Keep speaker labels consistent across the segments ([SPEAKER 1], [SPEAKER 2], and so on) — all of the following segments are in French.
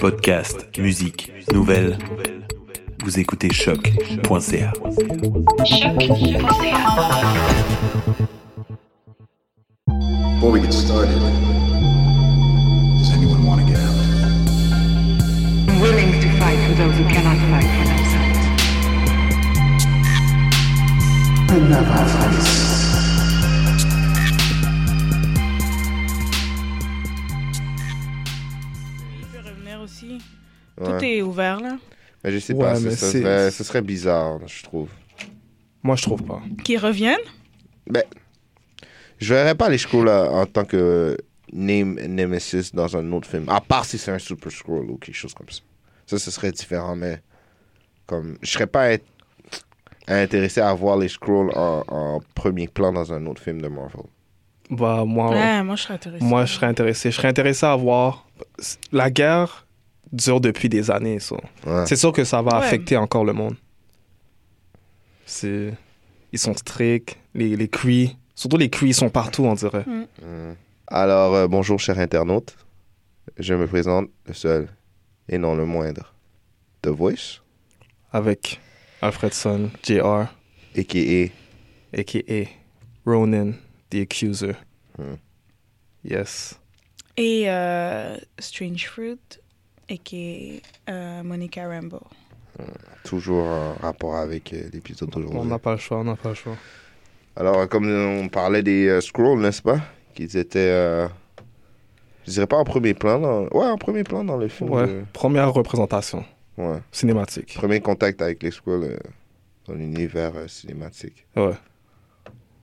[SPEAKER 1] Podcast, musique, nouvelles. Vous écoutez choc.ca.
[SPEAKER 2] Before we get started, does anyone want to get out?
[SPEAKER 3] willing to fight for those who cannot fight for themselves.
[SPEAKER 4] Il peut revenir aussi. Tout
[SPEAKER 5] Ouais.
[SPEAKER 4] est ouvert là.
[SPEAKER 5] Mais Ben, je sais
[SPEAKER 6] Ouais,
[SPEAKER 5] pas, ce
[SPEAKER 6] mais
[SPEAKER 5] ça
[SPEAKER 6] c'est-
[SPEAKER 5] serait, ben, ce serait bizarre, je trouve.
[SPEAKER 6] Moi, je trouve pas.
[SPEAKER 4] Qu'ils reviennent.
[SPEAKER 5] Ben, je verrais pas les Skrulls euh, en tant que euh, Name Nemesis dans un autre film, à part si c'est un Super Scroll ou quelque chose comme ça. Ça, ce serait différent, mais comme je serais pas int- intéressé à voir les Skrulls en, en premier plan dans un autre film de Marvel.
[SPEAKER 6] Bah, moi,
[SPEAKER 4] Ouais, moi je serais intéressée.
[SPEAKER 6] moi je serais intéressé. Je serais intéressé à voir. La guerre dure depuis des années, ça.
[SPEAKER 5] Ouais.
[SPEAKER 6] C'est sûr que ça va
[SPEAKER 4] Ouais.
[SPEAKER 6] affecter encore le monde. C'est... Ils sont stricts, les, les Cree. Surtout les Cree, ils sont partout, on dirait.
[SPEAKER 5] Alors, euh, bonjour, chers internautes. Je me présente le seul et non le moindre. The Voice,
[SPEAKER 6] Avec Alfredson, JR,
[SPEAKER 5] et qui est
[SPEAKER 6] a.k.a. Ronan, The Accuser.
[SPEAKER 5] Hmm.
[SPEAKER 6] Yes.
[SPEAKER 4] Et euh, Strange Fruit et qui est euh, Monica Rambo.
[SPEAKER 5] toujours en rapport avec euh, l'épisode d'aujourd'hui.
[SPEAKER 6] On n'a pas le choix, on n'a pas le choix.
[SPEAKER 5] Alors, euh, comme euh, on parlait des euh, Skrulls, n'est-ce pas Qu'ils étaient. euh, je dirais pas en premier plan. Dans... Ouais, en premier plan dans le film.
[SPEAKER 6] Ouais.
[SPEAKER 5] de-
[SPEAKER 6] Première représentation
[SPEAKER 5] ouais.
[SPEAKER 6] cinématique.
[SPEAKER 5] Premier contact avec les Skrulls euh, dans l'univers euh, cinématique.
[SPEAKER 6] Ouais.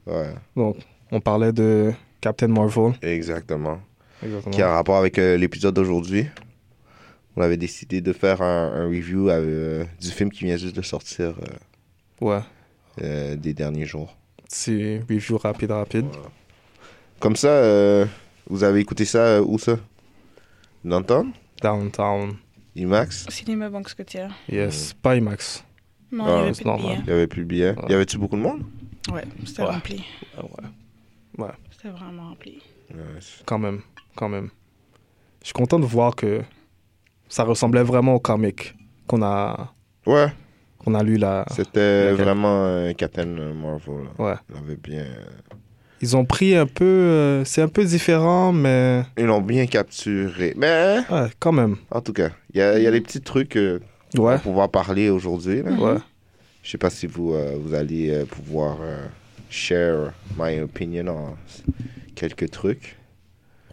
[SPEAKER 5] Ouais,
[SPEAKER 6] Donc, on parlait de Captain Marvel.
[SPEAKER 5] exactement.
[SPEAKER 6] Exactement.
[SPEAKER 5] Qui a un rapport avec euh, l'épisode d'aujourd'hui. On avait décidé de faire un, un review euh, du film qui vient juste de sortir euh,
[SPEAKER 6] Ouais.
[SPEAKER 5] euh, des derniers jours.
[SPEAKER 6] Petit review rapide, rapide.
[SPEAKER 5] Comme ça, euh, vous avez écouté ça euh, où ça Downtown
[SPEAKER 6] Downtown.
[SPEAKER 5] IMAX
[SPEAKER 4] Cinéma Banque Scotia.
[SPEAKER 6] Yes. Pas IMAX.
[SPEAKER 4] Non,
[SPEAKER 5] Ah,
[SPEAKER 4] il y avait
[SPEAKER 6] c'est
[SPEAKER 4] plus de
[SPEAKER 6] normal.
[SPEAKER 4] billets.
[SPEAKER 5] Il y avait plus de billets.
[SPEAKER 6] Ouais.
[SPEAKER 5] Y avait-tu beaucoup de monde
[SPEAKER 4] Ouais, c'était
[SPEAKER 6] Ouais. Ah,
[SPEAKER 4] rempli.
[SPEAKER 6] ouais.
[SPEAKER 4] C'était vraiment rempli.
[SPEAKER 6] Quand même. Quand même. Je suis content de voir que ça ressemblait vraiment au comic qu'on a,
[SPEAKER 5] Ouais,
[SPEAKER 6] qu'on a lu là.
[SPEAKER 5] c'était
[SPEAKER 6] Laquelle
[SPEAKER 5] vraiment euh, Captain Marvel. là.
[SPEAKER 6] Ah, Ouais.
[SPEAKER 5] Ils l'avaient bien...
[SPEAKER 6] Ils ont pris un peu. euh, c'est un peu différent, mais.
[SPEAKER 5] Ils l'ont bien capturé. Mais
[SPEAKER 6] Ouais, quand même.
[SPEAKER 5] en tout cas, il y a, y a des petits trucs euh,
[SPEAKER 6] Ouais.
[SPEAKER 5] pour pouvoir parler aujourd'hui. là.
[SPEAKER 6] Ouais.
[SPEAKER 5] Je sais pas si vous, euh, vous allez euh, pouvoir euh, share my opinion en s- quelques trucs,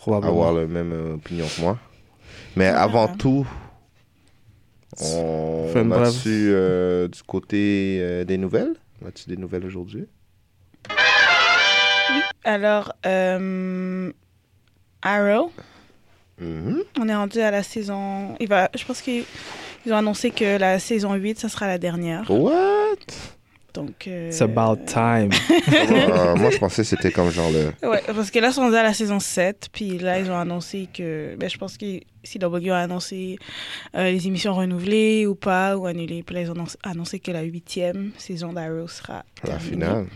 [SPEAKER 5] avoir
[SPEAKER 6] Probablement.
[SPEAKER 5] la même euh, opinion que moi. Mais avant
[SPEAKER 4] Ouais.
[SPEAKER 5] tout, on,
[SPEAKER 6] Fais une
[SPEAKER 5] on a
[SPEAKER 6] brève.
[SPEAKER 5] su euh, du côté euh, des nouvelles. On a-tu des nouvelles aujourd'hui?
[SPEAKER 4] Alors, euh, Arrow,
[SPEAKER 6] Mm-hmm.
[SPEAKER 5] Mhm.
[SPEAKER 4] on est rendu à la saison. Il va, je pense qu'ils ils ont annoncé que la saison 8, ça sera la dernière.
[SPEAKER 5] What?
[SPEAKER 4] Donc. euh,
[SPEAKER 6] It's about time.
[SPEAKER 5] Euh, moi, je pensais que c'était comme genre le.
[SPEAKER 4] Ouais, parce que là, ils sont rendus à la saison 7, puis là, ils ont annoncé que. Ben, je pense que CW a annoncé euh, les émissions renouvelées ou pas, ou annulées. Puis là, ils ont annoncé- annoncé que la huitième saison d'Arrow sera.
[SPEAKER 5] La
[SPEAKER 4] terminée.
[SPEAKER 5] finale.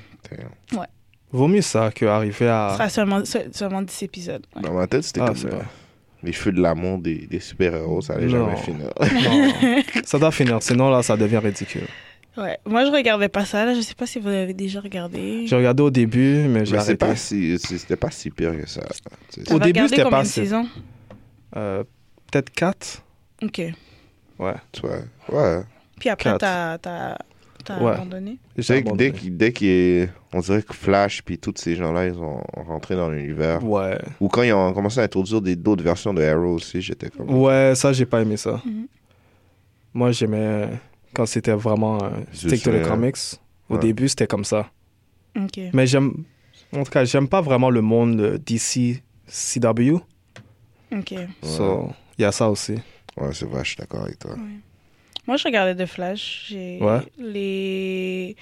[SPEAKER 5] Damn.
[SPEAKER 6] Vaut mieux ça que arriver
[SPEAKER 4] Ce
[SPEAKER 6] à.
[SPEAKER 4] sera seulement, se- seulement 10 épisodes. ouais.
[SPEAKER 5] Dans ma tête, c'était
[SPEAKER 6] Ah,
[SPEAKER 5] comme
[SPEAKER 6] c'est
[SPEAKER 5] euh,
[SPEAKER 6] vrai.
[SPEAKER 5] les feux de l'amour des, des super-héros, ça allait
[SPEAKER 6] Non.
[SPEAKER 5] jamais finir.
[SPEAKER 6] Non. ça doit finir, sinon là, ça devient ridicule.
[SPEAKER 4] Ouais. Moi, je regardais pas ça. Là, je sais pas si vous l'avez déjà regardé.
[SPEAKER 6] J'ai regardé au début, mais j'ai
[SPEAKER 5] Mais c'est
[SPEAKER 6] arrêté.
[SPEAKER 5] pas si, c'est- c'était pas si pire que ça. Tu sais,
[SPEAKER 4] T'avais
[SPEAKER 6] Au début,
[SPEAKER 4] regardé
[SPEAKER 6] c'était
[SPEAKER 4] combien
[SPEAKER 6] pas
[SPEAKER 4] de
[SPEAKER 6] assez.
[SPEAKER 4] saisons
[SPEAKER 6] Euh, Peut-être 4
[SPEAKER 4] Ok.
[SPEAKER 6] Ouais.
[SPEAKER 5] tu vois. Ouais.
[SPEAKER 4] Puis après,
[SPEAKER 6] Quatre.
[SPEAKER 4] t'as t'as- t'as
[SPEAKER 6] Ouais.
[SPEAKER 4] abandonné.
[SPEAKER 5] Tu sais que dès qu'il dès qu'il est- on dirait que Flash puis tous ces gens-là, ils ont rentré dans l'univers.
[SPEAKER 6] Ouais.
[SPEAKER 5] Ou quand ils ont commencé à introduire des- d'autres versions de Arrow aussi, j'étais comme.
[SPEAKER 6] Ouais, ça, j'ai pas aimé ça.
[SPEAKER 4] Mhm.
[SPEAKER 6] Moi, j'aimais euh, quand c'était vraiment euh,
[SPEAKER 5] Je
[SPEAKER 6] stick to
[SPEAKER 5] sais.
[SPEAKER 6] the comics. Au
[SPEAKER 5] Ouais.
[SPEAKER 6] début, c'était comme ça.
[SPEAKER 4] Ok.
[SPEAKER 6] Mais j'aime. En tout cas, j'aime pas vraiment le monde euh, DC, CW.
[SPEAKER 4] Ok.
[SPEAKER 6] So, il y a ça aussi.
[SPEAKER 5] Ouais, c'est vrai, je suis d'accord avec toi.
[SPEAKER 4] Moi, je regardais The Flash. J'ai
[SPEAKER 6] Ouais.
[SPEAKER 4] les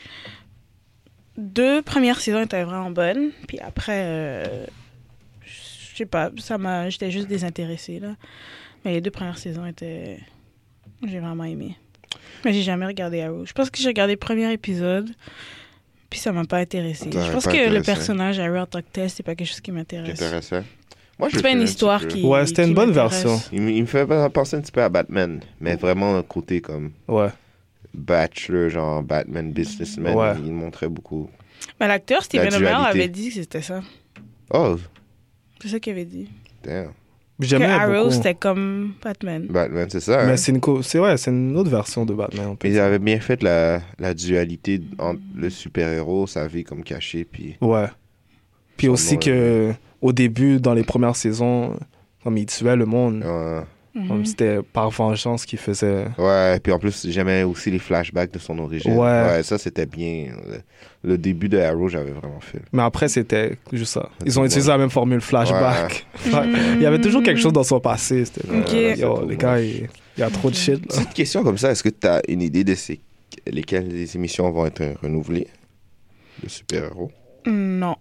[SPEAKER 4] deux premières saisons étaient vraiment bonnes, puis après, euh, je sais pas, ça m'a, j'étais juste désintéressée là. Mais les deux premières saisons étaient, j'ai vraiment aimé. Mais j'ai jamais regardé Arrow. Je pense que j'ai regardé le premier épisode, puis ça m'a pas intéressée.
[SPEAKER 5] Ça
[SPEAKER 4] Je
[SPEAKER 5] m'a
[SPEAKER 4] pense que
[SPEAKER 5] pas
[SPEAKER 4] le
[SPEAKER 5] intéressé.
[SPEAKER 4] personnage Arrow en tant que tel, c'est pas quelque chose qui m'intéresse.
[SPEAKER 5] Intéressant. Moi, je
[SPEAKER 4] C'est pas
[SPEAKER 5] fais
[SPEAKER 4] une
[SPEAKER 5] un petit
[SPEAKER 4] histoire
[SPEAKER 5] peu.
[SPEAKER 4] qui.
[SPEAKER 6] Ouais, c'était
[SPEAKER 4] qui
[SPEAKER 6] une bonne
[SPEAKER 4] m'intéresse.
[SPEAKER 6] version.
[SPEAKER 5] Il, me- il me fait penser un petit peu à Batman, mais vraiment un côté comme
[SPEAKER 6] Ouais.
[SPEAKER 5] bachelor, genre Batman businessman.
[SPEAKER 6] Ouais.
[SPEAKER 5] Il montrait beaucoup.
[SPEAKER 4] Mais l'acteur Steven
[SPEAKER 5] La
[SPEAKER 4] O'Malley
[SPEAKER 5] dualité.
[SPEAKER 4] avait dit que c'était ça.
[SPEAKER 5] Oh,
[SPEAKER 4] C'est ça qu'il avait dit.
[SPEAKER 5] damn.
[SPEAKER 4] Que
[SPEAKER 6] J'aimais
[SPEAKER 4] Arrow,
[SPEAKER 6] beaucoup.
[SPEAKER 4] c'était comme Batman.
[SPEAKER 5] Batman, c'est ça. hein?
[SPEAKER 6] Mais c'est une, co- c'est, ouais, c'est une autre version de Batman. on peut
[SPEAKER 5] Mais ils
[SPEAKER 6] dire.
[SPEAKER 5] avaient bien fait la, la dualité entre le super-héros, sa vie comme cachée, puis
[SPEAKER 6] Ouais. Puis
[SPEAKER 5] Son
[SPEAKER 6] aussi
[SPEAKER 5] nom,
[SPEAKER 6] que au début, dans les premières saisons, comme il tuait le monde,
[SPEAKER 5] euh,
[SPEAKER 4] Mhm.
[SPEAKER 6] comme c'était par vengeance qu'il faisait.
[SPEAKER 5] ouais, puis en plus j'aimais aussi les flashbacks de son origine.
[SPEAKER 6] Ouais.
[SPEAKER 5] ça c'était bien. Le, le début de Arrow j'avais vraiment fait.
[SPEAKER 6] Mais après, c'était juste ça. Ils ont utilisé la même formule flashback.
[SPEAKER 4] Mhm.
[SPEAKER 6] il y avait toujours quelque chose dans son passé. C'était comme, euh,
[SPEAKER 4] Ok. Mm.
[SPEAKER 6] Yo, les gars, il il y a trop de shit. là.
[SPEAKER 5] Petite question comme ça, est-ce que tu as une idée de c'est- lesquelles les émissions vont être renouvelées? Le super-héros.
[SPEAKER 4] Non,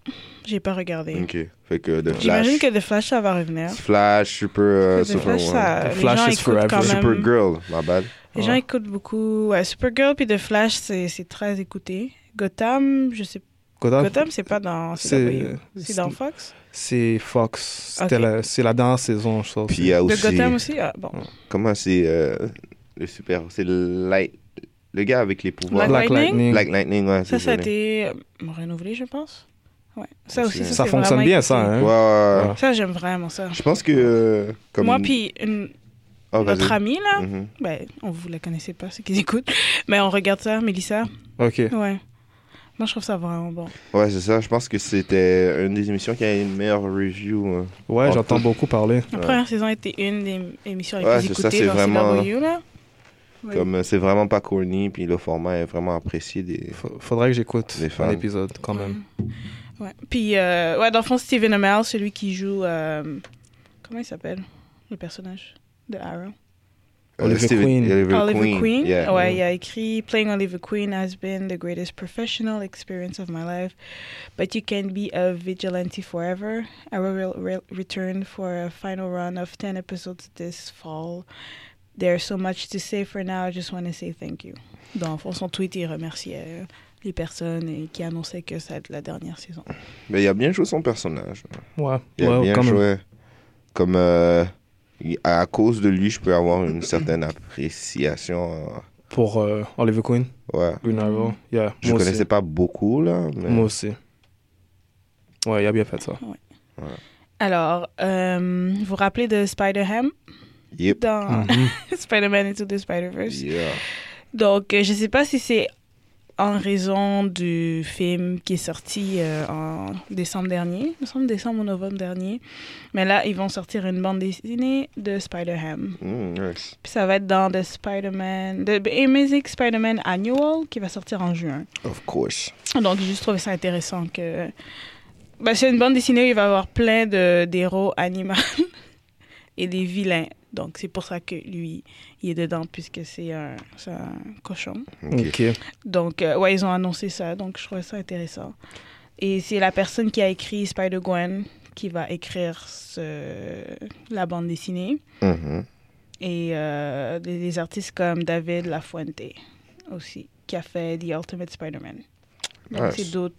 [SPEAKER 4] j'ai pas regardé.
[SPEAKER 5] Ok. Fait que de
[SPEAKER 4] J'imagine
[SPEAKER 5] Flash.
[SPEAKER 4] que The Flash, ça va revenir.
[SPEAKER 5] Flash, Super, euh,
[SPEAKER 4] The
[SPEAKER 5] Superwoman.
[SPEAKER 4] Flash, ça, les
[SPEAKER 6] Flash
[SPEAKER 4] gens
[SPEAKER 6] is
[SPEAKER 4] écoutent
[SPEAKER 6] forever.
[SPEAKER 4] quand même.
[SPEAKER 5] Supergirl, ma bad.
[SPEAKER 4] Les gens écoutent beaucoup. Ouais, Supergirl puis The Flash, c'est c'est très écouté. Gotham, je sais pas.
[SPEAKER 6] Gotham,
[SPEAKER 4] Gotham, c'est pas dans CW.
[SPEAKER 6] c'est,
[SPEAKER 4] C'est dans Fox.
[SPEAKER 6] c'est Fox. C'était
[SPEAKER 4] Ok.
[SPEAKER 6] la- c'est la dernière saison, je crois.
[SPEAKER 5] Puis euh, il y a
[SPEAKER 4] De
[SPEAKER 5] aussi.
[SPEAKER 4] Gotham aussi Ah, bon.
[SPEAKER 5] Comment c'est euh, le super C'est le light. Le gars avec les pouvoirs.
[SPEAKER 4] Black
[SPEAKER 5] Black,
[SPEAKER 6] Black
[SPEAKER 4] Lightning.
[SPEAKER 6] Lightning.
[SPEAKER 5] Lightning, ouais. c'est
[SPEAKER 4] Ça, ça a été euh, renouvelé, je pense. Ouais. Ça
[SPEAKER 5] Ça,
[SPEAKER 4] aussi,
[SPEAKER 5] c'est-
[SPEAKER 6] Ça
[SPEAKER 4] c'est
[SPEAKER 6] fonctionne
[SPEAKER 4] vraiment
[SPEAKER 6] bien, ça.
[SPEAKER 4] écouté.
[SPEAKER 5] Ouais,
[SPEAKER 6] Hein?
[SPEAKER 5] ouais, ouais.
[SPEAKER 6] Ouais.
[SPEAKER 4] Ça, j'aime vraiment ça.
[SPEAKER 5] Je pense que. euh, comme...
[SPEAKER 4] Moi, puis une-
[SPEAKER 5] Oh, vas-y.
[SPEAKER 4] notre amie, là,
[SPEAKER 5] Mhm.
[SPEAKER 4] ben, on vous la connaissez pas, ceux qui écoutent, mais on regarde ça, Mélissa.
[SPEAKER 6] Ok.
[SPEAKER 4] Ouais. Moi, je trouve ça vraiment bon.
[SPEAKER 5] Ouais, c'est ça. Je pense que c'était une des émissions qui a une meilleure review. hein.
[SPEAKER 6] Ouais,
[SPEAKER 5] En
[SPEAKER 6] j'entends
[SPEAKER 5] tout-
[SPEAKER 6] beaucoup parler.
[SPEAKER 4] La
[SPEAKER 5] Ouais.
[SPEAKER 4] première saison était une des émissions les
[SPEAKER 5] Ouais,
[SPEAKER 4] plus
[SPEAKER 5] c'est ça,
[SPEAKER 4] écoutées
[SPEAKER 5] c'est
[SPEAKER 4] dans
[SPEAKER 5] vraiment-
[SPEAKER 4] CW, là. Oui.
[SPEAKER 5] Comme euh, c'est vraiment pas corny, puis le format est vraiment apprécié des.
[SPEAKER 6] Fa- Faudrait que j'écoute
[SPEAKER 5] Les fans.
[SPEAKER 6] un épisode quand même.
[SPEAKER 4] Ouais. Puis, euh, ouais, dans le fond, Steven Amell, celui qui joue. euh, comment il s'appelle Le personnage de Arrow.
[SPEAKER 6] Oliver Queen.
[SPEAKER 5] euh, Oliver,
[SPEAKER 4] Oliver Queen. Oh,
[SPEAKER 5] yeah.
[SPEAKER 4] Ouais, il a écrit Playing Oliver Queen has been the greatest professional experience of my life, but you can be a vigilante forever. I will re- re- return for a final run of 10 episodes this fall. There's so much to say for now, I just want to say thank you. Dans le fond, son tweet, il remerciait les personnes et qui annonçaient que ça va être la dernière saison.
[SPEAKER 5] Mais il a bien joué son personnage.
[SPEAKER 4] Mm.
[SPEAKER 6] Ouais,
[SPEAKER 5] Il a
[SPEAKER 6] ouais
[SPEAKER 5] bien
[SPEAKER 6] quand même.
[SPEAKER 5] joué. Comme euh, il- à cause de lui, je peux avoir une certaine appréciation. euh,
[SPEAKER 6] Pour euh, Oliver Queen,
[SPEAKER 5] Ouais.
[SPEAKER 4] Mm.
[SPEAKER 6] Green Arrow. Yeah,
[SPEAKER 5] Je
[SPEAKER 6] moi
[SPEAKER 5] connaissais
[SPEAKER 6] aussi.
[SPEAKER 5] pas beaucoup là, mais
[SPEAKER 6] Moi aussi. Ouais, il a bien fait ça.
[SPEAKER 4] Alors, euh, vous vous rappelez de Spider-Ham
[SPEAKER 5] yep.
[SPEAKER 4] dans
[SPEAKER 6] Mhm.
[SPEAKER 5] Mm-hmm.
[SPEAKER 4] Spider-Man Into the Spider-Verse?
[SPEAKER 5] Yeah.
[SPEAKER 4] Donc, euh, je sais pas si c'est en raison du film qui est sorti euh, en décembre dernier, me semble décembre ou novembre dernier, mais là, ils vont sortir une bande dessinée de Spider-Ham.
[SPEAKER 5] Mm, nice.
[SPEAKER 4] Puis ça va être dans The Spider-Man, The Amazing Spider-Man Annual qui va sortir en juin.
[SPEAKER 5] Of course.
[SPEAKER 4] Donc, j'ai juste trouvé ça intéressant que. Ben, c'est une bande dessinée où il va y avoir plein de- d'héros animaux et des vilains. Donc, c'est pour ça que lui, il est dedans, puisque c'est un, c'est un cochon.
[SPEAKER 5] Ok.
[SPEAKER 6] ok.
[SPEAKER 4] Donc, euh, ouais, ils ont annoncé ça, donc je trouvais ça intéressant. Et c'est la personne qui a écrit Spider-Gwen qui va écrire ce- la bande dessinée.
[SPEAKER 5] Mhm.
[SPEAKER 4] Et euh, des, des artistes comme David Lafuente aussi, qui a fait The Ultimate Spider-Man. Donc,
[SPEAKER 5] Nice.
[SPEAKER 4] c'est d'autres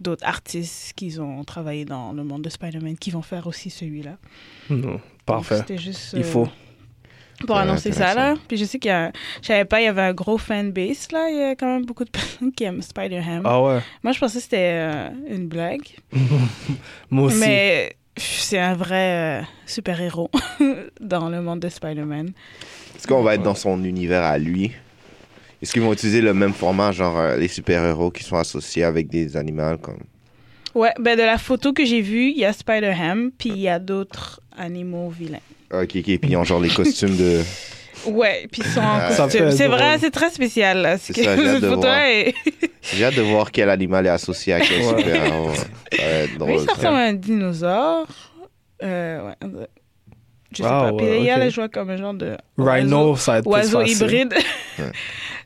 [SPEAKER 4] d'autres artistes qui ont travaillé dans le monde de Spider-Man qui vont faire aussi celui-là.
[SPEAKER 6] Non,
[SPEAKER 4] Donc,
[SPEAKER 6] Hmm, parfait.
[SPEAKER 4] C'était juste euh,
[SPEAKER 6] Il faut.
[SPEAKER 4] pour
[SPEAKER 5] Ouais,
[SPEAKER 4] annoncer ça là.
[SPEAKER 5] intéressant.
[SPEAKER 4] Puis je sais qu'il y a, un- je savais pas, il y avait un gros fanbase là. Il y a quand même beaucoup de personnes qui aiment Spider-Ham.
[SPEAKER 6] Ah ouais,
[SPEAKER 4] Moi, je pensais que c'était euh, une blague,
[SPEAKER 6] moi aussi.
[SPEAKER 4] mais pff, c'est un vrai euh, super-héros dans le monde de Spider-Man.
[SPEAKER 5] Est-ce qu'on va être dans son univers à lui Est-ce qu'ils vont utiliser le même format, genre euh, les super-héros qui sont associés avec des animaux comme
[SPEAKER 4] Ouais, ben de la photo que j'ai vue, il y a Spider-Ham, puis il y a d'autres animaux vilains.
[SPEAKER 5] Ok, ok. Puis ils ont genre les costumes de.
[SPEAKER 4] Ouais, puis ils sont en
[SPEAKER 6] Ça
[SPEAKER 4] costume.
[SPEAKER 6] fait
[SPEAKER 4] C'est vrai,
[SPEAKER 6] drôle.
[SPEAKER 4] c'est très spécial là.
[SPEAKER 5] C'est ça, j'ai hâte de voir.
[SPEAKER 4] est-
[SPEAKER 5] J'ai hâte de voir quel animal est associé à quel
[SPEAKER 6] Ouais.
[SPEAKER 5] super-héros. hein. Ça va être
[SPEAKER 4] Oui,
[SPEAKER 5] drôle.
[SPEAKER 4] ça
[SPEAKER 5] ça.
[SPEAKER 4] ressemble à un dinosaure. Euh, ouais. euh, Je sais
[SPEAKER 6] Ah,
[SPEAKER 4] pas. Puis
[SPEAKER 6] ouais,
[SPEAKER 4] il y a
[SPEAKER 6] ok.
[SPEAKER 4] le joueur comme un genre de.
[SPEAKER 6] Rhino, ça va être
[SPEAKER 4] Oiseau, oiseau
[SPEAKER 6] plus facile.
[SPEAKER 4] hybride.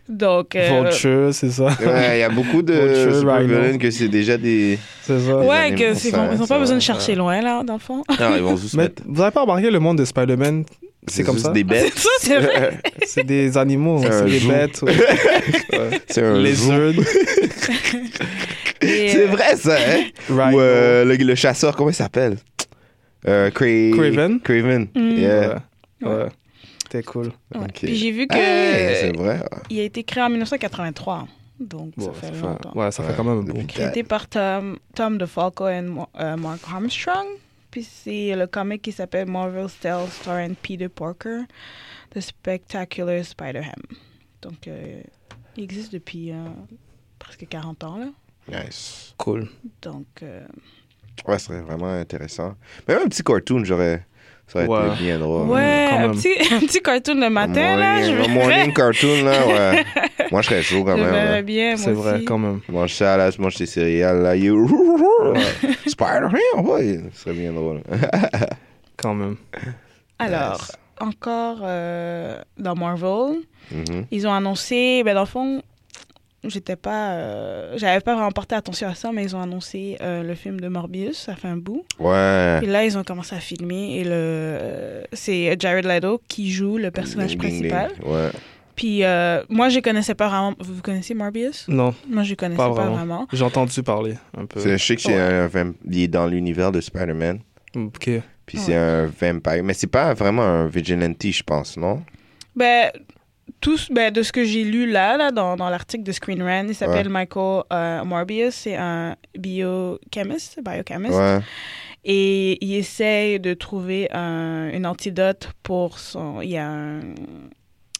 [SPEAKER 4] Donc. euh,
[SPEAKER 6] Vulture, c'est ça.
[SPEAKER 5] Ouais, il y a beaucoup
[SPEAKER 6] Autre
[SPEAKER 5] de
[SPEAKER 6] chose,
[SPEAKER 5] super
[SPEAKER 6] Rhino.
[SPEAKER 5] villains que c'est déjà des.
[SPEAKER 6] c'est ça.
[SPEAKER 5] Ouais.
[SPEAKER 4] Ouais,
[SPEAKER 5] animaux,
[SPEAKER 4] que c'est
[SPEAKER 5] ça,
[SPEAKER 4] bon. Ils n'ont
[SPEAKER 5] ça
[SPEAKER 4] pas
[SPEAKER 5] va,
[SPEAKER 4] besoin de
[SPEAKER 5] ça
[SPEAKER 4] chercher loin, là, dans le fond.
[SPEAKER 5] Non, ils vont juste
[SPEAKER 6] Mais
[SPEAKER 5] mettre.
[SPEAKER 6] vous avez pas remarqué le monde de Spider-Man C'est comme
[SPEAKER 5] juste
[SPEAKER 6] ça.
[SPEAKER 5] Des bêtes.
[SPEAKER 4] Ça, c'est vrai.
[SPEAKER 6] C'est des animaux,
[SPEAKER 5] C'est
[SPEAKER 6] c'est
[SPEAKER 5] un
[SPEAKER 6] des
[SPEAKER 5] zoo.
[SPEAKER 6] bêtes. ouais. Ouais.
[SPEAKER 5] C'est un zoo.
[SPEAKER 6] Lizard,
[SPEAKER 4] Et,
[SPEAKER 5] C'est
[SPEAKER 4] euh,
[SPEAKER 5] vrai ça, hein?
[SPEAKER 6] Rhino.
[SPEAKER 5] Ou euh, le, le chasseur, comment il s'appelle Euh, Cra-
[SPEAKER 6] Craven?
[SPEAKER 5] Craven,
[SPEAKER 4] Hmm.
[SPEAKER 5] yeah.
[SPEAKER 6] Ouais. Ouais. C'était cool.
[SPEAKER 4] euh, Ouais.
[SPEAKER 5] Ok.
[SPEAKER 4] Puis j'ai vu
[SPEAKER 5] Ah, ouais,
[SPEAKER 4] que
[SPEAKER 5] c'est vrai.
[SPEAKER 4] il a été créé en 1983. Donc, ça
[SPEAKER 6] Bon,
[SPEAKER 4] fait longtemps.
[SPEAKER 6] ouais, ça
[SPEAKER 5] Ouais,
[SPEAKER 6] fait quand même un
[SPEAKER 5] depuis
[SPEAKER 6] bout.
[SPEAKER 4] Créé par Tom, Tom DeFalco et Mo- euh, Mark Armstrong. Puis c'est le comic qui s'appelle Marvel's Tales starring Peter Parker, The Spectacular Spider-Ham. Donc, euh, il existe depuis euh, presque 40 ans. Là.
[SPEAKER 5] Ah, Nice.
[SPEAKER 6] Cool.
[SPEAKER 4] Donc, euh,
[SPEAKER 5] Ouais, ce serait vraiment intéressant. Même un petit cartoon, j'aurais. Ça aurait
[SPEAKER 6] Ouais.
[SPEAKER 5] été bien drôle.
[SPEAKER 4] ouais,
[SPEAKER 6] quand
[SPEAKER 4] un
[SPEAKER 6] même.
[SPEAKER 4] petit, un petit cartoon le
[SPEAKER 5] Un
[SPEAKER 4] matin, là, je
[SPEAKER 5] morning, un morning cartoon, là, ouais. Moi, je serais chaud quand
[SPEAKER 4] je
[SPEAKER 5] même.
[SPEAKER 4] verrais
[SPEAKER 5] là.
[SPEAKER 4] bien, moi
[SPEAKER 6] C'est vrai,
[SPEAKER 4] aussi.
[SPEAKER 6] quand même.
[SPEAKER 5] Je mange ça, là, je mange tes céréales, là. You... Spider-Man, ouais. Ce serait bien drôle.
[SPEAKER 6] Quand même.
[SPEAKER 4] Alors,
[SPEAKER 5] Yes.
[SPEAKER 4] encore euh, dans Marvel,
[SPEAKER 5] Mhm.
[SPEAKER 4] ils ont annoncé, ben dans le fond, j'étais pas, euh, j'avais pas vraiment porté attention à ça, mais ils ont annoncé euh, le film de Morbius, ça fait un bout.
[SPEAKER 5] Ouais.
[SPEAKER 4] Et là, ils ont commencé à filmer et le, euh, c'est Jared Leto qui joue le personnage
[SPEAKER 5] Ding, ding, ding.
[SPEAKER 4] principal.
[SPEAKER 5] Ouais.
[SPEAKER 4] Puis euh, moi, je connaissais pas vraiment. Vous connaissez Morbius
[SPEAKER 6] Non,
[SPEAKER 4] Moi, je connaissais
[SPEAKER 6] Pas
[SPEAKER 4] pas,
[SPEAKER 6] vraiment.
[SPEAKER 4] vraiment.
[SPEAKER 6] j'ai entendu parler un peu.
[SPEAKER 5] C'est, je sais que c'est
[SPEAKER 4] Ouais.
[SPEAKER 5] un vamp- il est dans l'univers de Spider-Man.
[SPEAKER 6] Ok.
[SPEAKER 5] Puis c'est un vampire. Mais c'est pas vraiment un vigilante, je pense, non?
[SPEAKER 4] Ben, tous, ben, de ce que j'ai lu là, là dans, dans l'article de Screen Rant, il s'appelle Michael euh, Morbius. C'est un biochemist, biochemist
[SPEAKER 5] Ouais.
[SPEAKER 4] et il essaye de trouver un, une antidote pour son. Il y a un.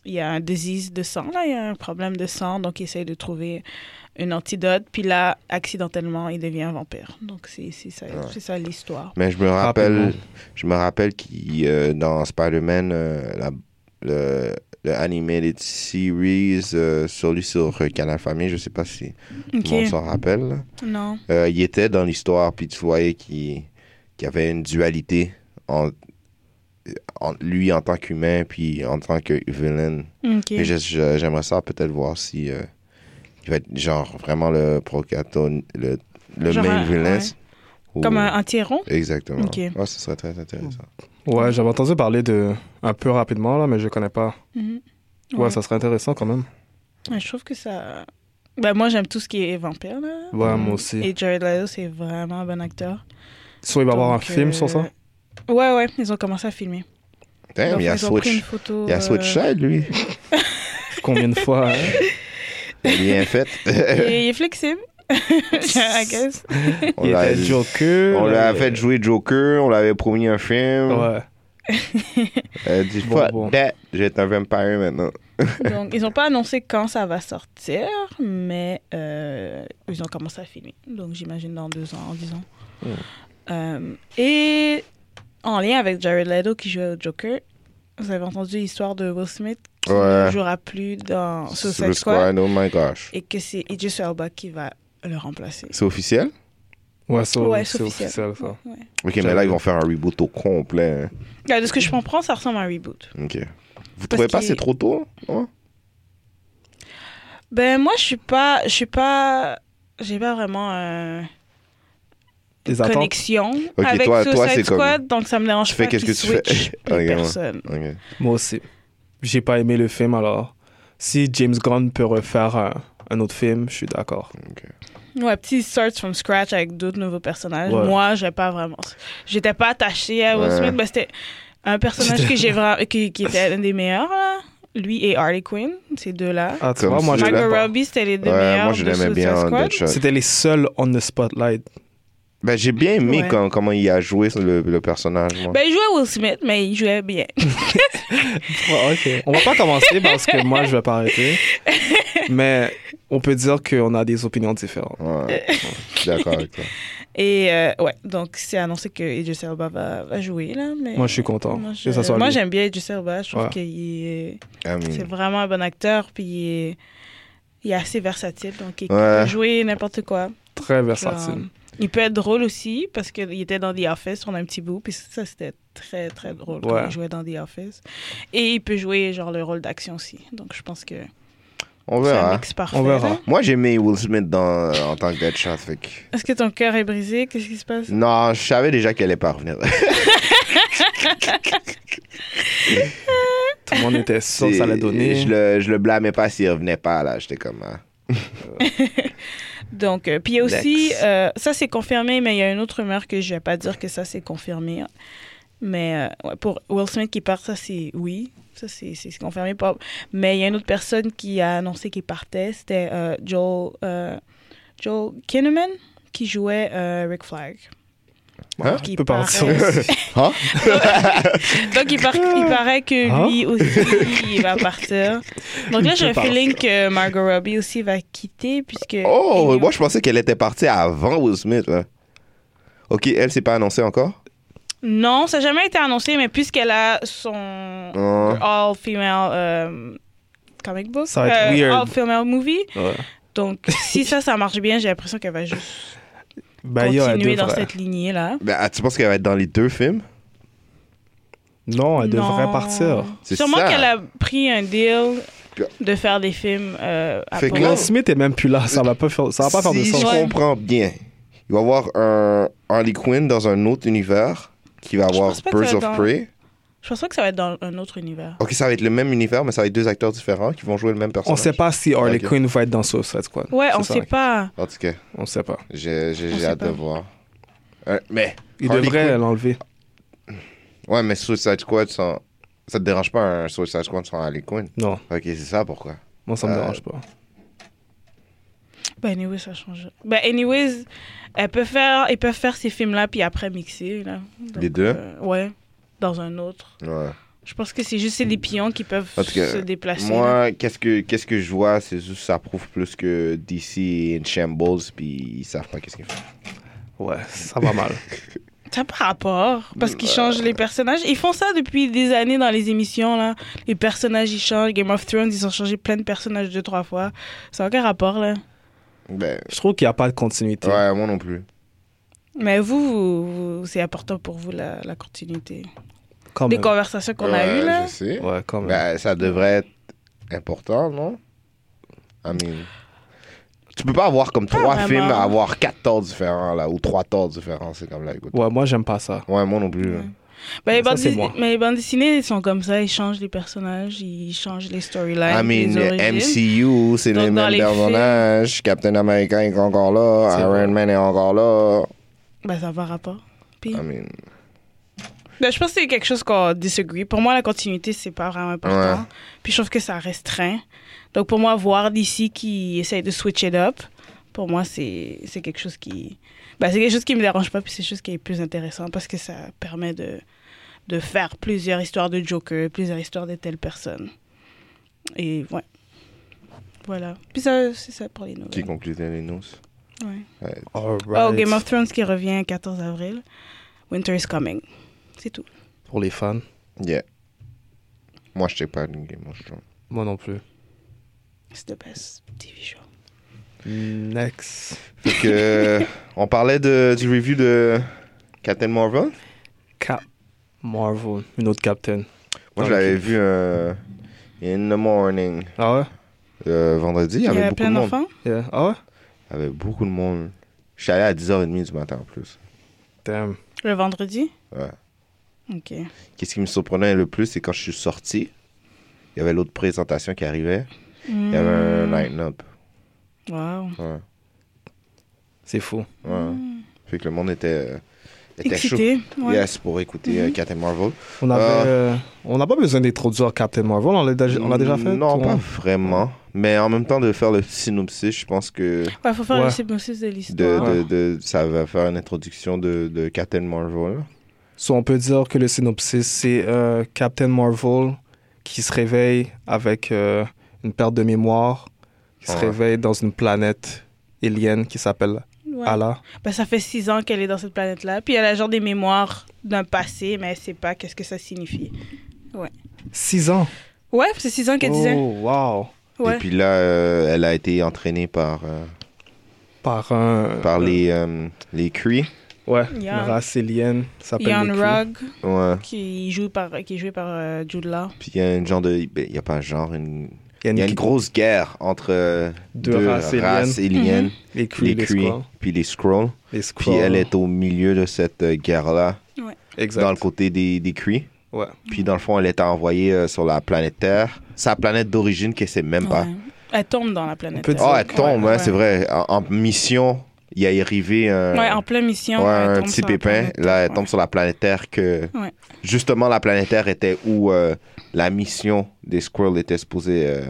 [SPEAKER 4] Il y a un disease de sang, là, il y a un problème de sang, donc il essaye de trouver une antidote. Puis là, accidentellement, il devient un vampire. Donc c'est c'est ça, c'est ça l'histoire.
[SPEAKER 5] Mais je me rappelle,
[SPEAKER 6] Rapidement.
[SPEAKER 5] je me rappelle qu'il, euh, dans Spider-Man, euh, la, le, le animated series, euh, sur lui sur euh, Canal Famille, je sais pas si
[SPEAKER 4] Ok,
[SPEAKER 5] tout le monde s'en rappelle. là.
[SPEAKER 4] non.
[SPEAKER 5] Euh, il était dans l'histoire, puis tu voyais qu'il qu'il y avait une dualité en, en lui en tant qu'humain, puis en tant que villain.
[SPEAKER 4] Ok.
[SPEAKER 5] Mais je- je- j'aimerais ça peut-être voir si euh, il va être genre vraiment le procaton, le, le
[SPEAKER 4] Genre
[SPEAKER 5] main
[SPEAKER 4] un-
[SPEAKER 5] villain.
[SPEAKER 4] ouais.
[SPEAKER 5] Ou-
[SPEAKER 4] Comme un anti-héros?
[SPEAKER 5] Exactement.
[SPEAKER 4] Ok.
[SPEAKER 5] Ouais, ce serait très intéressant.
[SPEAKER 6] Ouais, j'avais entendu parler de un peu rapidement là, mais je connais pas.
[SPEAKER 4] Mhm.
[SPEAKER 6] Ouais, ça serait intéressant quand même.
[SPEAKER 4] Ouais, je trouve que ça. Ben, moi, j'aime tout ce qui est vampire. Là.
[SPEAKER 6] Ouais, moi aussi.
[SPEAKER 4] Et Jared Leto, c'est vraiment un bon acteur.
[SPEAKER 6] Soit il va y avoir un
[SPEAKER 4] Donc,
[SPEAKER 6] film sur ça.
[SPEAKER 4] euh, Ouais, ouais, ils ont commencé à filmer.
[SPEAKER 5] Damn,
[SPEAKER 4] Donc,
[SPEAKER 5] il y a
[SPEAKER 4] ils ont pris une
[SPEAKER 5] Switch.
[SPEAKER 4] photo.
[SPEAKER 5] Il y a
[SPEAKER 4] euh,
[SPEAKER 5] Switch Side, lui.
[SPEAKER 6] Combien de fois hein?
[SPEAKER 5] Il est bien fait.
[SPEAKER 4] Il est il est flexible. I guess.
[SPEAKER 5] On
[SPEAKER 6] Il
[SPEAKER 5] l'a
[SPEAKER 6] était Joker.
[SPEAKER 5] on l'a
[SPEAKER 6] là,
[SPEAKER 5] fait jouer Joker, on l'avait promis un film.
[SPEAKER 6] Ouais.
[SPEAKER 5] Elle dit,
[SPEAKER 6] Bon,
[SPEAKER 5] fuck
[SPEAKER 6] bon.
[SPEAKER 5] that, j'ai un vampire maintenant.
[SPEAKER 4] Donc, ils n'ont pas annoncé quand ça va sortir, mais euh, ils ont commencé à filmer. Donc, j'imagine dans deux ans, disons. Euh, et en lien avec Jared Leto qui jouait au Joker, vous avez entendu l'histoire de Will Smith qui
[SPEAKER 5] Ouais.
[SPEAKER 4] ne jouera plus dans Suicide
[SPEAKER 5] le
[SPEAKER 4] Squad,
[SPEAKER 5] oh my gosh.
[SPEAKER 4] et que c'est Idris Elba qui va le remplacer.
[SPEAKER 5] C'est officiel?
[SPEAKER 6] Ouais, ça,
[SPEAKER 4] ouais,
[SPEAKER 6] c'est officiel ça.
[SPEAKER 4] Ouais, ouais.
[SPEAKER 5] Ok, mais là, ils vont faire un reboot au complet. hein.
[SPEAKER 4] Là, De ce que je comprends, ça ressemble à un reboot.
[SPEAKER 5] Ok. Vous
[SPEAKER 4] Parce
[SPEAKER 5] trouvez pas que
[SPEAKER 4] qu'il-
[SPEAKER 5] c'est trop tôt? non?
[SPEAKER 4] Ben, moi, je suis pas. Je suis pas. J'ai pas vraiment. euh,
[SPEAKER 6] Les attentes.
[SPEAKER 4] connexion
[SPEAKER 5] Ok,
[SPEAKER 4] avec
[SPEAKER 5] toi- toi,
[SPEAKER 4] Suicide
[SPEAKER 5] c'est comme-
[SPEAKER 4] Squad, donc ça me dérange
[SPEAKER 5] Tu fais
[SPEAKER 4] pas
[SPEAKER 5] qu'est-ce
[SPEAKER 4] qu'ils
[SPEAKER 5] que tu fais.
[SPEAKER 4] switchent
[SPEAKER 5] Ok, ouais.
[SPEAKER 4] les personnes.
[SPEAKER 5] Ok.
[SPEAKER 6] Moi aussi. J'ai pas aimé le film alors. Si James Gunn peut refaire un, un autre film, je suis d'accord.
[SPEAKER 4] Ouais, petit start from scratch avec d'autres nouveaux personnages.
[SPEAKER 6] Ouais.
[SPEAKER 4] Moi, j'ai pas vraiment... J'étais pas attachée à Will
[SPEAKER 5] Ouais.
[SPEAKER 4] Smith, mais c'était un personnage que j'ai vraiment... qui, qui était l'un des meilleurs, là. Lui et Harley Quinn, ces deux-là.
[SPEAKER 6] Ah, tu
[SPEAKER 5] Comme
[SPEAKER 6] vois, moi
[SPEAKER 5] si-
[SPEAKER 6] je l'aime
[SPEAKER 4] Margot
[SPEAKER 6] pas.
[SPEAKER 4] Robbie, c'était les deux
[SPEAKER 5] Ouais,
[SPEAKER 4] meilleurs
[SPEAKER 5] moi, je
[SPEAKER 4] de
[SPEAKER 5] l'aimais
[SPEAKER 4] Suicide
[SPEAKER 5] bien, en
[SPEAKER 4] Squad.
[SPEAKER 5] Deadshot.
[SPEAKER 6] C'était les seuls on the spotlight.
[SPEAKER 5] Ben, j'ai bien aimé
[SPEAKER 4] Ouais.
[SPEAKER 5] quand- comment il a joué sur le, le personnage. moi.
[SPEAKER 4] Ben, il jouait Will Smith, mais il jouait bien.
[SPEAKER 6] Ouais, ok. On va pas commencer parce que moi, je vais pas arrêter. Mais on peut dire qu'on a des opinions différentes.
[SPEAKER 5] Ouais, ouais, je suis d'accord avec toi.
[SPEAKER 4] Et euh, ouais, donc c'est annoncé que Idris Elba va, va jouer, là. Mais...
[SPEAKER 6] Moi, je suis content
[SPEAKER 4] Moi,
[SPEAKER 6] que ça
[SPEAKER 4] je-
[SPEAKER 6] soit
[SPEAKER 4] moi,
[SPEAKER 6] lui.
[SPEAKER 4] j'aime bien Idris Elba. Je trouve
[SPEAKER 6] Ouais.
[SPEAKER 4] qu'il est...
[SPEAKER 5] I mean,
[SPEAKER 4] C'est vraiment un bon acteur, puis il est, il est assez versatile, donc il il
[SPEAKER 5] Ouais.
[SPEAKER 4] peut jouer n'importe quoi.
[SPEAKER 6] Très
[SPEAKER 4] Genre,
[SPEAKER 6] versatile.
[SPEAKER 4] il peut être drôle aussi, parce qu'il était dans The Office on a un petit bout, puis ça, c'était très, très drôle quand
[SPEAKER 6] Ouais.
[SPEAKER 4] il jouait dans The Office. Et il peut jouer, genre, le rôle d'action aussi. Donc, je pense que
[SPEAKER 5] on
[SPEAKER 4] c'est un
[SPEAKER 5] verra.
[SPEAKER 4] mix parfait. hein.
[SPEAKER 6] On verra.
[SPEAKER 4] là.
[SPEAKER 5] Moi, j'ai aimé Will Smith dans, en tant que Deadshot. Fait que...
[SPEAKER 4] Est-ce que ton cœur est brisé? Qu'est-ce qui se passe?
[SPEAKER 5] Non, je savais déjà qu'elle allait pas revenir.
[SPEAKER 6] Tout le monde était sûr que ça allait
[SPEAKER 5] Et
[SPEAKER 6] donner.
[SPEAKER 5] Je le, je le blâmais pas s'il revenait pas, là. J'étais comme. ah.
[SPEAKER 4] Donc, euh, puis il y a aussi, euh, ça c'est confirmé, mais il y a une autre rumeur que je vais pas dire que ça c'est confirmé. hein. Mais euh, ouais, pour Will Smith qui part, ça c'est oui, ça c'est c'est- c'est confirmé. Pas... Mais il y a une autre personne qui a annoncé qu'il partait, c'était euh, Joel, euh, Joel Kinnaman qui jouait euh, Rick Flag.
[SPEAKER 5] Hein?
[SPEAKER 6] Ah, Il peut partir.
[SPEAKER 5] Hein?
[SPEAKER 4] Donc il, par- il paraît que
[SPEAKER 6] Hein?
[SPEAKER 4] lui aussi il va partir. Donc là
[SPEAKER 6] Il
[SPEAKER 4] j'ai un
[SPEAKER 6] peut
[SPEAKER 4] feeling que Margot Robbie aussi va quitter puisque
[SPEAKER 5] Oh,
[SPEAKER 4] Anyway.
[SPEAKER 5] moi je pensais qu'elle était partie avant Will Smith. là. Ok, elle s'est pas annoncée encore.
[SPEAKER 4] Non, ça n'a jamais été annoncé, mais puisqu'elle a son
[SPEAKER 5] Ah.
[SPEAKER 4] all-female euh, comic book,
[SPEAKER 6] Ça va être weird.
[SPEAKER 4] all-female movie,
[SPEAKER 6] Ouais.
[SPEAKER 4] donc si ça, ça marche bien, j'ai l'impression qu'elle va juste
[SPEAKER 6] Ben, yo, elle
[SPEAKER 4] continuer dans
[SPEAKER 6] devrait-
[SPEAKER 4] cette lignée-là.
[SPEAKER 5] Ben, ah, tu penses qu'elle va être dans les deux films
[SPEAKER 6] Non, elle devrait
[SPEAKER 4] Non.
[SPEAKER 6] partir.
[SPEAKER 5] C'est
[SPEAKER 4] Sûrement
[SPEAKER 5] ça.
[SPEAKER 4] qu'elle a pris un deal
[SPEAKER 5] Puis-
[SPEAKER 4] de faire des films euh, à
[SPEAKER 5] Fait que
[SPEAKER 4] Paul.
[SPEAKER 5] là,
[SPEAKER 6] Will Smith est même plus là. Ça va pas faire, ça va pas faire de
[SPEAKER 5] si
[SPEAKER 6] sens.
[SPEAKER 5] je
[SPEAKER 4] Ouais.
[SPEAKER 5] comprends bien, il va y avoir un Harley Quinn dans un autre univers qui va
[SPEAKER 4] Je
[SPEAKER 5] avoir
[SPEAKER 4] pense pas que
[SPEAKER 5] Birds
[SPEAKER 4] ça
[SPEAKER 5] of
[SPEAKER 4] va dans-
[SPEAKER 5] Prey.
[SPEAKER 4] Je pense pas que ça va être dans un autre univers.
[SPEAKER 5] Ok, ça va être le même univers, mais ça va être deux acteurs différents qui vont jouer le même
[SPEAKER 6] On
[SPEAKER 5] personnage.
[SPEAKER 6] sait pas si Harley
[SPEAKER 5] Ok.
[SPEAKER 6] Quinn va être dans Suicide Squad.
[SPEAKER 5] Oh,
[SPEAKER 4] Ouais,
[SPEAKER 6] C'est
[SPEAKER 4] on
[SPEAKER 6] ça,
[SPEAKER 4] sait
[SPEAKER 6] ok.
[SPEAKER 4] pas.
[SPEAKER 5] En tout cas,
[SPEAKER 6] On sait pas.
[SPEAKER 5] j'ai j'ai-
[SPEAKER 4] On
[SPEAKER 5] j'ai
[SPEAKER 4] sait
[SPEAKER 5] hâte
[SPEAKER 4] pas.
[SPEAKER 5] de voir. Euh, mais.
[SPEAKER 6] Il
[SPEAKER 5] Harley
[SPEAKER 6] devrait
[SPEAKER 5] Quinn-
[SPEAKER 6] l'enlever.
[SPEAKER 5] Ouais, mais Suicide Squad, sans... ça te dérange pas un Suicide Squad sans Harley Quinn
[SPEAKER 6] Non,
[SPEAKER 5] Ok, c'est ça pourquoi.
[SPEAKER 6] moi ça me
[SPEAKER 5] Euh,
[SPEAKER 6] dérange pas.
[SPEAKER 4] Ben, anyway, ça change. Ben, anyways, elle peut faire, ils peuvent faire ces films-là, puis après mixer. Là. Donc,
[SPEAKER 5] Les deux?
[SPEAKER 4] euh, ouais, dans un autre.
[SPEAKER 6] euh,
[SPEAKER 5] Ouais.
[SPEAKER 4] Je pense que c'est juste c'est les pions qui peuvent
[SPEAKER 5] En tout cas,
[SPEAKER 4] se déplacer. là.
[SPEAKER 5] Moi, qu'est-ce que qu'est-ce que je vois, c'est juste ça prouve plus que DC est in shambles, puis ils savent pas qu'est-ce qu'ils font.
[SPEAKER 6] Ouais, ça va mal.
[SPEAKER 4] Ça n'a pas rapport, parce
[SPEAKER 5] bah,
[SPEAKER 4] qu'ils changent les personnages. Ils font ça depuis des années dans les émissions. là. Les personnages, ils changent. Game of Thrones, ils ont changé plein de personnages deux, trois fois. Ça n'a aucun rapport, là.
[SPEAKER 5] Ben,
[SPEAKER 6] Je trouve qu'il n'y a pas de continuité.
[SPEAKER 5] ouais, moi non plus.
[SPEAKER 4] Mais vous, vous- vous- c'est important pour vous, la, la continuité.
[SPEAKER 6] Quand
[SPEAKER 4] Des
[SPEAKER 6] même.
[SPEAKER 4] conversations qu'on a
[SPEAKER 5] Ouais,
[SPEAKER 4] eues, là.
[SPEAKER 5] Je sais.
[SPEAKER 6] Ouais, quand même.
[SPEAKER 5] Ben, ça devrait être important, non I mean, tu peux pas avoir comme trois
[SPEAKER 4] vraiment.
[SPEAKER 5] films, avoir quatre torts différents, là, ou trois torts différents, c'est comme là, écoute.
[SPEAKER 6] Ouais, moi j'aime pas ça.
[SPEAKER 5] Ouais, moi non plus. là.
[SPEAKER 4] Ben, les
[SPEAKER 6] Ça,
[SPEAKER 4] bandes
[SPEAKER 6] c'est
[SPEAKER 4] dis-
[SPEAKER 6] moi.
[SPEAKER 4] Mais les bandes dessinées, ils sont comme ça. Ils changent les personnages, ils changent les storylines.
[SPEAKER 5] I mean,
[SPEAKER 4] les origines.
[SPEAKER 5] MCU, c'est
[SPEAKER 4] Donc,
[SPEAKER 5] les
[SPEAKER 4] dans
[SPEAKER 5] mêmes
[SPEAKER 4] les
[SPEAKER 5] personnages. Captain America est encore là.
[SPEAKER 6] C'est
[SPEAKER 5] Iron
[SPEAKER 6] vrai.
[SPEAKER 5] Man est encore là.
[SPEAKER 4] Ben, ça n'a pas rapport. Puis-
[SPEAKER 5] I mean,
[SPEAKER 4] Ben, je pense que c'est quelque chose qu'on disagree. Pour moi, la continuité, c'est pas vraiment important.
[SPEAKER 5] Ouais.
[SPEAKER 4] Puis je trouve que ça restreint. Donc pour moi, voir d'ici qui essaye de switch it up, pour moi, c'est c'est quelque chose qui. Ben, c'est quelque chose qui me dérange pas, puis c'est quelque chose qui est plus intéressant parce que ça permet de, de faire plusieurs histoires de Joker, plusieurs histoires de telle personne. Et ouais. Voilà. Puis ça, c'est ça pour les
[SPEAKER 5] qui
[SPEAKER 4] nouvelles.
[SPEAKER 5] conclut les news?
[SPEAKER 4] Ouais.
[SPEAKER 6] Alright.
[SPEAKER 4] Oh, Game of Thrones qui revient 14 avril. Winter is coming. C'est tout.
[SPEAKER 6] Pour les fans,
[SPEAKER 5] Yeah. Moi, je sais pas une Game of Thrones.
[SPEAKER 6] moi non plus.
[SPEAKER 4] It's the best TV show.
[SPEAKER 6] Next.
[SPEAKER 5] Fait que, euh, on parlait de, du review de Captain Marvel. Moi,
[SPEAKER 6] Cap. Marvel. Une autre Captain.
[SPEAKER 5] je l'avais vu euh, in the morning
[SPEAKER 6] Ah ouais?
[SPEAKER 5] euh, vendredi. Il y avait, beaucoup
[SPEAKER 4] plein
[SPEAKER 5] de monde.
[SPEAKER 4] d'enfants.
[SPEAKER 6] Yeah. Ah ouais?
[SPEAKER 5] Il y avait beaucoup de monde. Je suis allé à 10h30 du matin en plus.
[SPEAKER 6] Damn.
[SPEAKER 4] Le vendredi?
[SPEAKER 5] Ouais.
[SPEAKER 4] OK.
[SPEAKER 5] Qu'est-ce qui me surprenait le plus, c'est quand je suis sorti, il y avait l'autre présentation qui arrivait. Il y avait un
[SPEAKER 4] Hmm.
[SPEAKER 5] line-up.
[SPEAKER 4] Wow.
[SPEAKER 5] Ouais.
[SPEAKER 6] C'est fou.
[SPEAKER 5] Ouais. Fait que le monde était, euh, était chaud.
[SPEAKER 4] Hmm. Excité. Ouais. Hmm.
[SPEAKER 5] Yes, pour écouter euh, Captain Marvel.
[SPEAKER 6] On avait,
[SPEAKER 5] Ah.
[SPEAKER 6] euh, on n'a pas besoin d'introduire Captain Marvel. On l'a déjà, on l'a déjà fait?
[SPEAKER 5] Non,
[SPEAKER 6] tout le
[SPEAKER 5] pas
[SPEAKER 6] monde?
[SPEAKER 5] vraiment. Mais en même temps, de faire le synopsis, je pense que
[SPEAKER 4] Ouais, faut faire
[SPEAKER 6] Ouais.
[SPEAKER 4] le synopsis de
[SPEAKER 5] de,
[SPEAKER 4] l'histoire.
[SPEAKER 5] de, de- ça va faire une introduction de, de Captain Marvel.
[SPEAKER 6] So, on peut dire que le synopsis, c'est euh, Captain Marvel qui se réveille avec euh, une perte de mémoire, qui se
[SPEAKER 5] Ouais.
[SPEAKER 6] réveille dans une planète alien qui s'appelle
[SPEAKER 4] Ouais.
[SPEAKER 6] Allah.
[SPEAKER 4] Ben, ça fait six ans qu'elle est dans cette planète-là. Puis elle a genre des mémoires d'un passé, mais elle sait pas qu'est-ce que ça signifie.
[SPEAKER 6] Six ans.
[SPEAKER 4] Ouais, c'est six ans qu'elle disait.
[SPEAKER 6] Oh, wow.
[SPEAKER 5] Et
[SPEAKER 4] Ouais.
[SPEAKER 5] puis là, euh, elle a été entraînée par, euh,
[SPEAKER 6] Par un.
[SPEAKER 5] par les, euh, les Kree.
[SPEAKER 6] Ouais,
[SPEAKER 4] Ian.
[SPEAKER 6] une race alien qui s'appelle.
[SPEAKER 4] Ian
[SPEAKER 6] les Kree.
[SPEAKER 4] Rugg,
[SPEAKER 5] Ouais.
[SPEAKER 4] qui, joue par, qui est joué par euh, Jude Law.
[SPEAKER 5] Puis il y a une genre de. ben, Il y a pas un genre, une.
[SPEAKER 6] Il y a
[SPEAKER 5] Il
[SPEAKER 6] une,
[SPEAKER 5] y a une grosse guerre entre euh,
[SPEAKER 6] Deux races
[SPEAKER 4] Mhm.
[SPEAKER 5] aliens,
[SPEAKER 6] Les Kree,
[SPEAKER 5] les
[SPEAKER 6] les,
[SPEAKER 5] Kree,
[SPEAKER 6] Skrulls.
[SPEAKER 5] puis les Skrulls.
[SPEAKER 6] Les
[SPEAKER 5] Puis
[SPEAKER 6] Skrulls.
[SPEAKER 5] elle est au milieu de cette euh, guerre-là,
[SPEAKER 6] Exact.
[SPEAKER 5] dans le côté des, des Kree.
[SPEAKER 6] Ouais.
[SPEAKER 5] Puis dans le fond, elle était envoyée euh, sur la planète Terre, sa planète d'origine qu'elle sait même pas.
[SPEAKER 4] Ouais. Elle tombe dans la planète.
[SPEAKER 6] On peut dire-
[SPEAKER 5] Oh,
[SPEAKER 4] Terre.
[SPEAKER 5] elle tombe,
[SPEAKER 4] Ouais,
[SPEAKER 5] hein,
[SPEAKER 4] ouais.
[SPEAKER 5] c'est vrai. En, en mission, il y a arrivé un,
[SPEAKER 4] Ouais, en pleine mission.
[SPEAKER 5] ouais,
[SPEAKER 4] elle
[SPEAKER 5] un
[SPEAKER 4] tombe
[SPEAKER 5] petit
[SPEAKER 4] sur la
[SPEAKER 5] pépin.
[SPEAKER 4] planète
[SPEAKER 5] Là, elle
[SPEAKER 4] Terre,
[SPEAKER 5] tombe sur la planète Terre que...
[SPEAKER 4] Ouais.
[SPEAKER 5] Justement, la planète Terre était où euh, la mission des Squirrels était supposée... euh,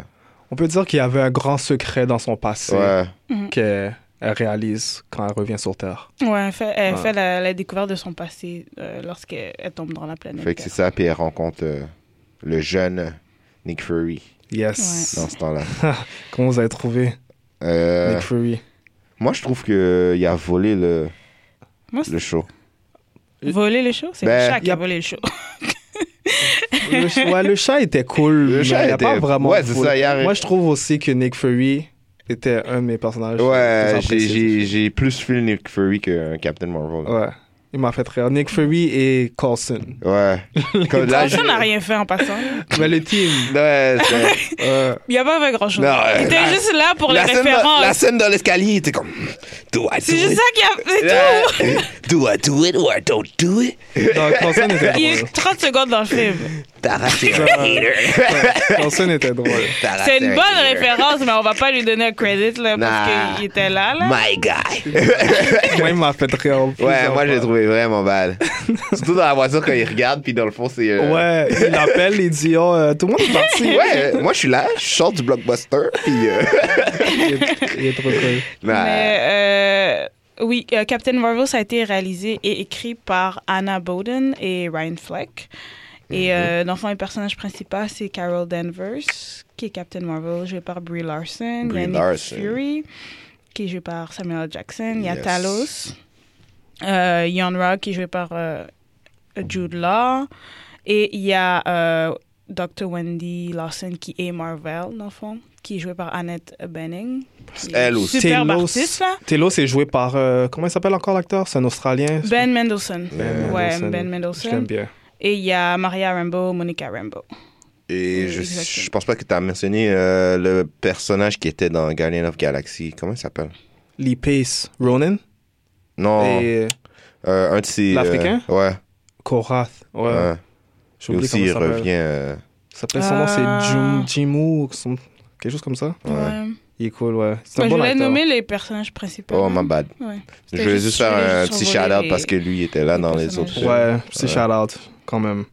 [SPEAKER 6] On peut dire qu'il y avait un grand secret dans son passé
[SPEAKER 5] ouais.
[SPEAKER 6] qu'elle elle réalise quand elle revient sur Terre.
[SPEAKER 4] Ouais, Ouais, elle fait, elle
[SPEAKER 6] Ouais.
[SPEAKER 4] fait la, la découverte de son passé euh, lorsqu'elle elle tombe dans la planète.
[SPEAKER 5] Fait que c'est
[SPEAKER 4] Terre.
[SPEAKER 5] ça, puis elle rencontre euh, le jeune Nick Fury
[SPEAKER 6] Yes.
[SPEAKER 5] dans ce temps-là.
[SPEAKER 6] Comment vous avez trouvé
[SPEAKER 5] Euh,
[SPEAKER 6] Nick Fury
[SPEAKER 5] moi, je trouve qu'il a volé le,
[SPEAKER 4] Moi,
[SPEAKER 5] le show.
[SPEAKER 4] Voler le show, c'est
[SPEAKER 5] Ben,
[SPEAKER 4] le chat qui
[SPEAKER 6] y a-
[SPEAKER 4] a volé le show.
[SPEAKER 6] le, ch- ouais, le chat était cool.
[SPEAKER 5] Le
[SPEAKER 6] mais
[SPEAKER 5] chat
[SPEAKER 6] il a
[SPEAKER 5] était-
[SPEAKER 6] pas vraiment.
[SPEAKER 5] ouais, c'est
[SPEAKER 6] cool.
[SPEAKER 5] ça, il a-
[SPEAKER 6] Moi, je trouve aussi que Nick Fury était un de mes personnages. les
[SPEAKER 5] Ouais,
[SPEAKER 6] plus
[SPEAKER 5] j'ai-
[SPEAKER 6] appréciés.
[SPEAKER 5] j'ai j'ai plus fui le Nick Fury que Captain Marvel.
[SPEAKER 6] Ouais. Il m'a fait rire. Nick Fury et Coulson.
[SPEAKER 5] Ouais. Comme Euh, là,
[SPEAKER 4] Personne
[SPEAKER 5] je-
[SPEAKER 4] n'a rien fait en passant.
[SPEAKER 6] Mais le team. euh,
[SPEAKER 5] Ouais, c'est-
[SPEAKER 6] ouais.
[SPEAKER 4] Il n'y a pas fait grand-chose.
[SPEAKER 5] Non, euh,
[SPEAKER 4] Il était
[SPEAKER 5] la-
[SPEAKER 4] juste là pour les
[SPEAKER 5] la, scène dans, la
[SPEAKER 4] références.
[SPEAKER 5] scène dans l'escalier, t'es comme. Do I do
[SPEAKER 4] C'est juste
[SPEAKER 5] it?
[SPEAKER 4] ça qui a fait tout.
[SPEAKER 5] Yeah. Do I do it or I don't do it?
[SPEAKER 6] Non, Coulson était
[SPEAKER 4] Il y a eu
[SPEAKER 6] drôle. Euh,
[SPEAKER 4] 30 secondes dans le film.
[SPEAKER 5] Taras, you're a
[SPEAKER 6] Ouais.
[SPEAKER 5] hater.
[SPEAKER 6] Coulson était drôle.
[SPEAKER 5] Taras,
[SPEAKER 4] C'est une
[SPEAKER 5] you're a
[SPEAKER 4] bonne
[SPEAKER 5] hater.
[SPEAKER 4] référence, mais on va pas lui donner un credit là,
[SPEAKER 5] Nah.
[SPEAKER 4] parce qu'il était là. là.
[SPEAKER 5] My guy.
[SPEAKER 6] Moi, il m'a fait rire.
[SPEAKER 5] Ouais,
[SPEAKER 6] plusieurs
[SPEAKER 5] moi, je l'ai
[SPEAKER 6] fois.
[SPEAKER 5] trouvé vraiment mal. Surtout dans la voiture quand il regarde, puis dans le fond, c'est. euh,
[SPEAKER 6] Ouais, il appelle, il dit Oh, euh, tout le monde est parti.
[SPEAKER 5] Ouais, euh, moi, je suis là, je sors du blockbuster, puis. euh,
[SPEAKER 6] Il est, il est trop cool.
[SPEAKER 5] nah.
[SPEAKER 4] Mais euh, oui, euh, Captain Marvel, ça a été réalisé et écrit par Anna Bowden et Ryan Fleck.
[SPEAKER 5] Mhm.
[SPEAKER 4] Et euh, dans le fond, le personnage principal, c'est Carol Danvers, qui est Captain Marvel, joué par Brie Larson. Il y
[SPEAKER 5] Brie
[SPEAKER 4] a Nick
[SPEAKER 5] Larson.
[SPEAKER 4] Fury, qui est joué par Samuel L. Jackson. Il y a
[SPEAKER 5] Yes.
[SPEAKER 4] Talos. Euh, Yon-Ra, qui est joué par euh, Jude Law. Et il y a euh, Dr. Wendy Lawson, qui est Marvel, dans le fond, qui est jouée par Annette Bening. qui est
[SPEAKER 5] Elle aussi.
[SPEAKER 4] Superbe
[SPEAKER 6] Telos-
[SPEAKER 4] artiste, là.
[SPEAKER 6] Telos est joué par. euh, comment il s'appelle encore l'acteur C'est un Australien.
[SPEAKER 4] Ben Mendelsohn.
[SPEAKER 5] Ben
[SPEAKER 4] ouais, Ben
[SPEAKER 6] Mendelsohn. Je l'aime
[SPEAKER 4] Mendelsohn.
[SPEAKER 6] bien.
[SPEAKER 4] Et il y a Maria Rambo, Monica Rambo.
[SPEAKER 5] Et je,
[SPEAKER 4] Exactement.
[SPEAKER 5] je pense pas que tu as mentionné euh, le personnage qui était dans Guardian of Galaxy. Comment il s'appelle
[SPEAKER 6] Lee Pace, Ronan
[SPEAKER 5] Non,
[SPEAKER 6] et
[SPEAKER 5] euh, un de ses. euh,
[SPEAKER 6] L'Africain
[SPEAKER 5] ouais.
[SPEAKER 6] Korath. Ouais.
[SPEAKER 5] ouais.
[SPEAKER 6] J'ai
[SPEAKER 5] Et
[SPEAKER 6] oublié
[SPEAKER 5] aussi, il
[SPEAKER 6] comment s'appelle.
[SPEAKER 5] revient. euh,
[SPEAKER 6] Il s'appelle son nom, c'est
[SPEAKER 4] Ah.
[SPEAKER 6] Jim, Jimu, ou son- quelque chose comme ça.
[SPEAKER 4] Ouais.
[SPEAKER 6] Il est cool, ouais. C'est
[SPEAKER 4] Mais
[SPEAKER 6] un
[SPEAKER 4] Bah, je
[SPEAKER 6] bon
[SPEAKER 4] voulais
[SPEAKER 6] acteur.
[SPEAKER 4] nommer les personnages principaux.
[SPEAKER 5] Oh, my bad.
[SPEAKER 4] Ouais.
[SPEAKER 5] Je
[SPEAKER 4] C'était
[SPEAKER 5] voulais
[SPEAKER 4] juste-
[SPEAKER 5] juste
[SPEAKER 4] je
[SPEAKER 5] faire
[SPEAKER 4] voulais
[SPEAKER 5] un
[SPEAKER 4] juste
[SPEAKER 5] petit
[SPEAKER 4] survoler
[SPEAKER 5] shout-out
[SPEAKER 4] les-
[SPEAKER 5] parce que lui était là
[SPEAKER 4] les
[SPEAKER 5] dans les autres
[SPEAKER 4] personnages.
[SPEAKER 5] films.
[SPEAKER 6] Ouais, petit
[SPEAKER 5] Ouais.
[SPEAKER 6] shout-out quand même.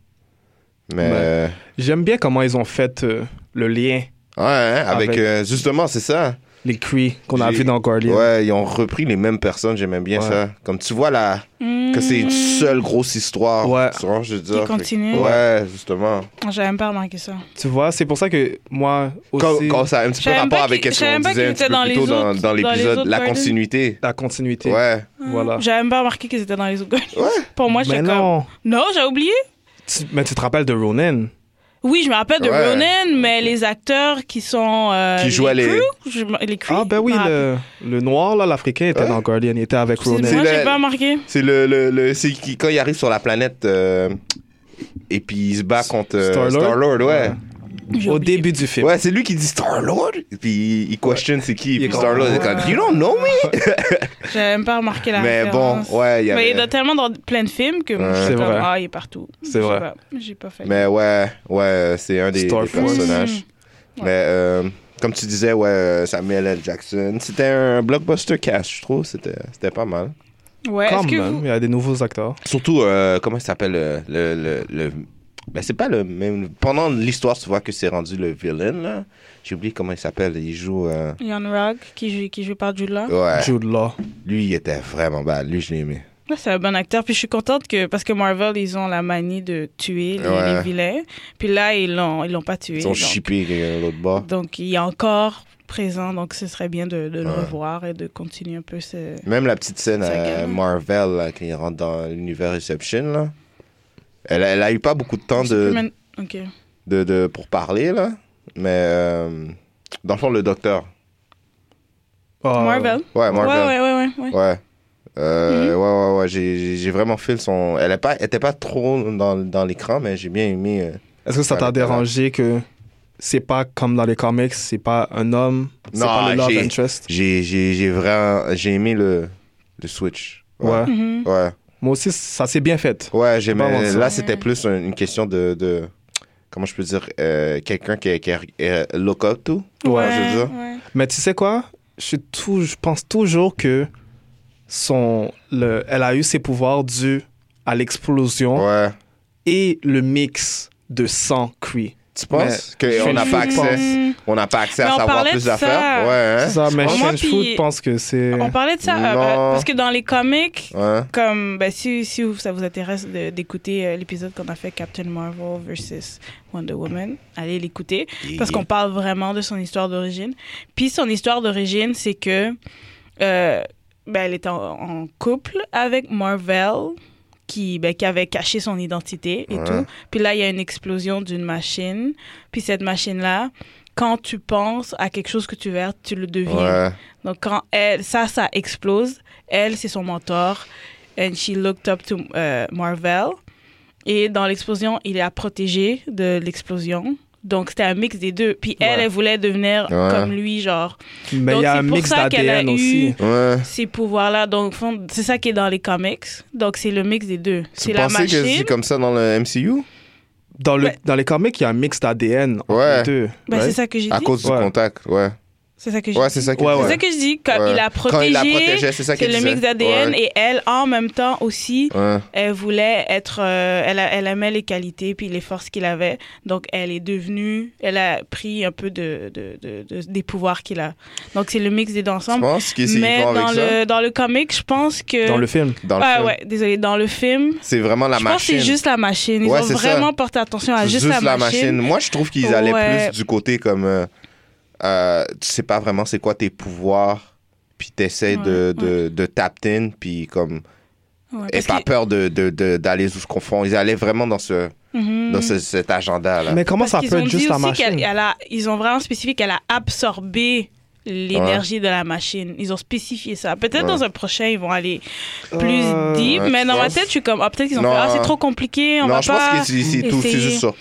[SPEAKER 5] Mais. euh,
[SPEAKER 6] J'aime bien comment ils ont fait euh, le lien,
[SPEAKER 5] ouais, hein, avec.
[SPEAKER 6] Avec-
[SPEAKER 5] euh, justement, c'est ça.
[SPEAKER 6] les cris qu'on a
[SPEAKER 5] J'ai-
[SPEAKER 6] vu dans Guardian.
[SPEAKER 5] Ouais, ils ont repris les mêmes personnes, j'aimais bien
[SPEAKER 6] Ouais.
[SPEAKER 5] ça. Comme tu vois là,
[SPEAKER 4] Hmm.
[SPEAKER 5] que c'est une seule grosse histoire.
[SPEAKER 6] Ouais.
[SPEAKER 5] Souvent, je veux dire.
[SPEAKER 4] Qui continue.
[SPEAKER 5] Ouais, justement.
[SPEAKER 4] J'avais même pas remarqué ça.
[SPEAKER 6] Tu vois, c'est pour ça que moi
[SPEAKER 5] quand,
[SPEAKER 6] aussi,
[SPEAKER 5] quand ça a un petit peu
[SPEAKER 4] J'aime
[SPEAKER 5] rapport
[SPEAKER 4] pas
[SPEAKER 5] avec
[SPEAKER 4] qu'il-
[SPEAKER 5] ce qu'on
[SPEAKER 4] j'aime pas
[SPEAKER 5] disait
[SPEAKER 4] qu'il
[SPEAKER 5] un petit
[SPEAKER 4] était
[SPEAKER 5] peu
[SPEAKER 4] dans
[SPEAKER 5] plus
[SPEAKER 4] les
[SPEAKER 5] tôt dans,
[SPEAKER 4] autres-
[SPEAKER 5] dans
[SPEAKER 4] dans les
[SPEAKER 5] l'épisode,
[SPEAKER 4] autres
[SPEAKER 5] la
[SPEAKER 4] Guardians.
[SPEAKER 5] continuité.
[SPEAKER 6] la continuité.
[SPEAKER 5] Ouais.
[SPEAKER 6] Voilà.
[SPEAKER 4] J'avais même pas remarqué qu'ils étaient dans les autres Pour moi, j'étais
[SPEAKER 6] Mais
[SPEAKER 4] comme.
[SPEAKER 6] non.
[SPEAKER 4] Non, j'ai oublié.
[SPEAKER 6] Tu- mais tu te rappelles de Ronan
[SPEAKER 4] Oui, je me rappelle de
[SPEAKER 5] Ouais.
[SPEAKER 4] Ronan, mais les acteurs qui sont. euh,
[SPEAKER 5] Qui jouaient les-
[SPEAKER 4] crew, je me- les crew,
[SPEAKER 6] Ah, ben oui,
[SPEAKER 4] je me rappelle.
[SPEAKER 6] le, le noir, là, l'Africain, était
[SPEAKER 5] Ouais.
[SPEAKER 6] dans Guardian. Il était avec
[SPEAKER 4] bah, C'est-
[SPEAKER 6] Ronan.
[SPEAKER 5] C'est
[SPEAKER 4] Moi,
[SPEAKER 5] le-
[SPEAKER 4] j'ai pas remarqué.
[SPEAKER 5] C'est le, le, le- c'est qui- quand il arrive sur la planète euh, et puis il se bat contre euh,
[SPEAKER 6] Star-Lord?
[SPEAKER 5] Star-Lord, ouais.
[SPEAKER 4] J'ai
[SPEAKER 6] Au
[SPEAKER 4] oublié.
[SPEAKER 6] début du
[SPEAKER 5] ouais.
[SPEAKER 6] film.
[SPEAKER 5] c'est lui qui dit Star-Lord et puis il questionne c'est qui. Et
[SPEAKER 6] Il est
[SPEAKER 5] puis
[SPEAKER 6] comme-
[SPEAKER 5] Star-Lord est comme, You don't know me?
[SPEAKER 4] J'avais même pas remarqué la
[SPEAKER 5] Mais bon,
[SPEAKER 4] référence.
[SPEAKER 5] ouais, il y
[SPEAKER 4] Mais il est
[SPEAKER 5] avait...
[SPEAKER 4] dans- tellement dans plein de films que moi, je suis
[SPEAKER 6] C'est
[SPEAKER 4] comme,
[SPEAKER 6] vrai.
[SPEAKER 4] ah, il est partout. Je sais
[SPEAKER 6] vrai.
[SPEAKER 4] pas, J'ai pas fait.
[SPEAKER 5] Mais ouais, ouais, c'est un des, des
[SPEAKER 6] Star-Lord.
[SPEAKER 5] personnages.
[SPEAKER 4] Mmh.
[SPEAKER 5] Mais euh, comme tu disais, ouais, euh, Samuel L. Jackson, c'était un blockbuster cast, je trouve. C'était c'était pas mal.
[SPEAKER 4] Ouais,
[SPEAKER 6] Quand
[SPEAKER 4] est-ce que
[SPEAKER 6] même,
[SPEAKER 4] vous...
[SPEAKER 6] il y a des nouveaux acteurs.
[SPEAKER 5] Surtout, euh, comment il s'appelle euh, le. le, le, ben, c'est pas le même. Pendant l'histoire, tu vois que c'est rendu le villain, là. J'ai oublié comment il s'appelle. Il joue. euh,
[SPEAKER 4] Yann Rag, qui joue, qui joue par Jude Law.
[SPEAKER 5] Ouais.
[SPEAKER 6] Jude Law.
[SPEAKER 5] Lui, il était vraiment bad. Lui, je l'ai aimé.
[SPEAKER 4] Là, c'est un bon acteur. Puis je suis contente que, parce que Marvel, ils ont la manie de tuer les,
[SPEAKER 5] Ouais.
[SPEAKER 4] les vilains. Puis là, ils l'ont, ils l'ont pas tué.
[SPEAKER 5] Ils sont
[SPEAKER 4] donc,
[SPEAKER 5] chippés quelqu'un de l'autre bord.
[SPEAKER 4] donc, il est encore présent. Donc, ce serait bien de, de le
[SPEAKER 5] Ouais.
[SPEAKER 4] revoir et de continuer un peu ce.
[SPEAKER 5] Même la petite scène
[SPEAKER 4] Ça
[SPEAKER 5] euh,
[SPEAKER 4] gagne.
[SPEAKER 5] Marvel, là, quand il rentre dans l'univers Reception, là. Elle, a- elle a eu pas beaucoup de temps
[SPEAKER 4] Je sais plus
[SPEAKER 5] de,
[SPEAKER 4] man- Ok.
[SPEAKER 5] de, de- pour parler, là. Mais. euh, dans le fond, le docteur.
[SPEAKER 6] Ah,
[SPEAKER 4] Marvel.
[SPEAKER 5] Ouais,
[SPEAKER 4] Ouais,
[SPEAKER 5] Marvel.
[SPEAKER 4] ouais, ouais, ouais, Mhm. ouais.
[SPEAKER 5] Ouais. Euh, Ouais, ouais, ouais. J'ai- J'ai j'ai vraiment fait son. Elle, a pas, elle était pas trop dans, dans l'écran, mais j'ai bien aimé. euh,
[SPEAKER 6] Est-ce que ça
[SPEAKER 5] Ouais,
[SPEAKER 6] t'a dérangé que c'est pas comme dans les comics, c'est pas un homme, c'est
[SPEAKER 5] Non,
[SPEAKER 6] pas le love
[SPEAKER 5] j'ai-
[SPEAKER 6] interest?
[SPEAKER 5] J'ai j'ai- j'ai vraiment. J'ai aimé le, le switch.
[SPEAKER 6] Ouais.
[SPEAKER 4] Mhm.
[SPEAKER 5] Ouais.
[SPEAKER 6] Moi aussi, ça s'est bien fait.
[SPEAKER 5] Ouais,
[SPEAKER 6] Pas
[SPEAKER 5] j'aimais.
[SPEAKER 6] mentir.
[SPEAKER 5] Là, c'était plus un- une question de. de comment je peux dire, euh, quelqu'un qui, qui est look up to. je veux dire.
[SPEAKER 4] ouais.
[SPEAKER 6] Mais tu sais quoi? Je, suis tout, je pense toujours que son, le, elle a eu ses pouvoirs dus à l'explosion
[SPEAKER 5] Ouais.
[SPEAKER 6] et le mix de sang cuit.
[SPEAKER 5] Tu penses qu'on
[SPEAKER 6] Shane
[SPEAKER 5] n'a pas
[SPEAKER 6] Food
[SPEAKER 5] accès,
[SPEAKER 6] pense-
[SPEAKER 4] Mm.
[SPEAKER 5] on n'a pas accès à
[SPEAKER 4] Mais on
[SPEAKER 5] savoir
[SPEAKER 4] parlait
[SPEAKER 5] plus
[SPEAKER 4] de
[SPEAKER 5] d'affaires? Ouais,
[SPEAKER 4] ça.
[SPEAKER 6] C'est
[SPEAKER 5] hein?
[SPEAKER 6] ça, mais
[SPEAKER 4] Moi,
[SPEAKER 6] Shane
[SPEAKER 4] puis-
[SPEAKER 6] Food pense que c'est...
[SPEAKER 4] On parlait de ça euh,
[SPEAKER 5] Non.
[SPEAKER 4] euh, parce que dans les comics,
[SPEAKER 5] Ouais.
[SPEAKER 4] comme ben, si, si vous- ça vous intéresse de- d'écouter euh, l'épisode qu'on a fait Captain Marvel versus Wonder Woman, allez l'écouter parce qu'on parle vraiment de son histoire d'origine. Puis son histoire d'origine, c'est que euh, ben, elle était en, en couple avec Marvel qui, ben, qui avait caché son identité et
[SPEAKER 5] Ouais.
[SPEAKER 4] tout. Puis là, il y a une explosion d'une machine. Puis cette machine-là, quand tu penses à quelque chose que tu veux, tu le deviens.
[SPEAKER 5] Ouais.
[SPEAKER 4] Donc quand elle, ça, ça explose. Elle, c'est son mentor. And she looked up to euh, Marvel. Et dans l'explosion, il a protégé de l'explosion. Donc c'était un mix des deux. Puis elle,
[SPEAKER 6] Ouais.
[SPEAKER 4] elle voulait devenir
[SPEAKER 5] Ouais.
[SPEAKER 4] comme lui, genre
[SPEAKER 6] Mais il
[SPEAKER 4] Donc,
[SPEAKER 6] y a
[SPEAKER 4] c'est
[SPEAKER 6] un
[SPEAKER 4] pour
[SPEAKER 6] mix
[SPEAKER 4] ça qu'elle a
[SPEAKER 6] d'ADN
[SPEAKER 4] eu-
[SPEAKER 6] aussi.
[SPEAKER 5] Ouais.
[SPEAKER 4] ces pouvoirs-là. Donc au fond, c'est ça qui est dans les comics. Donc c'est le mix des deux.
[SPEAKER 5] Tu
[SPEAKER 4] C'est la
[SPEAKER 5] pensais que
[SPEAKER 4] machine.
[SPEAKER 5] c'est comme ça dans le MCU?
[SPEAKER 6] Dans, le,
[SPEAKER 4] Ouais.
[SPEAKER 6] dans les comics, il y a un mix d'ADN entre
[SPEAKER 5] Ouais.
[SPEAKER 6] les deux.
[SPEAKER 4] Ben,
[SPEAKER 5] Ouais.
[SPEAKER 4] c'est ça que j'ai
[SPEAKER 5] À
[SPEAKER 4] dit.
[SPEAKER 5] cause du
[SPEAKER 6] Ouais.
[SPEAKER 5] contact, ouais.
[SPEAKER 4] C'est ça que j'ai
[SPEAKER 5] Ouais,
[SPEAKER 4] dit.
[SPEAKER 5] c'est ça qu'il
[SPEAKER 6] Ouais,
[SPEAKER 5] disait.
[SPEAKER 4] C'est ça que je dis. Quand
[SPEAKER 5] Ouais.
[SPEAKER 4] il a
[SPEAKER 5] Quand il la
[SPEAKER 4] protégé,
[SPEAKER 5] protégeait, c'est ça
[SPEAKER 4] c'est
[SPEAKER 5] qu'il
[SPEAKER 4] le
[SPEAKER 5] disait.
[SPEAKER 4] mix d'ADN.
[SPEAKER 5] Ouais.
[SPEAKER 4] Et elle, en même temps aussi,
[SPEAKER 5] Ouais.
[SPEAKER 4] elle voulait être euh, elle, a- elle aimait les qualités puis les forces qu'il avait donc elle est devenue elle a pris un peu de, de- de- de- des pouvoirs qu'il a donc c'est le mix des deux
[SPEAKER 5] Tu
[SPEAKER 4] ensemble
[SPEAKER 5] penses qu'ils
[SPEAKER 4] mais
[SPEAKER 5] vont
[SPEAKER 4] dans
[SPEAKER 5] avec ça?
[SPEAKER 4] le dans le comic je pense que
[SPEAKER 6] Dans le film.
[SPEAKER 5] Dans le
[SPEAKER 4] ouais
[SPEAKER 5] film.
[SPEAKER 4] ouais désolé dans le film
[SPEAKER 5] C'est vraiment la
[SPEAKER 4] je pense que
[SPEAKER 5] machine.
[SPEAKER 4] c'est juste la machine ils
[SPEAKER 5] Ouais,
[SPEAKER 4] ont
[SPEAKER 5] c'est ça.
[SPEAKER 4] vraiment porté attention à
[SPEAKER 5] C'est
[SPEAKER 4] juste, la, machine,
[SPEAKER 5] Moi, je trouve qu'ils allaient
[SPEAKER 4] Ouais.
[SPEAKER 5] plus du côté comme. euh, euh, tu sais pas vraiment c'est quoi tes pouvoirs, puis t'essaies de,
[SPEAKER 4] Ouais,
[SPEAKER 5] de, de tapter in, puis comme.
[SPEAKER 4] Ouais,
[SPEAKER 5] Et
[SPEAKER 4] parce
[SPEAKER 5] pas
[SPEAKER 4] que-
[SPEAKER 5] peur d'aller de, de, d'aller sous ce qu'on fond. Ils allaient vraiment dans, ce,
[SPEAKER 4] Mhm.
[SPEAKER 5] dans ce- cet agenda-là.
[SPEAKER 6] Mais comment
[SPEAKER 4] Parce
[SPEAKER 6] ça
[SPEAKER 4] qu'ils
[SPEAKER 6] peut
[SPEAKER 4] ont
[SPEAKER 6] être
[SPEAKER 4] dit
[SPEAKER 6] juste la
[SPEAKER 4] aussi qu'elle-
[SPEAKER 6] machine?
[SPEAKER 4] elle a- ils ont vraiment spécifié qu'elle a absorbé l'énergie de la machine. Ils ont spécifié ça. Peut-être
[SPEAKER 5] Ouais.
[SPEAKER 4] dans un prochain, ils vont aller plus
[SPEAKER 6] Euh,
[SPEAKER 4] deep,
[SPEAKER 5] ouais,
[SPEAKER 4] mais
[SPEAKER 5] tu
[SPEAKER 4] dans ma
[SPEAKER 5] penses?
[SPEAKER 4] tête, je suis comme, ah, peut-être qu'ils ont
[SPEAKER 5] Non. euh,
[SPEAKER 4] fait, ah, c'est trop compliqué, on
[SPEAKER 5] non,
[SPEAKER 4] va
[SPEAKER 5] je
[SPEAKER 4] pas...
[SPEAKER 5] pense que c'est- c'est tout. C'est
[SPEAKER 4] essayer.
[SPEAKER 5] juste ça.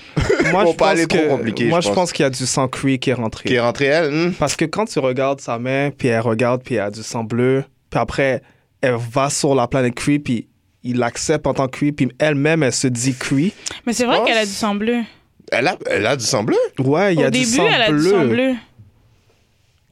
[SPEAKER 6] Moi,
[SPEAKER 5] Faut
[SPEAKER 6] je
[SPEAKER 5] pas
[SPEAKER 6] pense
[SPEAKER 5] aller trop
[SPEAKER 6] que-
[SPEAKER 5] compliqué,
[SPEAKER 6] Moi,
[SPEAKER 5] je
[SPEAKER 6] je
[SPEAKER 5] pense.
[SPEAKER 6] pense qu'il y a du sang cuit qui est rentré.
[SPEAKER 5] Qui est rentrée, elle hmm?
[SPEAKER 6] Parce que quand tu regardes sa main, puis elle regarde, puis elle a du sang bleu, puis après, elle va sur la planète Kree, puis il l'accepte en tant que Kree, puis elle-même, elle se dit Kree.
[SPEAKER 4] Mais c'est vrai
[SPEAKER 5] penses?
[SPEAKER 4] qu'elle a du sang bleu.
[SPEAKER 5] elle, a, elle a du sang bleu
[SPEAKER 6] Ouais, il y a
[SPEAKER 4] Au
[SPEAKER 6] du
[SPEAKER 4] début,
[SPEAKER 6] sang
[SPEAKER 4] elle a
[SPEAKER 6] bleu.
[SPEAKER 4] du sang bleu.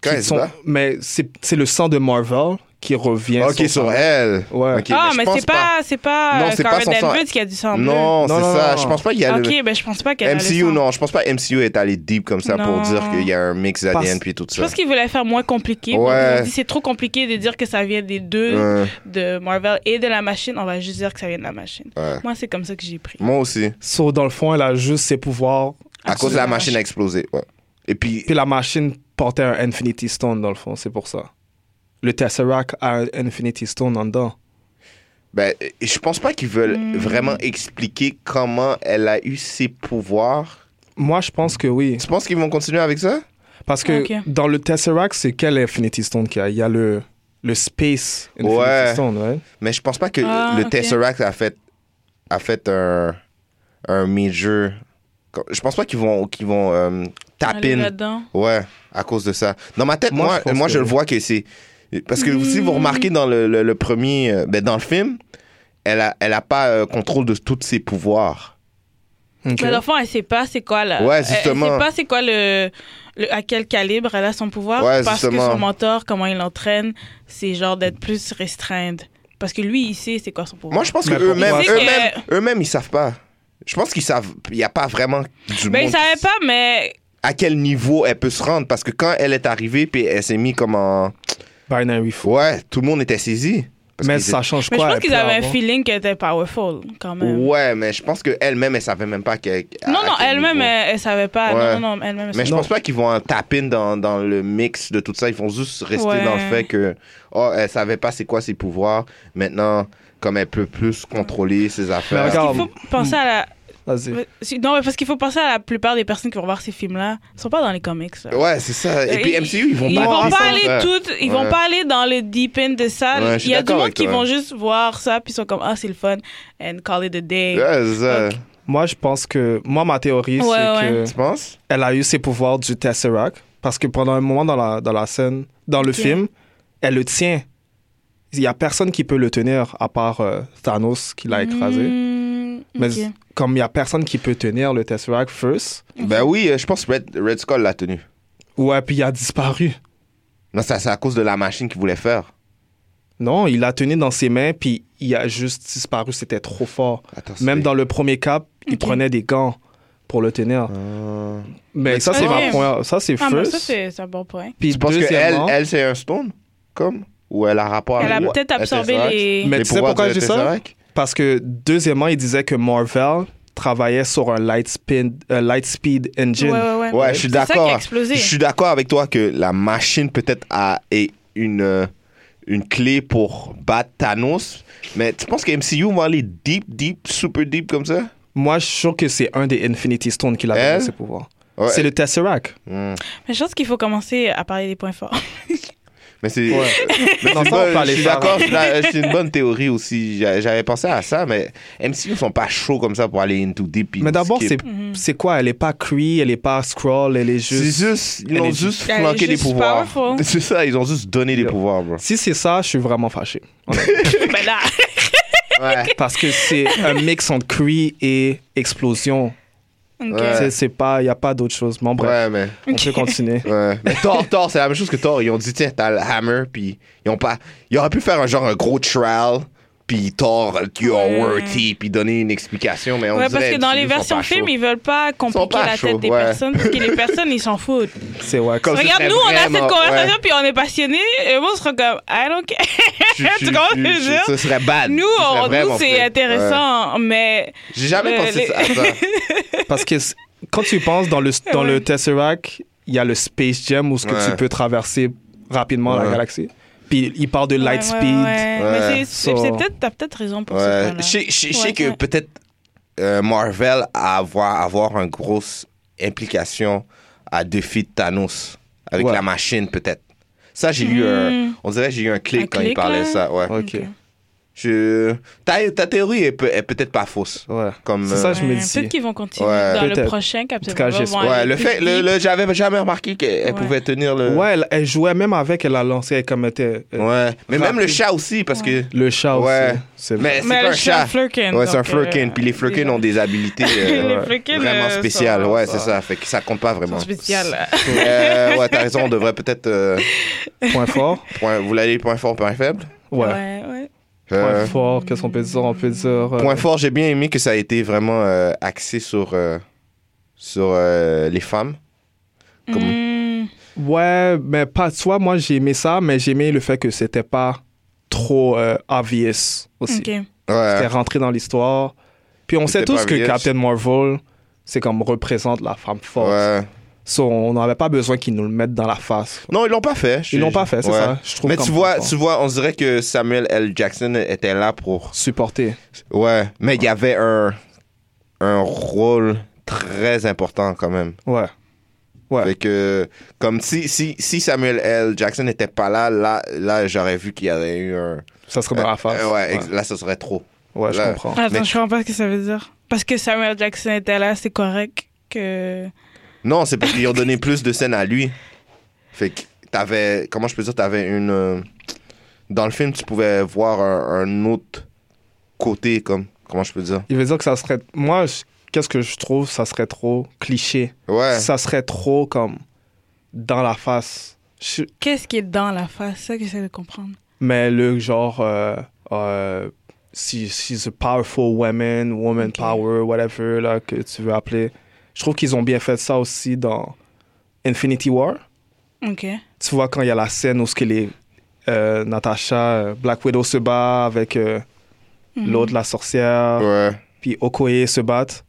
[SPEAKER 5] quand
[SPEAKER 6] qui
[SPEAKER 5] elle se
[SPEAKER 6] sont-
[SPEAKER 5] bat.
[SPEAKER 6] Mais c'est c'est le sang de Marvel qui revient
[SPEAKER 5] Ok, sur elle.
[SPEAKER 6] Ouais.
[SPEAKER 5] Ok, ben,
[SPEAKER 4] ah,
[SPEAKER 5] je
[SPEAKER 4] mais,
[SPEAKER 5] pense
[SPEAKER 4] c'est pas, c'est pas,
[SPEAKER 5] Non,
[SPEAKER 4] euh,
[SPEAKER 5] c'est pas
[SPEAKER 4] Carol
[SPEAKER 5] son sang.
[SPEAKER 4] Danvers qui a du sang bleu.
[SPEAKER 5] Non,
[SPEAKER 6] Non,
[SPEAKER 5] c'est
[SPEAKER 6] non,
[SPEAKER 5] ça.
[SPEAKER 6] non.
[SPEAKER 5] Je pense pas qu'il y a
[SPEAKER 4] Ok,
[SPEAKER 5] le-
[SPEAKER 4] ben je pense pas qu'elle a le
[SPEAKER 5] MCU,
[SPEAKER 4] sang.
[SPEAKER 5] non. Je pense pas MCU est allé deep comme ça pour
[SPEAKER 4] Non.
[SPEAKER 5] dire qu'il y a un mix ADN puis tout
[SPEAKER 4] Je
[SPEAKER 5] ça.
[SPEAKER 4] pense qu'ils voulaient faire moins compliqué. donc
[SPEAKER 5] Ouais.
[SPEAKER 4] Ils ont dit c'est trop compliqué de dire que ça vient des deux.
[SPEAKER 5] Ouais,
[SPEAKER 4] de Marvel et de la machine, on va juste dire que ça vient de la machine.
[SPEAKER 5] ouais.
[SPEAKER 4] Moi, c'est comme ça que j'ai pris.
[SPEAKER 5] Moi aussi.
[SPEAKER 6] So, dans le fond, elle a juste ses pouvoirs,
[SPEAKER 5] À cause de la machine a explosé. Ouais. Et puis,
[SPEAKER 6] puis la machine portait un Infinity Stone, dans le fond, c'est pour ça. Le Tesseract a un Infinity Stone en dedans.
[SPEAKER 5] ben, je pense pas qu'ils veulent
[SPEAKER 4] Hmm.
[SPEAKER 5] vraiment expliquer comment elle a eu ses pouvoirs.
[SPEAKER 6] Moi, je pense que oui.
[SPEAKER 5] Tu penses qu'ils vont continuer avec ça?
[SPEAKER 6] Parce que
[SPEAKER 4] Ok.
[SPEAKER 6] dans le Tesseract, c'est quel Infinity Stone qu'il y a Il y a le, le Space Infinity
[SPEAKER 5] Ouais.
[SPEAKER 6] Stone, ouais.
[SPEAKER 5] Mais je pense pas que
[SPEAKER 4] Ah,
[SPEAKER 5] le
[SPEAKER 4] ok.
[SPEAKER 5] Tesseract a fait, a fait un, un major. Je pense pas qu'ils vont, qu'ils vont euh, tap
[SPEAKER 4] Aller
[SPEAKER 5] in.
[SPEAKER 4] là-dedans.
[SPEAKER 5] Ouais, à cause de ça. Dans ma tête,
[SPEAKER 6] Moi,
[SPEAKER 5] moi,
[SPEAKER 6] je
[SPEAKER 5] moi,
[SPEAKER 6] pense
[SPEAKER 5] je
[SPEAKER 6] que
[SPEAKER 5] le
[SPEAKER 6] oui.
[SPEAKER 5] vois que c'est. Parce que si vous remarquez dans le, le- le premier. euh, ben, dans le film, elle a, elle a pas euh, contrôle de tous ses pouvoirs.
[SPEAKER 6] Ok.
[SPEAKER 4] Mais l'enfant, elle sait pas c'est quoi là.
[SPEAKER 5] Ouais,
[SPEAKER 4] Elle
[SPEAKER 5] justement.
[SPEAKER 4] sait pas c'est quoi le, le- à quel calibre elle a son pouvoir
[SPEAKER 5] Ouais,
[SPEAKER 4] parce
[SPEAKER 5] justement.
[SPEAKER 4] que son mentor, comment il l'entraîne, c'est genre d'être plus restreinte parce que lui, il sait c'est quoi son pouvoir.
[SPEAKER 5] Moi, je pense
[SPEAKER 6] Mais pourquoi
[SPEAKER 5] qu'eux-mêmes,
[SPEAKER 6] Il sait
[SPEAKER 5] eux-mêmes, eux-mêmes, ils savent pas. Je pense qu'ils savent. Il n'y a pas vraiment du
[SPEAKER 4] ben, il
[SPEAKER 5] monde
[SPEAKER 4] savait pas, mais
[SPEAKER 5] à quel niveau elle peut se rendre. Parce que quand elle est arrivée, puis elle s'est mise comme en.
[SPEAKER 6] Binary Food.
[SPEAKER 5] Ouais, tout le monde était saisi. Parce
[SPEAKER 6] Mais
[SPEAKER 5] qu'ils
[SPEAKER 6] ça change
[SPEAKER 4] mais je
[SPEAKER 6] quoi
[SPEAKER 4] pense
[SPEAKER 6] elle
[SPEAKER 4] qu'ils
[SPEAKER 6] peut
[SPEAKER 4] avaient un
[SPEAKER 6] avoir-
[SPEAKER 4] feeling qu'elle était powerful quand
[SPEAKER 5] étaient-
[SPEAKER 4] même.
[SPEAKER 5] Ouais, mais je pense qu'elle-même, elle savait même pas. qu'elle- à-
[SPEAKER 4] Non,
[SPEAKER 5] à
[SPEAKER 4] non,
[SPEAKER 5] quel
[SPEAKER 4] elle-même,
[SPEAKER 5] niveau.
[SPEAKER 4] elle, elle savait pas.
[SPEAKER 5] Ouais.
[SPEAKER 4] Non, non, non, elle-même. elle
[SPEAKER 5] Mais je
[SPEAKER 4] savait
[SPEAKER 5] pense pas qu'ils vont en taper dans, dans le mix de tout ça. Ils vont juste rester
[SPEAKER 4] Ouais.
[SPEAKER 5] dans le fait que, oh, elle savait pas c'est quoi ses pouvoirs. Maintenant, comme elle peut plus contrôler ses affaires.
[SPEAKER 6] Mais
[SPEAKER 4] pas.
[SPEAKER 6] regarde.
[SPEAKER 4] Il faut penser à la,
[SPEAKER 6] Vas-y.
[SPEAKER 4] Si- Non, mais parce qu'il faut penser à la plupart des personnes qui vont voir ces films-là. Ils sont pas dans les comics. là.
[SPEAKER 5] Ouais, c'est ça. Et
[SPEAKER 4] Euh,
[SPEAKER 5] puis MCU, ils vont
[SPEAKER 4] ils
[SPEAKER 5] pas
[SPEAKER 4] vont
[SPEAKER 5] aller
[SPEAKER 4] pas
[SPEAKER 5] sans
[SPEAKER 4] aller
[SPEAKER 5] faire.
[SPEAKER 4] toutes, ils
[SPEAKER 5] Ouais.
[SPEAKER 4] vont pas aller dans le deep end de ça.
[SPEAKER 5] Ouais, je suis
[SPEAKER 4] Il y a du
[SPEAKER 5] d'accord
[SPEAKER 4] monde
[SPEAKER 5] avec
[SPEAKER 4] qui
[SPEAKER 5] toi.
[SPEAKER 4] vont juste voir ça puis ils sont comme ah c'est le fun and call it a day.
[SPEAKER 5] Ouais, c'est ça.
[SPEAKER 4] Donc-
[SPEAKER 6] Moi, je pense que. Moi, ma théorie,
[SPEAKER 4] Ouais,
[SPEAKER 6] c'est
[SPEAKER 4] ouais.
[SPEAKER 5] Tu penses?
[SPEAKER 6] qu'elle a eu ses pouvoirs du Tesseract. Parce que pendant un moment dans la, dans la scène, dans le film, elle le tient. Il n'y a personne qui peut le tenir à part euh, Thanos qui l'a écrasé.
[SPEAKER 4] Mmh,
[SPEAKER 6] Mais
[SPEAKER 4] ok.
[SPEAKER 6] comme il n'y a personne qui peut tenir le Tesseract first,
[SPEAKER 5] Ben oui, euh, je pense que Red, Red Skull l'a tenu.
[SPEAKER 6] ouais, puis il a disparu.
[SPEAKER 5] Non, ça, c'est à cause de la machine qu'il voulait faire.
[SPEAKER 6] Non, il l'a tenu dans ses mains, puis il a juste disparu. C'était trop fort.
[SPEAKER 5] Attends, Ah, c'est-
[SPEAKER 6] Même dans le premier cap, il
[SPEAKER 4] Ok.
[SPEAKER 6] prenait des gants pour le tenir.
[SPEAKER 5] Euh,
[SPEAKER 6] Mais ça, c'est
[SPEAKER 4] Ok.
[SPEAKER 6] ma première. Ça, c'est
[SPEAKER 4] Ah, ben ça,
[SPEAKER 6] first.
[SPEAKER 4] c'est c'est un bon point.
[SPEAKER 6] Puis
[SPEAKER 5] Tu penses qu'elle,
[SPEAKER 6] deuxièmement,
[SPEAKER 5] elle, c'est un stone Comme Ou Ah, elle a rapport
[SPEAKER 4] Elle a
[SPEAKER 5] avec le-
[SPEAKER 4] peut-être
[SPEAKER 5] le
[SPEAKER 4] absorbé
[SPEAKER 5] Tesseract?
[SPEAKER 4] les-
[SPEAKER 6] Mais tu sais
[SPEAKER 5] pouvoirs
[SPEAKER 6] pourquoi
[SPEAKER 5] du
[SPEAKER 6] je dis ça?
[SPEAKER 5] Tesseract?
[SPEAKER 6] Parce que, deuxièmement, il disait que Marvel travaillait sur un light, spin, euh, light speed engine.
[SPEAKER 4] Ouais, ouais, ouais.
[SPEAKER 5] Ouais, je suis
[SPEAKER 4] C'est ça qui a
[SPEAKER 5] d'accord. Je
[SPEAKER 4] explosé.
[SPEAKER 5] suis d'accord avec toi que la machine peut-être a est une euh, une clé pour battre Thanos, mais tu penses que MCU va aller deep, deep, super deep comme ça
[SPEAKER 6] Moi, je suis sûr que c'est un des Infinity Stones qui l'a
[SPEAKER 5] Elle?
[SPEAKER 6] donné ses pouvoirs.
[SPEAKER 5] Ouais.
[SPEAKER 6] C'est le Tesseract.
[SPEAKER 5] Hmm.
[SPEAKER 4] Mais je pense qu'il faut commencer à parler des points forts.
[SPEAKER 5] Mais c'est
[SPEAKER 6] Ouais.
[SPEAKER 5] mais
[SPEAKER 6] Non,
[SPEAKER 5] c'est bon,
[SPEAKER 6] ça, on peut
[SPEAKER 5] je
[SPEAKER 6] aller
[SPEAKER 5] suis
[SPEAKER 6] faire.
[SPEAKER 5] d'accord, c'est la- c'est une bonne théorie aussi. J'a- J'avais pensé à ça, mais MCU sont pas chauds comme ça pour aller into deep. puis
[SPEAKER 6] Mais
[SPEAKER 5] nous
[SPEAKER 6] d'abord,
[SPEAKER 5] skip.
[SPEAKER 6] c'est
[SPEAKER 4] Mhm.
[SPEAKER 6] c'est quoi Elle est pas Cree, elle est pas Scroll, elle est
[SPEAKER 5] C'est
[SPEAKER 6] juste.
[SPEAKER 5] juste, ils
[SPEAKER 6] Elle
[SPEAKER 5] ont
[SPEAKER 6] est
[SPEAKER 5] juste
[SPEAKER 4] juste- elle est
[SPEAKER 5] flanqué des
[SPEAKER 4] juste
[SPEAKER 5] pouvoirs.
[SPEAKER 4] powerful.
[SPEAKER 5] C'est ça, ils ont juste donné des pouvoirs, bro.
[SPEAKER 6] Si c'est ça, je suis vraiment fâché.
[SPEAKER 4] ben là,
[SPEAKER 5] Ouais.
[SPEAKER 6] Parce que c'est un mix entre Cree et explosion.
[SPEAKER 4] ok.
[SPEAKER 5] Ouais.
[SPEAKER 6] C'est- C'est pas, il y a pas d'autre chose. Bon, bref,
[SPEAKER 5] Ouais, mais.
[SPEAKER 6] on peut continuer.
[SPEAKER 5] Ouais. Mais Thor, Thor, c'est la même chose que Thor. Ils ont dit, tiens, t'as le hammer, puis ils ont pas. Ils auraient pu faire un genre un gros trial, puis Thor, you're
[SPEAKER 4] Ouais.
[SPEAKER 5] worthy, puis donner une explication, mais on
[SPEAKER 4] Ouais, parce
[SPEAKER 5] dirait
[SPEAKER 4] que dans
[SPEAKER 5] MCU
[SPEAKER 4] les
[SPEAKER 5] sont
[SPEAKER 4] versions
[SPEAKER 5] pas
[SPEAKER 4] films,
[SPEAKER 5] chauds.
[SPEAKER 4] ils veulent pas compliquer
[SPEAKER 5] pas
[SPEAKER 4] la
[SPEAKER 5] chauds,
[SPEAKER 4] tête des
[SPEAKER 5] ouais.
[SPEAKER 4] personnes parce que les personnes, ils s'en foutent.
[SPEAKER 6] C'est ouais. comme-
[SPEAKER 5] Oh, ce
[SPEAKER 4] Regarde,
[SPEAKER 5] serait
[SPEAKER 4] nous, on a
[SPEAKER 5] vraiment-
[SPEAKER 4] cette conversation
[SPEAKER 5] ouais.
[SPEAKER 4] puis on est passionnés et moi, on sera comme, I don't care.
[SPEAKER 5] Tu- tu-
[SPEAKER 4] comprends ce que
[SPEAKER 5] tu-
[SPEAKER 4] je veux dire?
[SPEAKER 5] Ce serait bad.
[SPEAKER 4] Nous,
[SPEAKER 5] Ce serait
[SPEAKER 4] on-
[SPEAKER 5] vraiment
[SPEAKER 4] nous c'est
[SPEAKER 5] fake. Ouais.
[SPEAKER 4] intéressant, mais.
[SPEAKER 5] J'ai jamais
[SPEAKER 4] Euh,
[SPEAKER 5] pensé
[SPEAKER 4] les-
[SPEAKER 5] à ça.
[SPEAKER 6] Parce que c'est- quand tu y penses, dans le, dans le
[SPEAKER 4] Ouais.
[SPEAKER 6] Tesseract, il y a le Space Jam où ce que
[SPEAKER 5] Ouais.
[SPEAKER 6] tu peux traverser rapidement
[SPEAKER 5] Ouais.
[SPEAKER 6] la galaxie. Puis il parle de
[SPEAKER 4] Ouais,
[SPEAKER 6] light
[SPEAKER 4] ouais,
[SPEAKER 6] speed.
[SPEAKER 4] ouais. Mais c'est- c'est
[SPEAKER 6] So-
[SPEAKER 4] c'est peut-être, t'as peut-être raison pour
[SPEAKER 5] Ouais.
[SPEAKER 4] ce
[SPEAKER 5] Je
[SPEAKER 4] point-là.
[SPEAKER 5] sais- je sais je sais
[SPEAKER 4] Ouais,
[SPEAKER 5] que
[SPEAKER 4] ouais.
[SPEAKER 5] peut-être euh, Marvel a avoir, avoir une grosse implication à défi de Thanos avec
[SPEAKER 6] Ouais.
[SPEAKER 5] la machine, peut-être. Ça, j'ai eu un. On dirait que j'ai eu un clic
[SPEAKER 4] Hmm. Un
[SPEAKER 5] quand il
[SPEAKER 4] clic,
[SPEAKER 5] parlait
[SPEAKER 4] là?
[SPEAKER 5] ça. Ouais.
[SPEAKER 6] Ok.
[SPEAKER 5] Je... Ta, ta théorie est, peut- est peut-être pas fausse.
[SPEAKER 6] Ouais.
[SPEAKER 5] Comme,
[SPEAKER 6] C'est ça,
[SPEAKER 5] euh,
[SPEAKER 6] je me
[SPEAKER 4] Ouais,
[SPEAKER 6] dis.
[SPEAKER 4] Peut-être qu'ils vont continuer
[SPEAKER 5] Ouais.
[SPEAKER 4] dans le
[SPEAKER 6] Peut-être.
[SPEAKER 4] prochain Captain
[SPEAKER 6] En tout cas,
[SPEAKER 4] Marvel,
[SPEAKER 6] j'espère.
[SPEAKER 4] vont
[SPEAKER 5] Ouais,
[SPEAKER 4] aller
[SPEAKER 5] le
[SPEAKER 4] plus
[SPEAKER 5] fait, le,
[SPEAKER 4] deep.
[SPEAKER 5] le- j'avais jamais remarqué qu'elle elle
[SPEAKER 4] Ouais.
[SPEAKER 5] pouvait tenir le.
[SPEAKER 6] Euh, Ouais, elle, elle jouait même avec, elle a lancé, elle comme était. euh,
[SPEAKER 5] Ouais. Mais même
[SPEAKER 6] Rapide.
[SPEAKER 5] le chat aussi, parce que.
[SPEAKER 6] Le chat
[SPEAKER 5] Ouais.
[SPEAKER 6] aussi. C'est vrai.
[SPEAKER 5] Mais c'est
[SPEAKER 4] Mais
[SPEAKER 5] pas un
[SPEAKER 4] le chat,
[SPEAKER 5] chat.
[SPEAKER 4] un flurkin,
[SPEAKER 5] Ouais, c'est un
[SPEAKER 4] donc, euh,
[SPEAKER 5] flurkin. Puis les flurkins
[SPEAKER 4] déjà.
[SPEAKER 5] ont des habilités
[SPEAKER 4] Les
[SPEAKER 5] euh,
[SPEAKER 4] flurkins,
[SPEAKER 5] vraiment
[SPEAKER 4] euh, sont-
[SPEAKER 5] spéciales. Ouais, c'est
[SPEAKER 4] sont-
[SPEAKER 5] ça. Fait que ça compte pas
[SPEAKER 4] sont
[SPEAKER 5] vraiment.
[SPEAKER 4] spéciales.
[SPEAKER 5] Euh, ouais, t'as raison, on devrait peut-être. euh,
[SPEAKER 6] Point fort.
[SPEAKER 5] point- vous l'avez point fort, point faible
[SPEAKER 6] Ouais.
[SPEAKER 4] Ouais, ouais.
[SPEAKER 5] Euh,
[SPEAKER 6] Point fort, qu'est-ce qu'on peut dire On peut dire. euh,
[SPEAKER 5] Point fort, j'ai bien aimé que ça a été vraiment euh, axé sur, euh, sur euh, les femmes. Comme-
[SPEAKER 4] Mm.
[SPEAKER 6] Ouais, mais pas toi. Moi, j'ai aimé ça, mais j'ai aimé le fait que c'était pas trop euh, obvious aussi. Euh,
[SPEAKER 4] Ok.
[SPEAKER 5] Ouais.
[SPEAKER 6] C'était rentré dans l'histoire. Puis on sait
[SPEAKER 5] C'était pas
[SPEAKER 6] tous que
[SPEAKER 5] obvious.
[SPEAKER 6] Captain Marvel, c'est comme représente la femme forte.
[SPEAKER 5] ouais.
[SPEAKER 6] So, on n'avait pas besoin qu'ils nous le mettent dans la face.
[SPEAKER 5] Non, ils l'ont pas fait. Je-
[SPEAKER 6] Ils l'ont pas fait, c'est
[SPEAKER 5] ouais.
[SPEAKER 6] ça. Je trouve
[SPEAKER 5] Mais
[SPEAKER 6] comme
[SPEAKER 5] tu vois,
[SPEAKER 6] point
[SPEAKER 5] tu
[SPEAKER 6] fort.
[SPEAKER 5] vois, on dirait que Samuel L. Jackson était là pour.
[SPEAKER 6] supporter.
[SPEAKER 5] Ouais, mais il y avait un, un rôle très important quand même.
[SPEAKER 6] Ouais. Ouais.
[SPEAKER 5] Fait que, comme si, si, si Samuel L. Jackson n'était pas là, là, là j'aurais vu qu'il y avait eu un.
[SPEAKER 6] Ça serait dans la face.
[SPEAKER 5] Euh, ouais, ex-
[SPEAKER 6] ouais.
[SPEAKER 5] là, ça serait trop.
[SPEAKER 6] Ouais, je
[SPEAKER 5] Là.
[SPEAKER 6] comprends.
[SPEAKER 4] Attends,
[SPEAKER 5] Mais-
[SPEAKER 4] je comprends pas ce que ça veut dire. Parce que Samuel Jackson était là, c'est correct que.
[SPEAKER 5] Non, c'est parce qu'ils ont donné plus de scènes à lui. Fait que, t'avais. Comment je peux dire, t'avais une. euh, Dans le film, tu pouvais voir un, un autre côté, comme. Comment je peux dire
[SPEAKER 6] Il veut dire que ça serait. Moi, je- qu'est-ce que je trouve Ça serait trop cliché.
[SPEAKER 5] Ouais.
[SPEAKER 6] Ça serait trop comme dans la face. Je-
[SPEAKER 4] Qu'est-ce qui est dans la face C'est ça que j'essaie de comprendre.
[SPEAKER 6] Mais le genre. Euh, euh, she- she's a powerful woman, woman
[SPEAKER 4] Ok.
[SPEAKER 6] power, whatever là, que tu veux appeler. Je trouve qu'ils ont bien fait ça aussi dans Infinity War.
[SPEAKER 4] Ok.
[SPEAKER 6] Tu vois, quand il y a la scène où ce que les. euh, Natasha, euh, Black Widow se bat avec euh, l'autre, la sorcière.
[SPEAKER 5] Ouais.
[SPEAKER 6] puis Okoye se battent.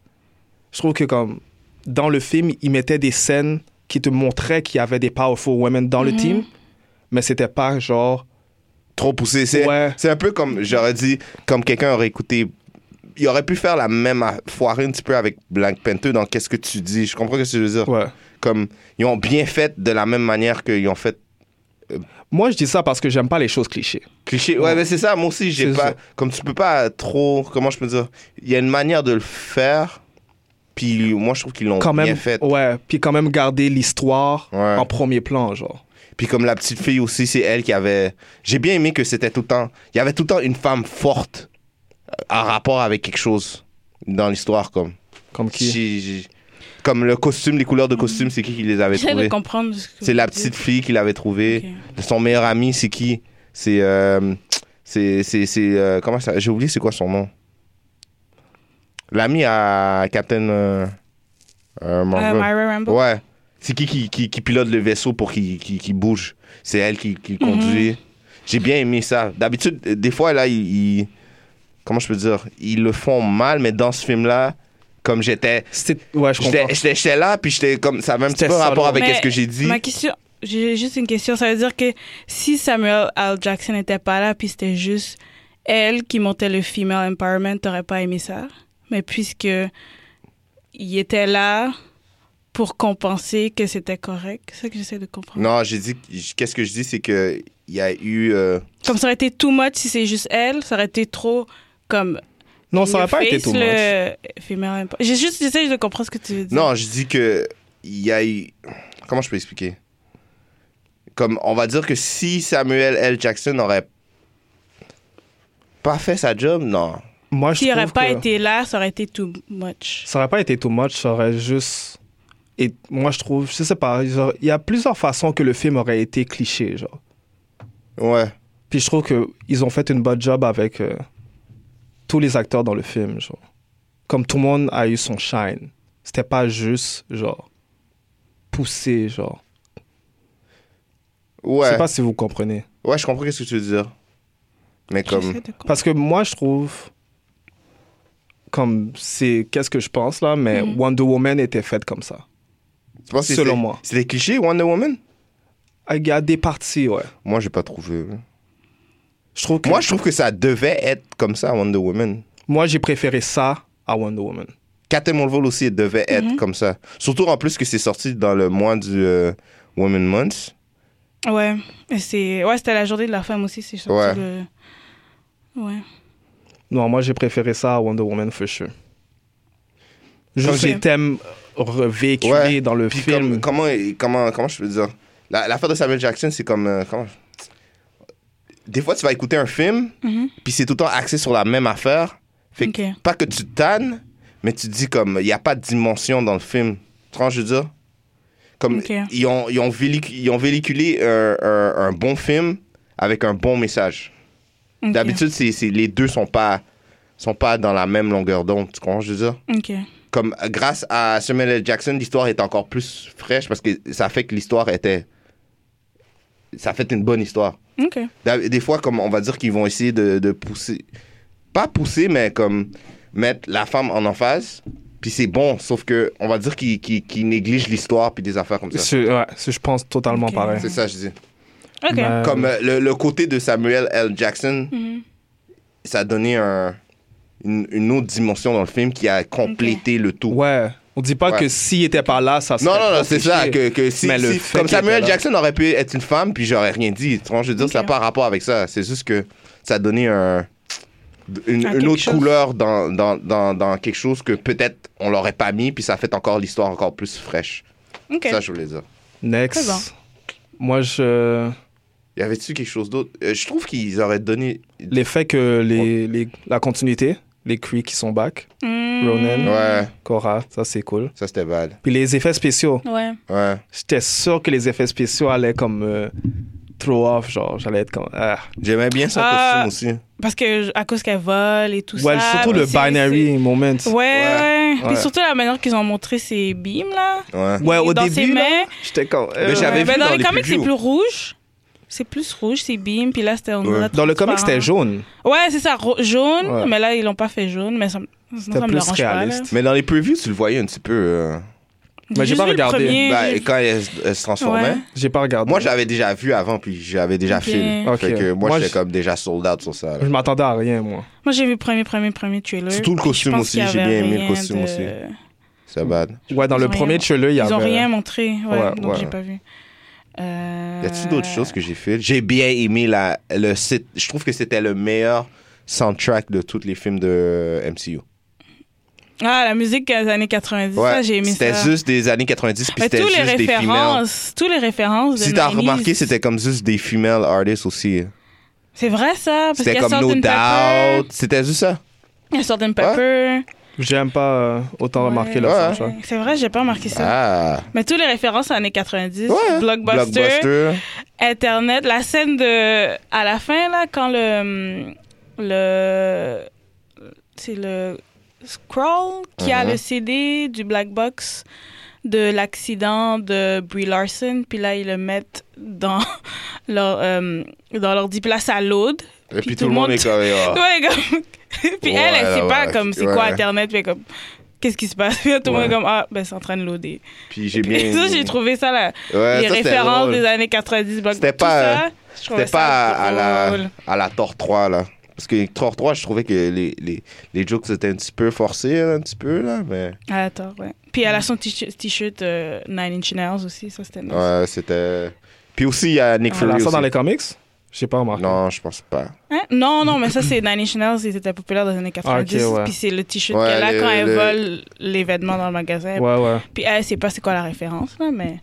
[SPEAKER 6] Je trouve que comme dans le film, ils mettaient des scènes qui te montraient qu'il y avait des powerful women dans le team, mais c'était pas genre
[SPEAKER 5] Trop poussé. C'est
[SPEAKER 6] Ouais.
[SPEAKER 5] c'est un peu comme, j'aurais dit, comme quelqu'un aurait écouté. Il aurait pu faire la même a- foirer un petit peu avec Black Panther dans Qu'est-ce que tu dis. Je comprends ce que tu veux dire.
[SPEAKER 6] ouais.
[SPEAKER 5] Comme, ils ont bien fait de la même manière qu'ils ont fait
[SPEAKER 6] Moi, je dis ça parce que j'aime pas les choses clichés.
[SPEAKER 5] Cliché. Ouais, mais c'est ça. Moi aussi, j'ai
[SPEAKER 6] C'est
[SPEAKER 5] pas.
[SPEAKER 6] ça.
[SPEAKER 5] Comme tu peux pas trop. Comment je peux dire Il y a une manière de le faire. Puis moi, je trouve qu'ils l'ont bien
[SPEAKER 6] Quand même,
[SPEAKER 5] fait.
[SPEAKER 6] ouais, puis quand même garder l'histoire
[SPEAKER 5] Ouais.
[SPEAKER 6] en premier plan, genre.
[SPEAKER 5] Puis comme la petite fille aussi, c'est elle qui avait. J'ai bien aimé que c'était tout le temps. Il y avait tout le temps une femme forte euh, en rapport avec quelque chose. dans l'histoire, comme.
[SPEAKER 6] Comme qui
[SPEAKER 5] J'ai- j'ai- Comme le costume, les couleurs de costume, c'est qui qui les avait
[SPEAKER 4] J'essaie de
[SPEAKER 5] trouvées
[SPEAKER 4] comprendre ce que
[SPEAKER 5] C'est
[SPEAKER 4] vous
[SPEAKER 5] la
[SPEAKER 4] dites.
[SPEAKER 5] petite fille qui l'avait trouvé.
[SPEAKER 4] Ok.
[SPEAKER 5] Son meilleur ami, c'est qui C'est. euh, c'est. c'est- c'est, euh, comment ça J'ai oublié c'est quoi son nom. L'ami à Captain. euh, euh,
[SPEAKER 4] Euh,
[SPEAKER 5] Marvel.
[SPEAKER 4] Myra Rambo.
[SPEAKER 5] Ouais. C'est qui qui, qui qui pilote le vaisseau pour qu'il qu'il- qu'il bouge C'est elle qui, qui conduit. J'ai bien aimé ça. D'habitude, euh, des fois, là, ils. ils- Comment je peux dire Ils le font mal, mais dans ce film-là, comme j'étais.
[SPEAKER 6] C'était- Ouais, je
[SPEAKER 5] J'étais
[SPEAKER 6] comprends.
[SPEAKER 5] j'étais- j'étais là, puis j'étais comme. Ça avait un petit
[SPEAKER 6] C'était
[SPEAKER 5] peu
[SPEAKER 6] ça,
[SPEAKER 5] rapport
[SPEAKER 6] là.
[SPEAKER 5] avec
[SPEAKER 4] Mais
[SPEAKER 5] ce que j'ai dit.
[SPEAKER 4] Ma question, j'ai juste une question. Ça veut dire que si Samuel L. Jackson n'était pas là, puis c'était juste elle qui montait le female empowerment, t'aurais pas aimé ça? Mais puisque il était là pour compenser que c'était correct, c'est ça que j'essaie de comprendre.
[SPEAKER 5] Non, j'ai dit. Qu'est-ce que je dis, c'est que. Il y a eu. euh,
[SPEAKER 4] Comme ça aurait été too much si c'est juste elle, ça aurait été trop comme.
[SPEAKER 6] Non, ça
[SPEAKER 4] in
[SPEAKER 6] aurait
[SPEAKER 4] your
[SPEAKER 6] pas été
[SPEAKER 4] face,
[SPEAKER 6] tout much.
[SPEAKER 4] le female empowerment. J'ai juste j'essaie de comprendre ce que tu veux dire.
[SPEAKER 5] Non, je dis que il y a eu. Comment je peux expliquer Comme on va dire que si Samuel L. Jackson n'aurait pas fait sa job, non.
[SPEAKER 6] Moi, je
[SPEAKER 4] S'il n'aurait
[SPEAKER 6] trouve
[SPEAKER 4] pas
[SPEAKER 6] que
[SPEAKER 4] été là, ça aurait été too much.
[SPEAKER 6] Ça aurait pas été too much, ça aurait juste. Et moi, je trouve, je sais pas, genre, il y a plusieurs façons que le film aurait été cliché, genre.
[SPEAKER 5] Ouais.
[SPEAKER 6] Puis je trouve que ils ont fait une bonne job avec euh, tous les acteurs dans le film, genre. Comme tout le monde a eu son shine. C'était pas juste, genre, poussé, genre. Je
[SPEAKER 5] Ouais.
[SPEAKER 6] sais pas si vous comprenez.
[SPEAKER 5] Ouais, je comprends ce que tu veux dire. Mais
[SPEAKER 4] J'essaie
[SPEAKER 5] comme.
[SPEAKER 4] de comprendre.
[SPEAKER 6] Parce que moi, je trouve, comme, c'est qu'est-ce que je pense là, mais
[SPEAKER 4] Mhm.
[SPEAKER 6] Wonder Woman était faite comme ça.
[SPEAKER 5] Tu penses que
[SPEAKER 6] Selon
[SPEAKER 5] c'était-
[SPEAKER 6] moi.
[SPEAKER 5] C'était cliché, Wonder Woman
[SPEAKER 6] Il y a des parties, ouais.
[SPEAKER 5] Moi, j'ai pas trouvé.
[SPEAKER 6] Je trouve que
[SPEAKER 5] Moi, je trouve que ça devait être comme ça, Wonder Woman.
[SPEAKER 6] Moi, j'ai préféré ça à Wonder Woman.
[SPEAKER 5] Captain Marvel aussi elle devait être
[SPEAKER 4] Mhm.
[SPEAKER 5] comme ça. Surtout en plus que c'est sorti dans le mois du euh, Women Month.
[SPEAKER 4] Ouais, et c'est ouais, c'était la journée de la femme aussi, c'est sorti
[SPEAKER 5] Ouais.
[SPEAKER 4] le- Ouais.
[SPEAKER 6] Non, moi, j'ai préféré ça à Wonder Woman for sure. Juste
[SPEAKER 5] Comme
[SPEAKER 6] les
[SPEAKER 4] j'ai-
[SPEAKER 6] thèmes revéhiculés
[SPEAKER 5] Ouais,
[SPEAKER 6] dans le
[SPEAKER 5] Puis
[SPEAKER 6] film.
[SPEAKER 5] comme- comment, comment, comment je peux dire La- L'affaire de Samuel Jackson, c'est comme. euh, comment- Des fois, tu vas écouter un film,
[SPEAKER 4] Mhm.
[SPEAKER 5] puis c'est tout le temps axé sur la même affaire. Fait que,
[SPEAKER 4] Ok.
[SPEAKER 5] pas que tu te tannes, mais tu te dis comme, il n'y a pas de dimension dans le film. Tu vois, ce que je veux dire Comme,
[SPEAKER 4] Ok.
[SPEAKER 5] ils, ont, ils, ont véhicu- ils ont véhiculé un, un- un bon film avec un bon message.
[SPEAKER 4] Ok.
[SPEAKER 5] D'habitude, c'est c'est- les deux sont pas, sont pas dans la même longueur d'onde. Tu comprends, ce que je veux dire
[SPEAKER 4] OK.
[SPEAKER 5] comme euh, grâce à Samuel L. Jackson, l'histoire est encore plus fraîche parce que ça fait que l'histoire était. Ça fait une bonne histoire.
[SPEAKER 4] OK.
[SPEAKER 5] Da- Des fois, comme on va dire qu'ils vont essayer de, de pousser. Pas pousser, mais comme mettre la femme en emphase. Puis c'est bon, sauf que on va dire qu'ils qu'ils- qu'ils négligent l'histoire puis des affaires comme ça.
[SPEAKER 6] C'est- ouais, c'est- je pense totalement
[SPEAKER 4] Ok.
[SPEAKER 6] pareil.
[SPEAKER 5] C'est ça, je dis.
[SPEAKER 4] OK.
[SPEAKER 6] Mais-
[SPEAKER 5] Comme euh, le, le côté de Samuel L. Jackson,
[SPEAKER 4] Mhm.
[SPEAKER 5] ça a donné un- une, une autre dimension dans le film qui a complété le tout.
[SPEAKER 6] Ouais. On dit pas
[SPEAKER 5] Ouais.
[SPEAKER 6] que s'il était pas là, ça serait.
[SPEAKER 5] Non, non, non,
[SPEAKER 6] trop
[SPEAKER 5] c'est
[SPEAKER 6] cliché.
[SPEAKER 5] ça. Que, que si,
[SPEAKER 6] Mais le
[SPEAKER 5] si-
[SPEAKER 6] fait
[SPEAKER 5] comme
[SPEAKER 6] qu'il était
[SPEAKER 5] Samuel
[SPEAKER 6] là-
[SPEAKER 5] Jackson aurait pu être une femme, puis j'aurais rien dit. Tu vois, je veux dire, ça n'a
[SPEAKER 4] Ok.
[SPEAKER 5] pas rapport avec ça. C'est juste que ça a donné un, une,
[SPEAKER 4] Un
[SPEAKER 5] une
[SPEAKER 4] Ah, quelque
[SPEAKER 5] autre
[SPEAKER 4] chose.
[SPEAKER 5] couleur dans, dans, dans, dans quelque chose que peut-être on l'aurait pas mis, puis ça fait encore l'histoire encore plus fraîche.
[SPEAKER 4] OK.
[SPEAKER 5] Ça, je voulais dire.
[SPEAKER 6] Next.
[SPEAKER 4] C'est bon.
[SPEAKER 6] Moi, je.
[SPEAKER 5] Y avait-tu quelque chose d'autre Euh, Je trouve qu'ils auraient donné.
[SPEAKER 6] L'effet que les, les- la continuité, les cris qui sont back,
[SPEAKER 4] Mmh.
[SPEAKER 6] Ronan,
[SPEAKER 5] Ouais,
[SPEAKER 6] Cora, ça c'est cool.
[SPEAKER 5] ça c'était bad.
[SPEAKER 6] Puis les effets spéciaux.
[SPEAKER 4] Ouais.
[SPEAKER 5] Ouais.
[SPEAKER 6] J'étais sûr que les effets spéciaux allaient comme euh, throw off, genre j'allais être comme ah.
[SPEAKER 5] J'aimais bien son
[SPEAKER 4] Ah.
[SPEAKER 5] costume aussi.
[SPEAKER 4] Parce que à cause qu'elle vole et tout
[SPEAKER 6] Ouais,
[SPEAKER 4] ça.
[SPEAKER 6] surtout
[SPEAKER 4] puis
[SPEAKER 6] le
[SPEAKER 4] c'est-
[SPEAKER 6] binary moment.
[SPEAKER 4] c'est- Ouais, ouais.
[SPEAKER 6] Ouais.
[SPEAKER 4] Puis surtout la manière qu'ils ont montré ses beams là.
[SPEAKER 5] Ouais.
[SPEAKER 6] Ouais, au
[SPEAKER 4] dans ses
[SPEAKER 6] début, là,
[SPEAKER 4] mains.
[SPEAKER 6] j'étais comme euh,
[SPEAKER 5] Mais j'avais
[SPEAKER 4] Ouais,
[SPEAKER 5] vu
[SPEAKER 4] ben, dans,
[SPEAKER 5] dans
[SPEAKER 4] les
[SPEAKER 5] les
[SPEAKER 4] comics, c'est
[SPEAKER 5] previews.
[SPEAKER 4] plus rouge. C'est plus rouge, c'est beams. Puis là, c'était en
[SPEAKER 5] Ouais.
[SPEAKER 6] dans le comic c'était
[SPEAKER 4] transparent.
[SPEAKER 6] jaune.
[SPEAKER 4] hein. Ouais, c'est ça, ro- jaune.
[SPEAKER 6] Ouais.
[SPEAKER 4] Mais là, ils l'ont pas fait jaune. Mais ça, me- sinon, ça
[SPEAKER 6] C'était
[SPEAKER 4] me
[SPEAKER 6] plus
[SPEAKER 4] dérange pas. là.
[SPEAKER 6] réaliste.
[SPEAKER 5] Mais dans les previews, tu le voyais un petit peu. euh,
[SPEAKER 6] Mais j'ai
[SPEAKER 4] Juste
[SPEAKER 6] pas
[SPEAKER 4] vu le
[SPEAKER 6] regardé.
[SPEAKER 4] premier,
[SPEAKER 5] bah,
[SPEAKER 4] j'ai-
[SPEAKER 5] quand elle, se- elle se transformait.
[SPEAKER 4] Ouais.
[SPEAKER 6] J'ai pas regardé.
[SPEAKER 5] Moi, j'avais déjà vu avant, puis j'avais déjà
[SPEAKER 4] Ok.
[SPEAKER 5] filmé.
[SPEAKER 6] Ok.
[SPEAKER 5] Fait que moi,
[SPEAKER 6] Moi,
[SPEAKER 5] j'étais
[SPEAKER 6] je-
[SPEAKER 5] comme déjà sold out sur ça. là.
[SPEAKER 6] je m'attendais à rien moi.
[SPEAKER 4] Moi, j'ai vu le premier, premier, premier trailer.
[SPEAKER 5] Surtout le
[SPEAKER 4] Puis je
[SPEAKER 5] costume
[SPEAKER 4] pense
[SPEAKER 5] aussi,
[SPEAKER 4] qu'il y
[SPEAKER 5] j'ai
[SPEAKER 4] avait
[SPEAKER 5] bien aimé le
[SPEAKER 4] rien
[SPEAKER 5] costume
[SPEAKER 4] de-
[SPEAKER 5] aussi. C'est bad.
[SPEAKER 6] Ouais, dans
[SPEAKER 4] Ils
[SPEAKER 6] le
[SPEAKER 4] ont
[SPEAKER 6] premier
[SPEAKER 4] rien-
[SPEAKER 6] trailer, il y
[SPEAKER 4] Ils ont
[SPEAKER 6] avait
[SPEAKER 4] rien montré, ouais,
[SPEAKER 6] Ouais,
[SPEAKER 4] donc
[SPEAKER 6] ouais.
[SPEAKER 4] j'ai pas vu. Euh...
[SPEAKER 5] Y a-t-il d'autres choses que j'ai fait J'ai bien aimé la, le site. Je trouve que c'était le meilleur soundtrack de tous les films de MCU.
[SPEAKER 4] Ah, la musique des années 90, ça, j'ai aimé ça.
[SPEAKER 5] c'était juste des années 90, puis
[SPEAKER 4] Mais
[SPEAKER 5] c'était
[SPEAKER 4] tous les
[SPEAKER 5] juste des females.
[SPEAKER 4] références, tous les références de
[SPEAKER 5] Si t'as
[SPEAKER 4] 90s.
[SPEAKER 5] remarqué, c'était comme juste des female artists aussi.
[SPEAKER 4] C'est vrai ça, parce qu'il
[SPEAKER 5] C'était
[SPEAKER 4] y a
[SPEAKER 5] comme No
[SPEAKER 4] Salt and Pepper.
[SPEAKER 5] Doubt. C'était juste ça.
[SPEAKER 4] Il y a Salt and Pepper.
[SPEAKER 6] J'aime pas euh, autant
[SPEAKER 4] Ouais.
[SPEAKER 6] remarquer leur
[SPEAKER 5] Ouais.
[SPEAKER 6] soundtrack.
[SPEAKER 4] C'est vrai, j'ai pas remarqué ça.
[SPEAKER 5] Ah.
[SPEAKER 4] Mais toutes les références années 90,
[SPEAKER 5] Ouais. hein.
[SPEAKER 4] blockbuster,
[SPEAKER 5] Blockbuster.
[SPEAKER 4] Internet, la scène de. À la fin, là, quand le. le c'est le. Scroll qui a
[SPEAKER 5] Mhm.
[SPEAKER 4] le CD du Black Box de l'accident de Brie Larson, puis là, ils le mettent dans leur, euh, dans leur 10 places à l'aude.
[SPEAKER 5] Et puis tout le monde est comme. ah.
[SPEAKER 4] Ouais, comme...
[SPEAKER 5] Ouais,
[SPEAKER 4] puis elle, elle sait
[SPEAKER 5] ouais,
[SPEAKER 4] pas
[SPEAKER 5] ouais,
[SPEAKER 4] comme c'est quoi
[SPEAKER 5] ouais.
[SPEAKER 4] Internet, mais comme qu'est-ce qui se passe. Puis là, tout le monde est
[SPEAKER 5] Ouais.
[SPEAKER 4] comme ah ben c'est en train de loader.
[SPEAKER 5] Puis j'ai bien.
[SPEAKER 4] Et ça j'ai trouvé ça là,
[SPEAKER 5] Ouais,
[SPEAKER 4] les
[SPEAKER 5] ça, c'était
[SPEAKER 4] références
[SPEAKER 5] drôle.
[SPEAKER 4] des années 90. Black-
[SPEAKER 5] C'était
[SPEAKER 4] tout
[SPEAKER 5] pas,
[SPEAKER 4] ça, je trouvais
[SPEAKER 5] C'était pas
[SPEAKER 4] ça
[SPEAKER 5] à, à
[SPEAKER 4] drôle.
[SPEAKER 5] la, à la Thor 3, là. Parce que Thor 3, je trouvais que les, les, les jokes étaient un petit peu forcés, là, un petit peu, là. Mais
[SPEAKER 4] Ah, attends, ouais. Puis elle a son t-shirt t-shirt, euh, Nine Inch Nails aussi, ça c'était nice.
[SPEAKER 5] ouais, c'était. Puis aussi, il y a Nick
[SPEAKER 4] Ah,
[SPEAKER 6] Là,
[SPEAKER 5] Fury.
[SPEAKER 6] ça dans
[SPEAKER 5] aussi.
[SPEAKER 6] les comics J'ai pas remarqué.
[SPEAKER 5] Non, je pense pas.
[SPEAKER 4] Hein? Non, non, mais ça c'est Nine Inch Nails, ils étaient populaires dans les années 90.
[SPEAKER 6] Ah, ouais.
[SPEAKER 4] Puis c'est le t-shirt
[SPEAKER 5] Ouais,
[SPEAKER 4] qu'elle a
[SPEAKER 5] le-
[SPEAKER 4] quand elle
[SPEAKER 5] le-
[SPEAKER 4] vole les vêtements dans le magasin.
[SPEAKER 6] Ouais, ouais.
[SPEAKER 4] Puis elle sait pas c'est quoi la référence là, mais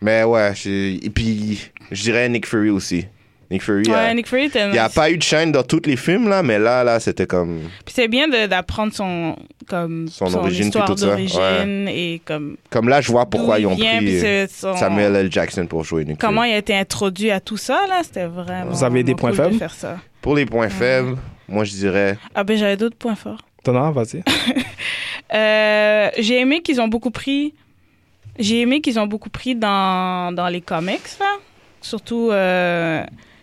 [SPEAKER 5] Mais ouais, j'ai- et puis je dirais Nick Fury aussi. Nick Fury, il y a-
[SPEAKER 4] ouais, Nick Fury était
[SPEAKER 5] euh, il n'y a
[SPEAKER 4] nice.
[SPEAKER 5] pas eu de chaîne dans tous les films, là, mais là, là, c'était comme.
[SPEAKER 4] Puis c'est bien de- d'apprendre son, comme,
[SPEAKER 5] Son origine, puis
[SPEAKER 4] histoire
[SPEAKER 5] tout ça,
[SPEAKER 4] d'origine
[SPEAKER 5] ouais.
[SPEAKER 4] et comme
[SPEAKER 5] Comme là, je vois pourquoi
[SPEAKER 4] d'où
[SPEAKER 5] ils ont
[SPEAKER 4] il vient, puis
[SPEAKER 5] pris euh,
[SPEAKER 4] c'est son-
[SPEAKER 5] Samuel L. Jackson pour jouer Nick
[SPEAKER 4] Comment
[SPEAKER 5] Fury.
[SPEAKER 4] il a été introduit à tout ça, là, c'était vraiment.
[SPEAKER 6] Vous avez des
[SPEAKER 4] vraiment
[SPEAKER 6] points
[SPEAKER 4] cool de
[SPEAKER 6] faibles?
[SPEAKER 4] faire ça.
[SPEAKER 5] Pour les points faibles, moi, je dirais.
[SPEAKER 4] Ah, ben j'avais d'autres points forts.
[SPEAKER 6] T'en as, vas-y.
[SPEAKER 4] Euh, j'ai aimé qu'ils ont beaucoup pris. J'ai aimé qu'ils ont beaucoup pris dans, dans les comics, là. Surtout. euh,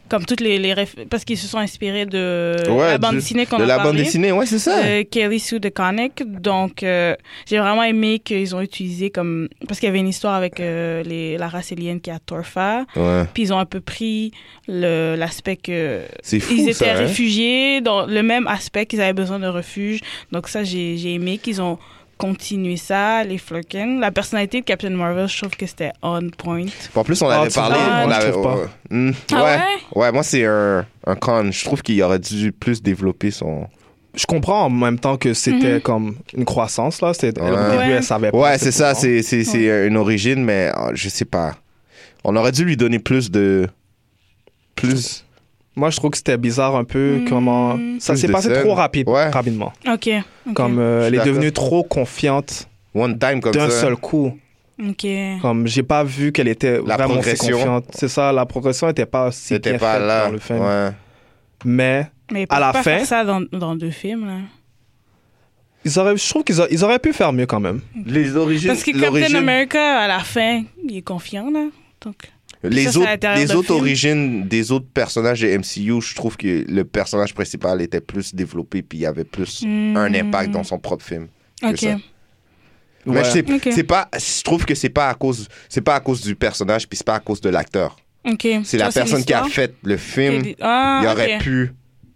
[SPEAKER 4] comme toutes les, les réf- parce qu'ils se sont inspirés de
[SPEAKER 5] Ouais,
[SPEAKER 4] la bande
[SPEAKER 5] du-
[SPEAKER 4] dessinée qu'on
[SPEAKER 5] de
[SPEAKER 4] a
[SPEAKER 5] la bande
[SPEAKER 4] parlé.
[SPEAKER 5] dessinée, ouais, c'est ça.
[SPEAKER 4] euh, Kelly Sue DeConnick. Donc, euh, j'ai vraiment aimé qu'ils ont utilisé comme. Parce qu'il y avait une histoire avec euh, les, la race alien qui a Torfa.
[SPEAKER 5] Ouais,
[SPEAKER 4] Puis ils ont un peu pris le- l'aspect que.
[SPEAKER 5] c'est fou.
[SPEAKER 4] Ils étaient
[SPEAKER 5] ça, hein.
[SPEAKER 4] réfugiés, dans le même aspect qu'ils avaient besoin de refuge. Donc, ça, j'ai j'ai aimé qu'ils ont continué ça, les Flurkins. La personnalité de Captain Marvel, je trouve que c'était on point.
[SPEAKER 5] En plus, on
[SPEAKER 6] Ah,
[SPEAKER 5] avait
[SPEAKER 6] tu
[SPEAKER 5] parlé.
[SPEAKER 4] vois,
[SPEAKER 5] on
[SPEAKER 4] moi,
[SPEAKER 6] je
[SPEAKER 5] avait-
[SPEAKER 6] trouve pas.
[SPEAKER 5] euh, hmm,
[SPEAKER 4] Ah
[SPEAKER 5] ouais. Ouais, moi, c'est un, un con. Je trouve qu'il aurait dû plus développer son.
[SPEAKER 6] Je comprends en même temps que
[SPEAKER 4] Mhm.
[SPEAKER 6] c'était comme une croissance, là. C'était- Au
[SPEAKER 5] Ouais.
[SPEAKER 6] début,
[SPEAKER 4] Ouais.
[SPEAKER 6] elle savait pas.
[SPEAKER 5] Ouais, c'est ça.
[SPEAKER 6] pour
[SPEAKER 5] C'est c'est- c'est une origine, mais euh, je sais pas. On aurait dû lui donner plus de. Plus.
[SPEAKER 6] moi. Moi, je trouve que c'était bizarre un peu
[SPEAKER 4] Mhm.
[SPEAKER 6] comment. Ça
[SPEAKER 5] Plus
[SPEAKER 6] s'est
[SPEAKER 5] de
[SPEAKER 6] passé
[SPEAKER 5] scènes.
[SPEAKER 6] trop rapide,
[SPEAKER 5] Ouais.
[SPEAKER 6] rapidement.
[SPEAKER 4] OK. ok,
[SPEAKER 6] Comme
[SPEAKER 5] Je
[SPEAKER 6] euh,
[SPEAKER 5] suis
[SPEAKER 6] elle est
[SPEAKER 5] d'accord.
[SPEAKER 6] devenue trop confiante
[SPEAKER 5] One time comme ça.
[SPEAKER 6] d'un seul coup.
[SPEAKER 4] OK.
[SPEAKER 6] Comme j'ai pas vu qu'elle était
[SPEAKER 5] La
[SPEAKER 6] vraiment si
[SPEAKER 5] progression.
[SPEAKER 6] confiante. C'est ça, la progression était pas si
[SPEAKER 5] C'était
[SPEAKER 6] bien
[SPEAKER 5] pas
[SPEAKER 6] faite
[SPEAKER 5] là.
[SPEAKER 6] dans le film.
[SPEAKER 5] Ouais.
[SPEAKER 6] Mais
[SPEAKER 4] Mais ils
[SPEAKER 6] À la
[SPEAKER 4] peuvent pas
[SPEAKER 6] fin-
[SPEAKER 4] faire ça dans, dans deux films, là.
[SPEAKER 6] ils auraient, je trouve qu'ils auraient, ils auraient pu faire mieux quand même.
[SPEAKER 5] Les origines.
[SPEAKER 4] Parce que Captain
[SPEAKER 5] l'origine-
[SPEAKER 4] America, à la fin, il est confiant, là. Donc,
[SPEAKER 5] les
[SPEAKER 4] ça, c'est à
[SPEAKER 5] autres,
[SPEAKER 4] l'intérieur
[SPEAKER 5] les
[SPEAKER 4] d'un
[SPEAKER 5] autres
[SPEAKER 4] film.
[SPEAKER 5] origines des autres personnages de MCU, je trouve que le personnage principal était plus développé puis il y avait plus
[SPEAKER 4] Hmm.
[SPEAKER 5] un impact dans son propre film. que
[SPEAKER 4] OK.
[SPEAKER 5] ça. Mais
[SPEAKER 6] Ouais.
[SPEAKER 5] je sais-
[SPEAKER 4] Ok.
[SPEAKER 5] c'est pas je trouve que c'est pas à cause c'est pas à cause du personnage puis c'est pas à cause de l'acteur.
[SPEAKER 4] OK.
[SPEAKER 5] C'est
[SPEAKER 4] Ça,
[SPEAKER 5] la personne qui a
[SPEAKER 4] l'histoire.
[SPEAKER 5] fait le film,
[SPEAKER 4] Kelly- Ah,
[SPEAKER 5] il aurait
[SPEAKER 4] ok.
[SPEAKER 5] pu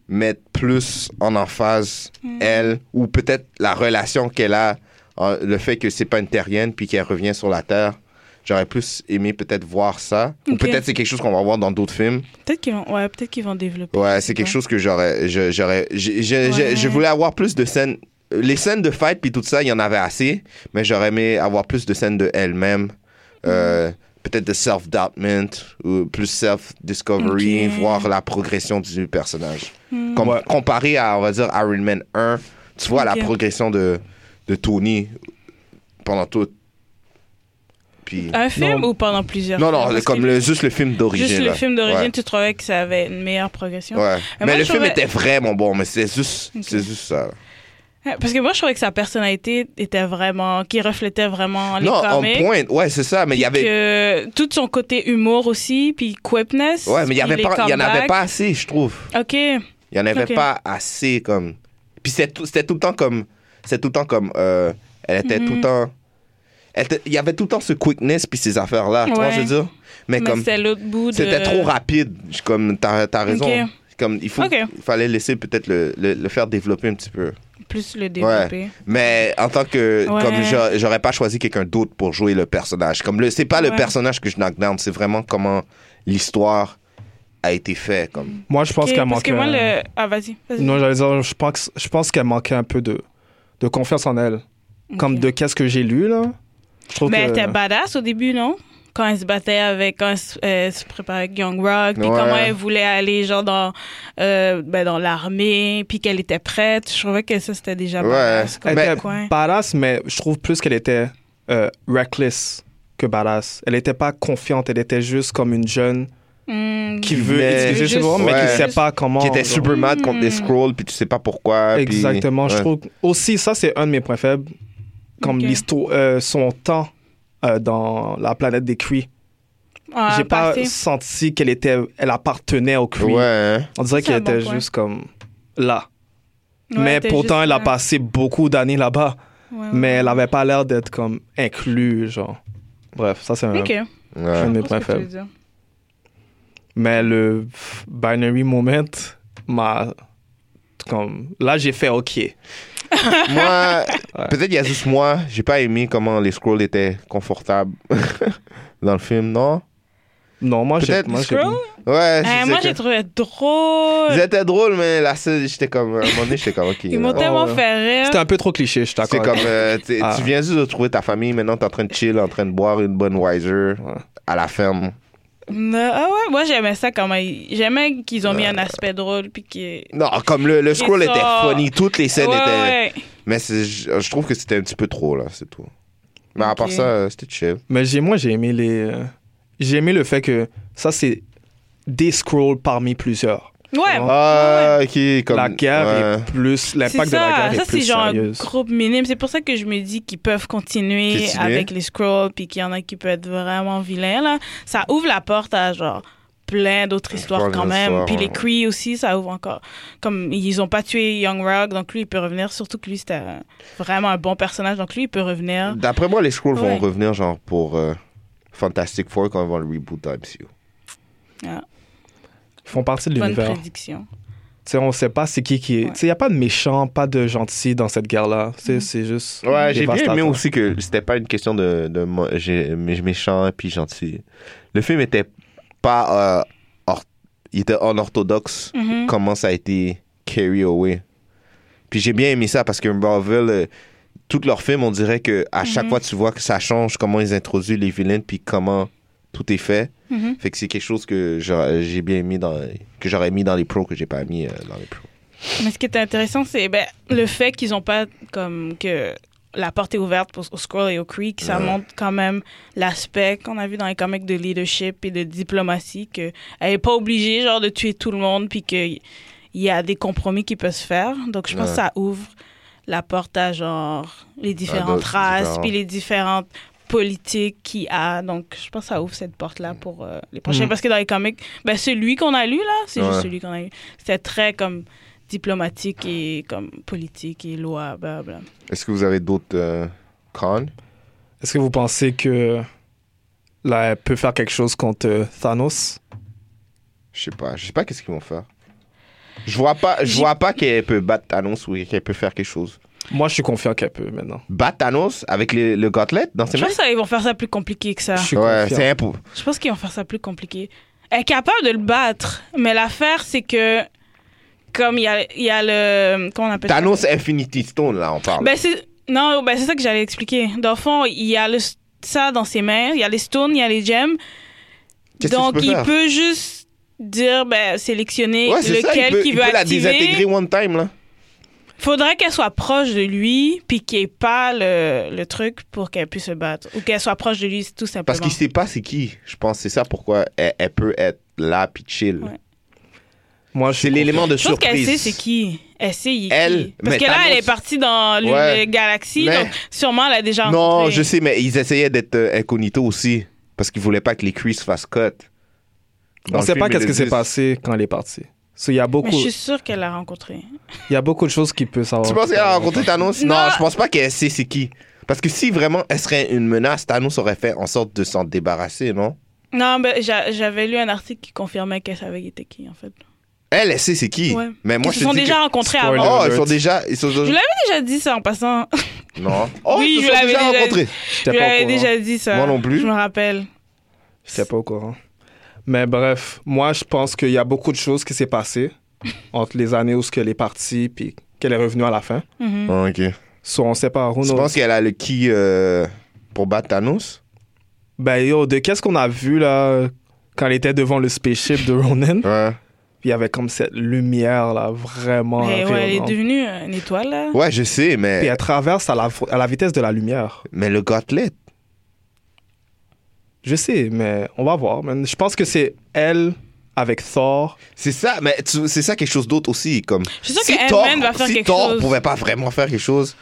[SPEAKER 5] mettre plus en emphase
[SPEAKER 4] Hmm.
[SPEAKER 5] elle ou peut-être la relation qu'elle a euh, le fait que c'est pas une terrienne puis qu'elle revient sur la terre. J'aurais plus aimé peut-être voir ça ou
[SPEAKER 4] Ok.
[SPEAKER 5] peut-être c'est quelque chose qu'on va voir dans d'autres films.
[SPEAKER 4] Peut-être qu'ils vont, ouais, peut-être qu'ils vont développer.
[SPEAKER 5] Ouais, c'est quelque chose que j'aurais. je- J'aurais. j'ai- j'ai- j'ai-
[SPEAKER 4] Ouais.
[SPEAKER 5] Je voulais avoir plus de scènes. Les scènes de fight puis tout ça, il y en avait assez, mais j'aurais aimé avoir plus de scènes de elle-même.
[SPEAKER 4] Mm.
[SPEAKER 5] Euh, Peut-être de self-doubtment ou plus self-discovery,
[SPEAKER 4] Ok.
[SPEAKER 5] voir la progression du personnage.
[SPEAKER 4] Hmm.
[SPEAKER 5] Com-
[SPEAKER 6] Ouais.
[SPEAKER 5] Comparé à, on va dire, Iron Man 1, tu vois
[SPEAKER 4] Ok.
[SPEAKER 5] la progression de, de Tony pendant tout. Puis.
[SPEAKER 4] Un film
[SPEAKER 6] Non.
[SPEAKER 4] ou pendant plusieurs
[SPEAKER 5] non,
[SPEAKER 4] films,
[SPEAKER 5] non,
[SPEAKER 4] Ah, parce
[SPEAKER 5] comme
[SPEAKER 4] que
[SPEAKER 5] le, juste le film d'origine.
[SPEAKER 4] Juste le
[SPEAKER 5] là.
[SPEAKER 4] film d'origine,
[SPEAKER 5] Ouais.
[SPEAKER 4] tu trouvais que ça avait une meilleure progression.
[SPEAKER 5] Ouais. Mais,
[SPEAKER 4] Mais moi,
[SPEAKER 5] le
[SPEAKER 4] je
[SPEAKER 5] film
[SPEAKER 4] trouvais-
[SPEAKER 5] était vraiment bon, mais c'est juste,
[SPEAKER 4] Ok.
[SPEAKER 5] c'est juste ça.
[SPEAKER 4] Ouais, Ah, Parce que moi, je trouvais que sa personnalité était vraiment. qui reflétait vraiment les
[SPEAKER 5] non,
[SPEAKER 4] comics.
[SPEAKER 5] on pointe. Ouais, c'est ça, mais il y avait.
[SPEAKER 4] Que tout son côté humour aussi, puis quipness.
[SPEAKER 5] Ouais, mais il y avait
[SPEAKER 4] puis
[SPEAKER 5] pas,
[SPEAKER 4] les
[SPEAKER 5] il y en avait
[SPEAKER 4] comebacks.
[SPEAKER 5] pas assez, je trouve.
[SPEAKER 4] Ok.
[SPEAKER 5] Il y en avait
[SPEAKER 4] Ok.
[SPEAKER 5] pas assez comme. Puis c'était tout, c'était tout le temps comme, c'était tout le temps comme, euh, elle était
[SPEAKER 4] Mhm.
[SPEAKER 5] tout le temps. elle était- Il y avait tout le temps ce quickness puis ces affaires là, tu vois,
[SPEAKER 4] Ouais.
[SPEAKER 5] je veux dire. Mais,
[SPEAKER 4] Mais
[SPEAKER 5] comme,
[SPEAKER 4] c'était l'autre bout de.
[SPEAKER 5] c'était trop rapide. Je- Comme t'as, t'as raison.
[SPEAKER 4] Ok.
[SPEAKER 5] Comme il faut,
[SPEAKER 4] Ok.
[SPEAKER 5] il fallait laisser peut-être le, le, le faire développer un petit peu.
[SPEAKER 4] Plus le développer.
[SPEAKER 5] Mais en tant que.
[SPEAKER 4] Ouais.
[SPEAKER 5] Comme j'a- j'aurais pas choisi quelqu'un d'autre pour jouer le personnage. Comme le, c'est pas le
[SPEAKER 4] Ouais.
[SPEAKER 5] personnage que je knock down, c'est vraiment comment l'histoire a été faite. Comme.
[SPEAKER 6] Moi, je pense
[SPEAKER 4] Ok,
[SPEAKER 6] qu'elle
[SPEAKER 4] parce
[SPEAKER 6] manquait.
[SPEAKER 4] que moi, le. Ah, vas-y. vas-y.
[SPEAKER 6] Non, j'allais dire, je pense, je pense qu'elle manquait un peu de, de confiance en elle.
[SPEAKER 4] Ok.
[SPEAKER 6] Comme de qu'est-ce que j'ai lu, là. Je trouve
[SPEAKER 4] Mais elle
[SPEAKER 6] que-
[SPEAKER 4] était badass au début, non? quand elle se battait avec, quand elle se, elle se préparait avec Young Rock, puis
[SPEAKER 5] Ouais.
[SPEAKER 4] comment elle voulait aller genre dans, euh, ben, dans l'armée, puis qu'elle était prête. Je trouvais que ça, c'était déjà
[SPEAKER 5] Ouais.
[SPEAKER 4] badass comme
[SPEAKER 6] Elle était
[SPEAKER 4] coin.
[SPEAKER 6] badass, mais je trouve plus qu'elle était euh, reckless que badass. Elle n'était pas confiante, elle était juste comme une jeune
[SPEAKER 4] Mm,
[SPEAKER 6] qui veut
[SPEAKER 5] Mais-
[SPEAKER 6] utiliser ses
[SPEAKER 4] Juste-
[SPEAKER 6] pouvoirs, mais qui
[SPEAKER 5] Ouais.
[SPEAKER 6] ne sait pas comment.
[SPEAKER 5] qui était
[SPEAKER 6] genre.
[SPEAKER 5] super mad contre
[SPEAKER 4] Hmm.
[SPEAKER 5] les scrolls, puis tu sais pas pourquoi. puis-
[SPEAKER 6] Oh. Exactement. Je
[SPEAKER 5] Ouais.
[SPEAKER 6] trouve aussi, ça, c'est un de mes points faibles. Comme
[SPEAKER 4] Ok.
[SPEAKER 6] l'histo- euh, son temps euh, dans la planète des Cree.
[SPEAKER 4] ah,
[SPEAKER 6] J'ai pas
[SPEAKER 4] parfait.
[SPEAKER 6] senti qu'elle était, elle appartenait aux Cree.
[SPEAKER 5] Ouais, hein.
[SPEAKER 6] On dirait
[SPEAKER 4] C'est
[SPEAKER 6] qu'elle
[SPEAKER 4] un bon
[SPEAKER 6] était
[SPEAKER 4] point.
[SPEAKER 6] juste comme là.
[SPEAKER 4] Ouais,
[SPEAKER 6] mais
[SPEAKER 4] t'es
[SPEAKER 6] pourtant,
[SPEAKER 4] juste
[SPEAKER 6] elle a
[SPEAKER 4] là.
[SPEAKER 6] passé beaucoup d'années là-bas.
[SPEAKER 4] Ouais, ouais.
[SPEAKER 6] Mais elle avait pas l'air d'être comme inclus, genre. Bref, ça, c'est un,
[SPEAKER 4] Ok,
[SPEAKER 5] Ouais.
[SPEAKER 6] un de mes
[SPEAKER 4] je comprends ce
[SPEAKER 6] points
[SPEAKER 4] que tu veux
[SPEAKER 6] faibles.
[SPEAKER 4] dire.
[SPEAKER 5] Eh,
[SPEAKER 6] Mais le f- binary moment m'a. Comme, là, j'ai fait OK.
[SPEAKER 5] moi, peut-être il y a juste moi, j'ai pas aimé comment les scrolls étaient confortables dans le film, non?
[SPEAKER 6] Non, moi, j'ai.
[SPEAKER 5] Peut-être
[SPEAKER 6] moi, j'ai-
[SPEAKER 4] Scroll?
[SPEAKER 5] Ouais,
[SPEAKER 4] Eh,
[SPEAKER 5] je
[SPEAKER 4] moi,
[SPEAKER 5] sais
[SPEAKER 4] j'ai
[SPEAKER 5] que-
[SPEAKER 4] trouvé drôle.
[SPEAKER 5] Ils étaient drôles, mais là, c'est- j'étais comme, à un moment donné, j'étais comme, ok. euh,
[SPEAKER 4] Ils m'ont
[SPEAKER 5] là.
[SPEAKER 4] tellement
[SPEAKER 6] ouais.
[SPEAKER 4] fait rire.
[SPEAKER 6] C'était un peu trop cliché, je suis
[SPEAKER 5] C'est
[SPEAKER 6] d'accord.
[SPEAKER 5] comme, euh, t'es-
[SPEAKER 6] Ah.
[SPEAKER 5] tu viens juste de trouver ta famille, maintenant t'es en train de chill, en train de boire une bonne Weiser
[SPEAKER 6] Ouais.
[SPEAKER 5] à la ferme.
[SPEAKER 4] Non, ah ouais, moi j'aimais ça comment ils- j'aimais qu'ils ont mis
[SPEAKER 5] Euh.
[SPEAKER 4] un aspect drôle puis qui
[SPEAKER 5] Non, comme le, le scroll
[SPEAKER 4] ça.
[SPEAKER 5] était funny, toutes les scènes
[SPEAKER 4] ouais,
[SPEAKER 5] étaient.
[SPEAKER 4] ouais.
[SPEAKER 5] Mais c'est- je je trouve que c'était un petit peu trop, là, c'est tout. Mais à
[SPEAKER 4] Ok.
[SPEAKER 5] part ça, euh, c'était chill.
[SPEAKER 6] Mais j'ai, moi, j'ai aimé les. euh, j'ai aimé le fait que ça, c'est des scrolls parmi plusieurs.
[SPEAKER 4] Ouais,
[SPEAKER 5] Ah, ok, comme.
[SPEAKER 6] la guerre
[SPEAKER 5] ouais.
[SPEAKER 6] est plus.
[SPEAKER 4] c'est
[SPEAKER 6] L'impact de la
[SPEAKER 4] ça, ça
[SPEAKER 6] guerre est
[SPEAKER 4] c'est
[SPEAKER 6] plus
[SPEAKER 4] genre
[SPEAKER 6] sérieuse.
[SPEAKER 4] un groupe minime, c'est pour ça que je me dis qu'ils peuvent continuer
[SPEAKER 5] Continuer.
[SPEAKER 4] avec les scrolls puis qu'il y en a qui peuvent être vraiment vilains là, ça ouvre la porte à genre plein d'autres histoires
[SPEAKER 5] plein
[SPEAKER 4] quand même,
[SPEAKER 5] d'histoires,
[SPEAKER 4] puis les
[SPEAKER 5] ouais.
[SPEAKER 4] Cree aussi ça ouvre encore comme ils ont pas tué Young Rock donc lui il peut revenir surtout que lui c'était euh, vraiment un bon personnage donc lui il peut revenir.
[SPEAKER 5] D'après moi, les scrolls
[SPEAKER 4] Ouais.
[SPEAKER 5] vont revenir, genre, pour euh, Fantastic Four quand ils vont le reboot à MCU.
[SPEAKER 6] Ils font partie de
[SPEAKER 4] Bonne
[SPEAKER 6] l'univers.
[SPEAKER 4] prédiction.
[SPEAKER 6] Tu sais, on sait pas c'est qui qui est.
[SPEAKER 4] Ouais. Mm-hmm.
[SPEAKER 6] Tu sais, il n'y a pas de méchant, pas de gentil dans cette guerre-là. Tu sais, C'est juste.
[SPEAKER 5] Ouais, j'ai bien aimé
[SPEAKER 6] dévastateur.
[SPEAKER 5] aussi que c'était pas une question de, de mo- j'ai- mé- méchant puis gentil. Le film était pas. euh, or- il était unorthodoxe.
[SPEAKER 4] Mhm.
[SPEAKER 5] Comment ça a été carry away. Puis j'ai bien aimé ça parce que Marvel, euh, tous leurs films, on dirait que à chaque fois tu vois que ça change, comment ils introduisent les vilains puis comment tout est fait.
[SPEAKER 4] Mhm.
[SPEAKER 5] Fait que c'est quelque chose que j'aurais- j'ai bien aimé dans. que j'aurais mis dans les pros que j'ai pas mis euh, dans les pros.
[SPEAKER 4] Mais ce qui était intéressant, c'est ben, le fait qu'ils n'ont pas comme que la porte est ouverte pour, aux Skrulls et aux Kree, que ça montre quand même l'aspect qu'on a vu dans les comics de leadership et de diplomatie, qu'elle n'est pas obligée genre de tuer tout le monde, puis qu'il y a des compromis qui peuvent se faire. Donc je pense
[SPEAKER 5] Ouais.
[SPEAKER 4] que ça ouvre la porte à genre les différentes
[SPEAKER 5] d'autres
[SPEAKER 4] races,
[SPEAKER 5] différents.
[SPEAKER 4] puis les différentes politiques qu'il y a. Donc je pense que ça ouvre cette porte-là pour euh, les prochains.
[SPEAKER 5] Mm.
[SPEAKER 6] Mhm.
[SPEAKER 4] Parce que dans les comics, ben, celui qu'on a lu là, c'est juste
[SPEAKER 5] Ouais.
[SPEAKER 4] celui qu'on a lu. C'était très comme diplomatique et comme politique et loi, blablabla.
[SPEAKER 5] Est-ce que vous avez d'autres euh, cons?
[SPEAKER 6] Est-ce que vous pensez que. Là, elle peut faire quelque chose contre euh, Thanos
[SPEAKER 5] Je sais pas. Je sais pas qu'est-ce qu'ils vont faire. Je vois pas, je
[SPEAKER 4] J'ai-
[SPEAKER 5] vois pas qu'elle peut battre Thanos ou qu'elle peut faire quelque chose.
[SPEAKER 6] Moi, je suis confiant qu'elle peut maintenant.
[SPEAKER 5] Battre Thanos avec le, le gauntlet dans ses
[SPEAKER 4] Je
[SPEAKER 5] mains?
[SPEAKER 4] pense qu'ils vont faire ça plus compliqué que ça.
[SPEAKER 6] Je suis
[SPEAKER 5] Ouais,
[SPEAKER 6] confiant.
[SPEAKER 5] c'est impo...
[SPEAKER 4] Je pense qu'ils vont faire ça plus compliqué. Elle est capable de le battre, mais l'affaire, c'est que comme il y a, il y a le... Comment on appelle ça?
[SPEAKER 5] Thanos Infinity Stone, là, on parle.
[SPEAKER 4] Ben, c'est... Non, ben, c'est ça que j'allais expliquer. Dans le fond, il y a le... ça dans ses mains, il y a les stones, il y a les gems.
[SPEAKER 5] Qu'est-ce que
[SPEAKER 4] Donc,
[SPEAKER 5] tu peux
[SPEAKER 4] il
[SPEAKER 5] faire?
[SPEAKER 4] peut juste dire, ben, sélectionner
[SPEAKER 5] Ouais, c'est
[SPEAKER 4] lequel
[SPEAKER 5] ça, il peut,
[SPEAKER 4] qui
[SPEAKER 5] il
[SPEAKER 4] veut
[SPEAKER 5] peut la
[SPEAKER 4] activer.
[SPEAKER 5] désintégrer one time, là.
[SPEAKER 4] Faudrait qu'elle soit proche de lui, puis qu'il n'y ait pas le, le truc pour qu'elle puisse se battre. Ou qu'elle soit proche de lui, tout simplement.
[SPEAKER 5] Parce qu'il sait pas c'est qui. Je pense que c'est ça pourquoi elle, elle peut être là puis chill.
[SPEAKER 4] Ouais.
[SPEAKER 6] Moi, je
[SPEAKER 5] C'est
[SPEAKER 6] suis
[SPEAKER 5] l'élément de
[SPEAKER 4] Je pense qu'elle
[SPEAKER 5] surprise.
[SPEAKER 4] sait c'est qui. Elle sait il est
[SPEAKER 5] Elle,
[SPEAKER 4] qui. Parce
[SPEAKER 5] mais
[SPEAKER 4] que là,
[SPEAKER 5] Thanos-
[SPEAKER 4] elle est partie dans l'une
[SPEAKER 5] Ouais.
[SPEAKER 4] des galaxies,
[SPEAKER 5] Mais-
[SPEAKER 4] donc sûrement elle a déjà
[SPEAKER 5] Non,
[SPEAKER 4] rencontré.
[SPEAKER 5] je sais, mais ils essayaient d'être euh, incognito aussi. Parce qu'ils voulaient pas que les Chris se fassent cut. Dans
[SPEAKER 6] On
[SPEAKER 5] le
[SPEAKER 6] sait
[SPEAKER 5] film,
[SPEAKER 6] pas
[SPEAKER 5] ils
[SPEAKER 6] qu'est-ce
[SPEAKER 5] le
[SPEAKER 6] qui s'est
[SPEAKER 5] disent.
[SPEAKER 6] passé quand elle est partie. So, Il y,
[SPEAKER 4] Mais
[SPEAKER 6] a beaucoup-
[SPEAKER 4] je suis sûre qu'elle l'a rencontré.
[SPEAKER 6] il y a beaucoup de choses qui peuvent savoir.
[SPEAKER 5] Tu penses qu'elle a rencontré Thanos non.
[SPEAKER 4] Non.
[SPEAKER 5] je pense pas qu'elle sait c'est qui. Parce que si vraiment elle serait une menace, Thanos aurait fait en sorte de s'en débarrasser, non
[SPEAKER 4] Non, mais j'a- j'avais lu un article qui confirmait qu'elle savait qui était qui, en fait.
[SPEAKER 5] Elle, elle sait c'est qui.
[SPEAKER 4] Ouais.
[SPEAKER 5] Mais moi,
[SPEAKER 4] Ils
[SPEAKER 5] je
[SPEAKER 4] se
[SPEAKER 5] te
[SPEAKER 4] sont
[SPEAKER 5] dis
[SPEAKER 4] déjà
[SPEAKER 5] que-
[SPEAKER 4] rencontrés
[SPEAKER 6] Spoiler.
[SPEAKER 4] avant.
[SPEAKER 5] Oh,
[SPEAKER 6] alert.
[SPEAKER 5] ils sont déjà. Ils sont...
[SPEAKER 4] Je J'ai déjà dit ça en passant.
[SPEAKER 5] Non. Oh,
[SPEAKER 4] Oui,
[SPEAKER 5] ils se
[SPEAKER 4] je
[SPEAKER 5] sont
[SPEAKER 4] l'avais
[SPEAKER 5] déjà
[SPEAKER 4] déjà
[SPEAKER 5] rencontrés.
[SPEAKER 4] Je
[SPEAKER 6] J'étais pas au
[SPEAKER 4] l'avais
[SPEAKER 6] courant.
[SPEAKER 4] déjà dit ça.
[SPEAKER 5] Moi non plus.
[SPEAKER 4] Je me rappelle.
[SPEAKER 6] J'étais pas au courant. Mais bref, moi, je pense qu'il y a beaucoup de choses qui s'est passé entre les années où ce qu'elle est partie puis qu'elle est revenue à la fin.
[SPEAKER 4] Mhm.
[SPEAKER 5] Oh, ok.
[SPEAKER 6] Soit on sait pas. who
[SPEAKER 5] Tu
[SPEAKER 6] knows?
[SPEAKER 5] penses qu'elle a le qui euh, pour battre Thanos
[SPEAKER 6] Ben yo, de qu'est-ce qu'on a vu là quand elle était devant le spaceship de Ronan?
[SPEAKER 5] Ouais.
[SPEAKER 6] Il y avait comme cette lumière là, vraiment.
[SPEAKER 4] Mais ouais, elle est
[SPEAKER 6] rayonnante.
[SPEAKER 4] devenue euh, une étoile, là.
[SPEAKER 5] Ouais, je sais,
[SPEAKER 6] Puis
[SPEAKER 5] mais,
[SPEAKER 6] elle traverse à la, à la vitesse de la lumière.
[SPEAKER 5] mais le gauntlet.
[SPEAKER 6] Je sais, mais on va voir. man. Je pense que c'est elle avec Thor.
[SPEAKER 5] C'est ça, mais tu- c'est ça quelque chose d'autre aussi. Comme,
[SPEAKER 4] Je suis sûre que Ant-Man va faire
[SPEAKER 5] si
[SPEAKER 4] quelque
[SPEAKER 5] Thor
[SPEAKER 4] chose.
[SPEAKER 5] pouvait pas vraiment faire quelque chose.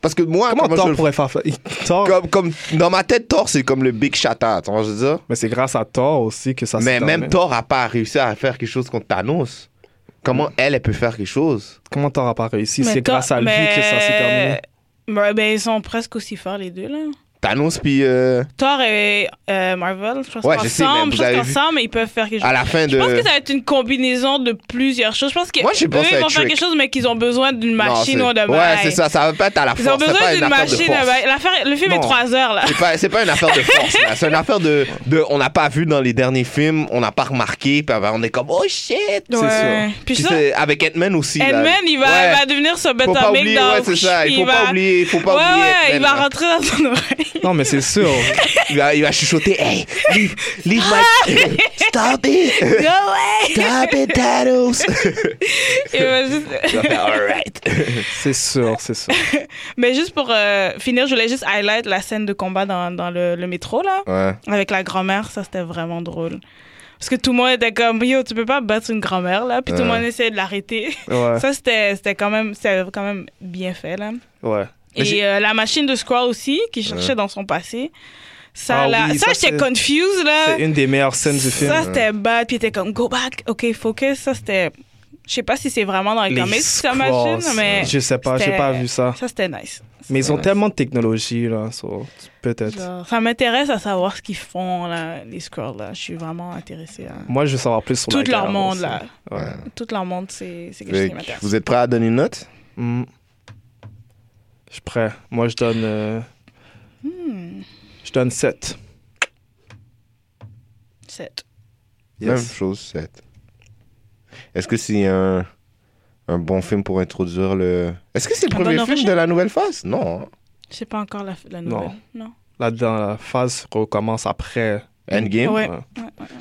[SPEAKER 5] Parce que moi,
[SPEAKER 6] Comment
[SPEAKER 5] comment je
[SPEAKER 6] Thor
[SPEAKER 5] le-
[SPEAKER 6] pourrait faire ça? Thor.
[SPEAKER 5] comme, comme- dans ma tête, Thor, c'est comme le Big Shata, tu vois ce que je veux dire?
[SPEAKER 6] Mais c'est grâce à Thor aussi que ça
[SPEAKER 5] mais
[SPEAKER 6] se
[SPEAKER 5] même
[SPEAKER 6] termine.
[SPEAKER 5] Thor a pas réussi à faire quelque chose contre Thanos.
[SPEAKER 6] Mm.
[SPEAKER 5] Comment elle, elle peut faire quelque chose?
[SPEAKER 6] Comment Thor a pas réussi?
[SPEAKER 4] Mais
[SPEAKER 6] C'est
[SPEAKER 4] Thor-
[SPEAKER 6] grâce à lui
[SPEAKER 4] mais-
[SPEAKER 6] que ça s'est terminé.
[SPEAKER 4] Ouais, ben, ils sont presque aussi forts, les deux, là.
[SPEAKER 5] Thanos, puis euh,
[SPEAKER 4] Thor et euh, Marvel, je pense
[SPEAKER 5] Ouais, je sais, mais
[SPEAKER 4] qu'ensemble,
[SPEAKER 5] vous
[SPEAKER 4] je pense
[SPEAKER 5] avez vu-
[SPEAKER 4] qu'ensemble, ils peuvent faire quelque chose.
[SPEAKER 5] à la fin de.
[SPEAKER 4] Je pense que ça va être une combinaison de plusieurs choses. Je pense que
[SPEAKER 5] Moi, j'ai
[SPEAKER 4] eux,
[SPEAKER 5] pensé à
[SPEAKER 4] ils vont faire
[SPEAKER 5] Trick.
[SPEAKER 4] quelque chose, mais qu'ils ont besoin d'une
[SPEAKER 5] Non,
[SPEAKER 4] machine
[SPEAKER 5] c'est-
[SPEAKER 4] ou d'un
[SPEAKER 5] Ouais,
[SPEAKER 4] bail.
[SPEAKER 5] c'est ça, ça va pas être à la force.
[SPEAKER 4] Ils ont
[SPEAKER 5] c'est
[SPEAKER 4] besoin
[SPEAKER 5] pas une
[SPEAKER 4] d'une
[SPEAKER 5] affaire de
[SPEAKER 4] machine.
[SPEAKER 5] force.
[SPEAKER 4] d'un bail. L'affaire- Le film
[SPEAKER 6] Non.
[SPEAKER 4] est 3 heures, là.
[SPEAKER 5] C'est pas, c'est pas une affaire de force, là. c'est une affaire de, de. On n'a pas vu dans les derniers films, on n'a pas remarqué, puis on est comme, oh shit!
[SPEAKER 6] c'est
[SPEAKER 4] Ouais.
[SPEAKER 6] sûr.
[SPEAKER 4] Puis
[SPEAKER 5] Puis
[SPEAKER 4] ça,
[SPEAKER 5] c'est avec Ant-Man aussi. là.
[SPEAKER 4] Ant-Man, il va,
[SPEAKER 5] Ouais.
[SPEAKER 4] va devenir ce bête
[SPEAKER 5] Faut pas oublier,
[SPEAKER 4] dans
[SPEAKER 5] ouais, c'est ça, il
[SPEAKER 4] puis
[SPEAKER 5] faut pas
[SPEAKER 4] va-
[SPEAKER 5] oublier, faut pas
[SPEAKER 4] ouais,
[SPEAKER 5] oublier
[SPEAKER 4] Ouais, il
[SPEAKER 5] Ant-Man,
[SPEAKER 4] va
[SPEAKER 5] là.
[SPEAKER 4] rentrer dans son oreille.
[SPEAKER 6] Non, mais c'est sûr.
[SPEAKER 5] Il va, il va chuchoter, hey, leave, leave my. Stop
[SPEAKER 4] Go
[SPEAKER 5] it!
[SPEAKER 4] away!
[SPEAKER 5] Stop it, Thanos!
[SPEAKER 4] Il va juste-
[SPEAKER 5] Il va faire, alright.
[SPEAKER 6] c'est sûr, c'est sûr.
[SPEAKER 4] Mais juste pour euh, finir, je voulais juste highlight la scène de combat dans, dans le, le métro, là.
[SPEAKER 5] Ouais.
[SPEAKER 4] Avec la grand-mère, ça, c'était vraiment drôle. Parce que tout le monde était comme, yo, tu peux pas battre une grand-mère, là. Puis tout le
[SPEAKER 5] Ouais.
[SPEAKER 4] monde essayait de l'arrêter.
[SPEAKER 6] Ouais.
[SPEAKER 4] Ça, c'était c'était quand, même- c'était quand même bien fait, là.
[SPEAKER 6] ouais. Mais j'ai-
[SPEAKER 4] Et euh, la machine de Squall aussi, qui cherchait dans son passé. Ça,
[SPEAKER 6] Ah
[SPEAKER 4] là,
[SPEAKER 6] oui,
[SPEAKER 4] ça,
[SPEAKER 6] ça,
[SPEAKER 4] j'étais
[SPEAKER 6] c'est-
[SPEAKER 4] confuse, là.
[SPEAKER 6] C'est une des meilleures scènes du film.
[SPEAKER 4] Ça, c'était bad. Puis t'es comme, go back, OK, focus. Ça, c'était... Je sais pas si c'est vraiment dans les,
[SPEAKER 6] Les
[SPEAKER 4] comics, ça
[SPEAKER 6] Skrulls,
[SPEAKER 4] machine, mais...
[SPEAKER 6] Je sais pas, j'ai
[SPEAKER 4] c'était-
[SPEAKER 6] pas vu ça.
[SPEAKER 4] Ça, c'était nice.
[SPEAKER 6] Mais ils ont tellement de technologie, là, so, peut-être.
[SPEAKER 4] Genre, ça m'intéresse à savoir ce qu'ils font, là, les Skrulls, là. Je suis vraiment intéressée à...
[SPEAKER 6] Moi, je veux savoir plus sur
[SPEAKER 4] Tout
[SPEAKER 6] la
[SPEAKER 4] leur
[SPEAKER 6] guerre
[SPEAKER 4] monde,
[SPEAKER 6] aussi.
[SPEAKER 4] là.
[SPEAKER 6] Ouais.
[SPEAKER 4] Tout leur monde, c'est c'est quelque chose
[SPEAKER 5] Fait
[SPEAKER 4] qui
[SPEAKER 5] que
[SPEAKER 4] m'intéresse.
[SPEAKER 5] Vous êtes prêts à donner une note?
[SPEAKER 6] Mm. Je suis prêt. Moi, je donne... euh,
[SPEAKER 4] Hmm.
[SPEAKER 6] Je donne 7.
[SPEAKER 4] Sept.
[SPEAKER 5] Même chose, 7. Est-ce que c'est un, un bon film pour introduire le. Est-ce que c'est le
[SPEAKER 4] Un
[SPEAKER 5] premier
[SPEAKER 4] bon
[SPEAKER 5] film de
[SPEAKER 4] origine?
[SPEAKER 5] la nouvelle phase Non. hein.
[SPEAKER 4] Je sais pas encore la, la nouvelle. Non.
[SPEAKER 6] Là, dans la phase recommence après.
[SPEAKER 5] Endgame
[SPEAKER 4] Mm. Ouais.
[SPEAKER 6] Ouais.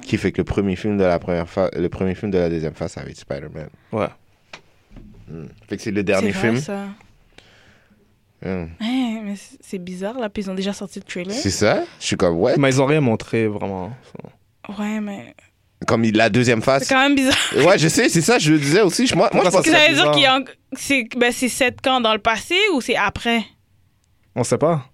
[SPEAKER 5] Qui fait que le premier film de la première phase, le premier film de la deuxième phase, ça va être Spider-Man. Mm.
[SPEAKER 6] Ouais.
[SPEAKER 5] Fait que c'est le
[SPEAKER 4] C'est
[SPEAKER 5] dernier
[SPEAKER 4] vrai,
[SPEAKER 5] film.
[SPEAKER 4] ça.
[SPEAKER 5] Hum.
[SPEAKER 4] Ouais, mais c'est- c'est bizarre, là. Puis ils ont déjà sorti le trailer.
[SPEAKER 5] C'est ça Je suis comme, ouais.
[SPEAKER 6] Mais ils ont rien montré, vraiment.
[SPEAKER 4] Ouais, mais...
[SPEAKER 5] Comme il- la deuxième
[SPEAKER 4] C'est
[SPEAKER 5] phase.
[SPEAKER 4] quand même bizarre.
[SPEAKER 5] Ouais, je sais, c'est ça, je le disais aussi. Je- moi, moi, je
[SPEAKER 6] Pourquoi
[SPEAKER 5] pense
[SPEAKER 4] Que
[SPEAKER 5] que
[SPEAKER 6] ça-
[SPEAKER 4] ça
[SPEAKER 6] serait
[SPEAKER 4] veut dire
[SPEAKER 6] bizarre.
[SPEAKER 4] qu'il y a... en- C'est ben, c'est sept camps dans le passé ou c'est après
[SPEAKER 6] On sait pas.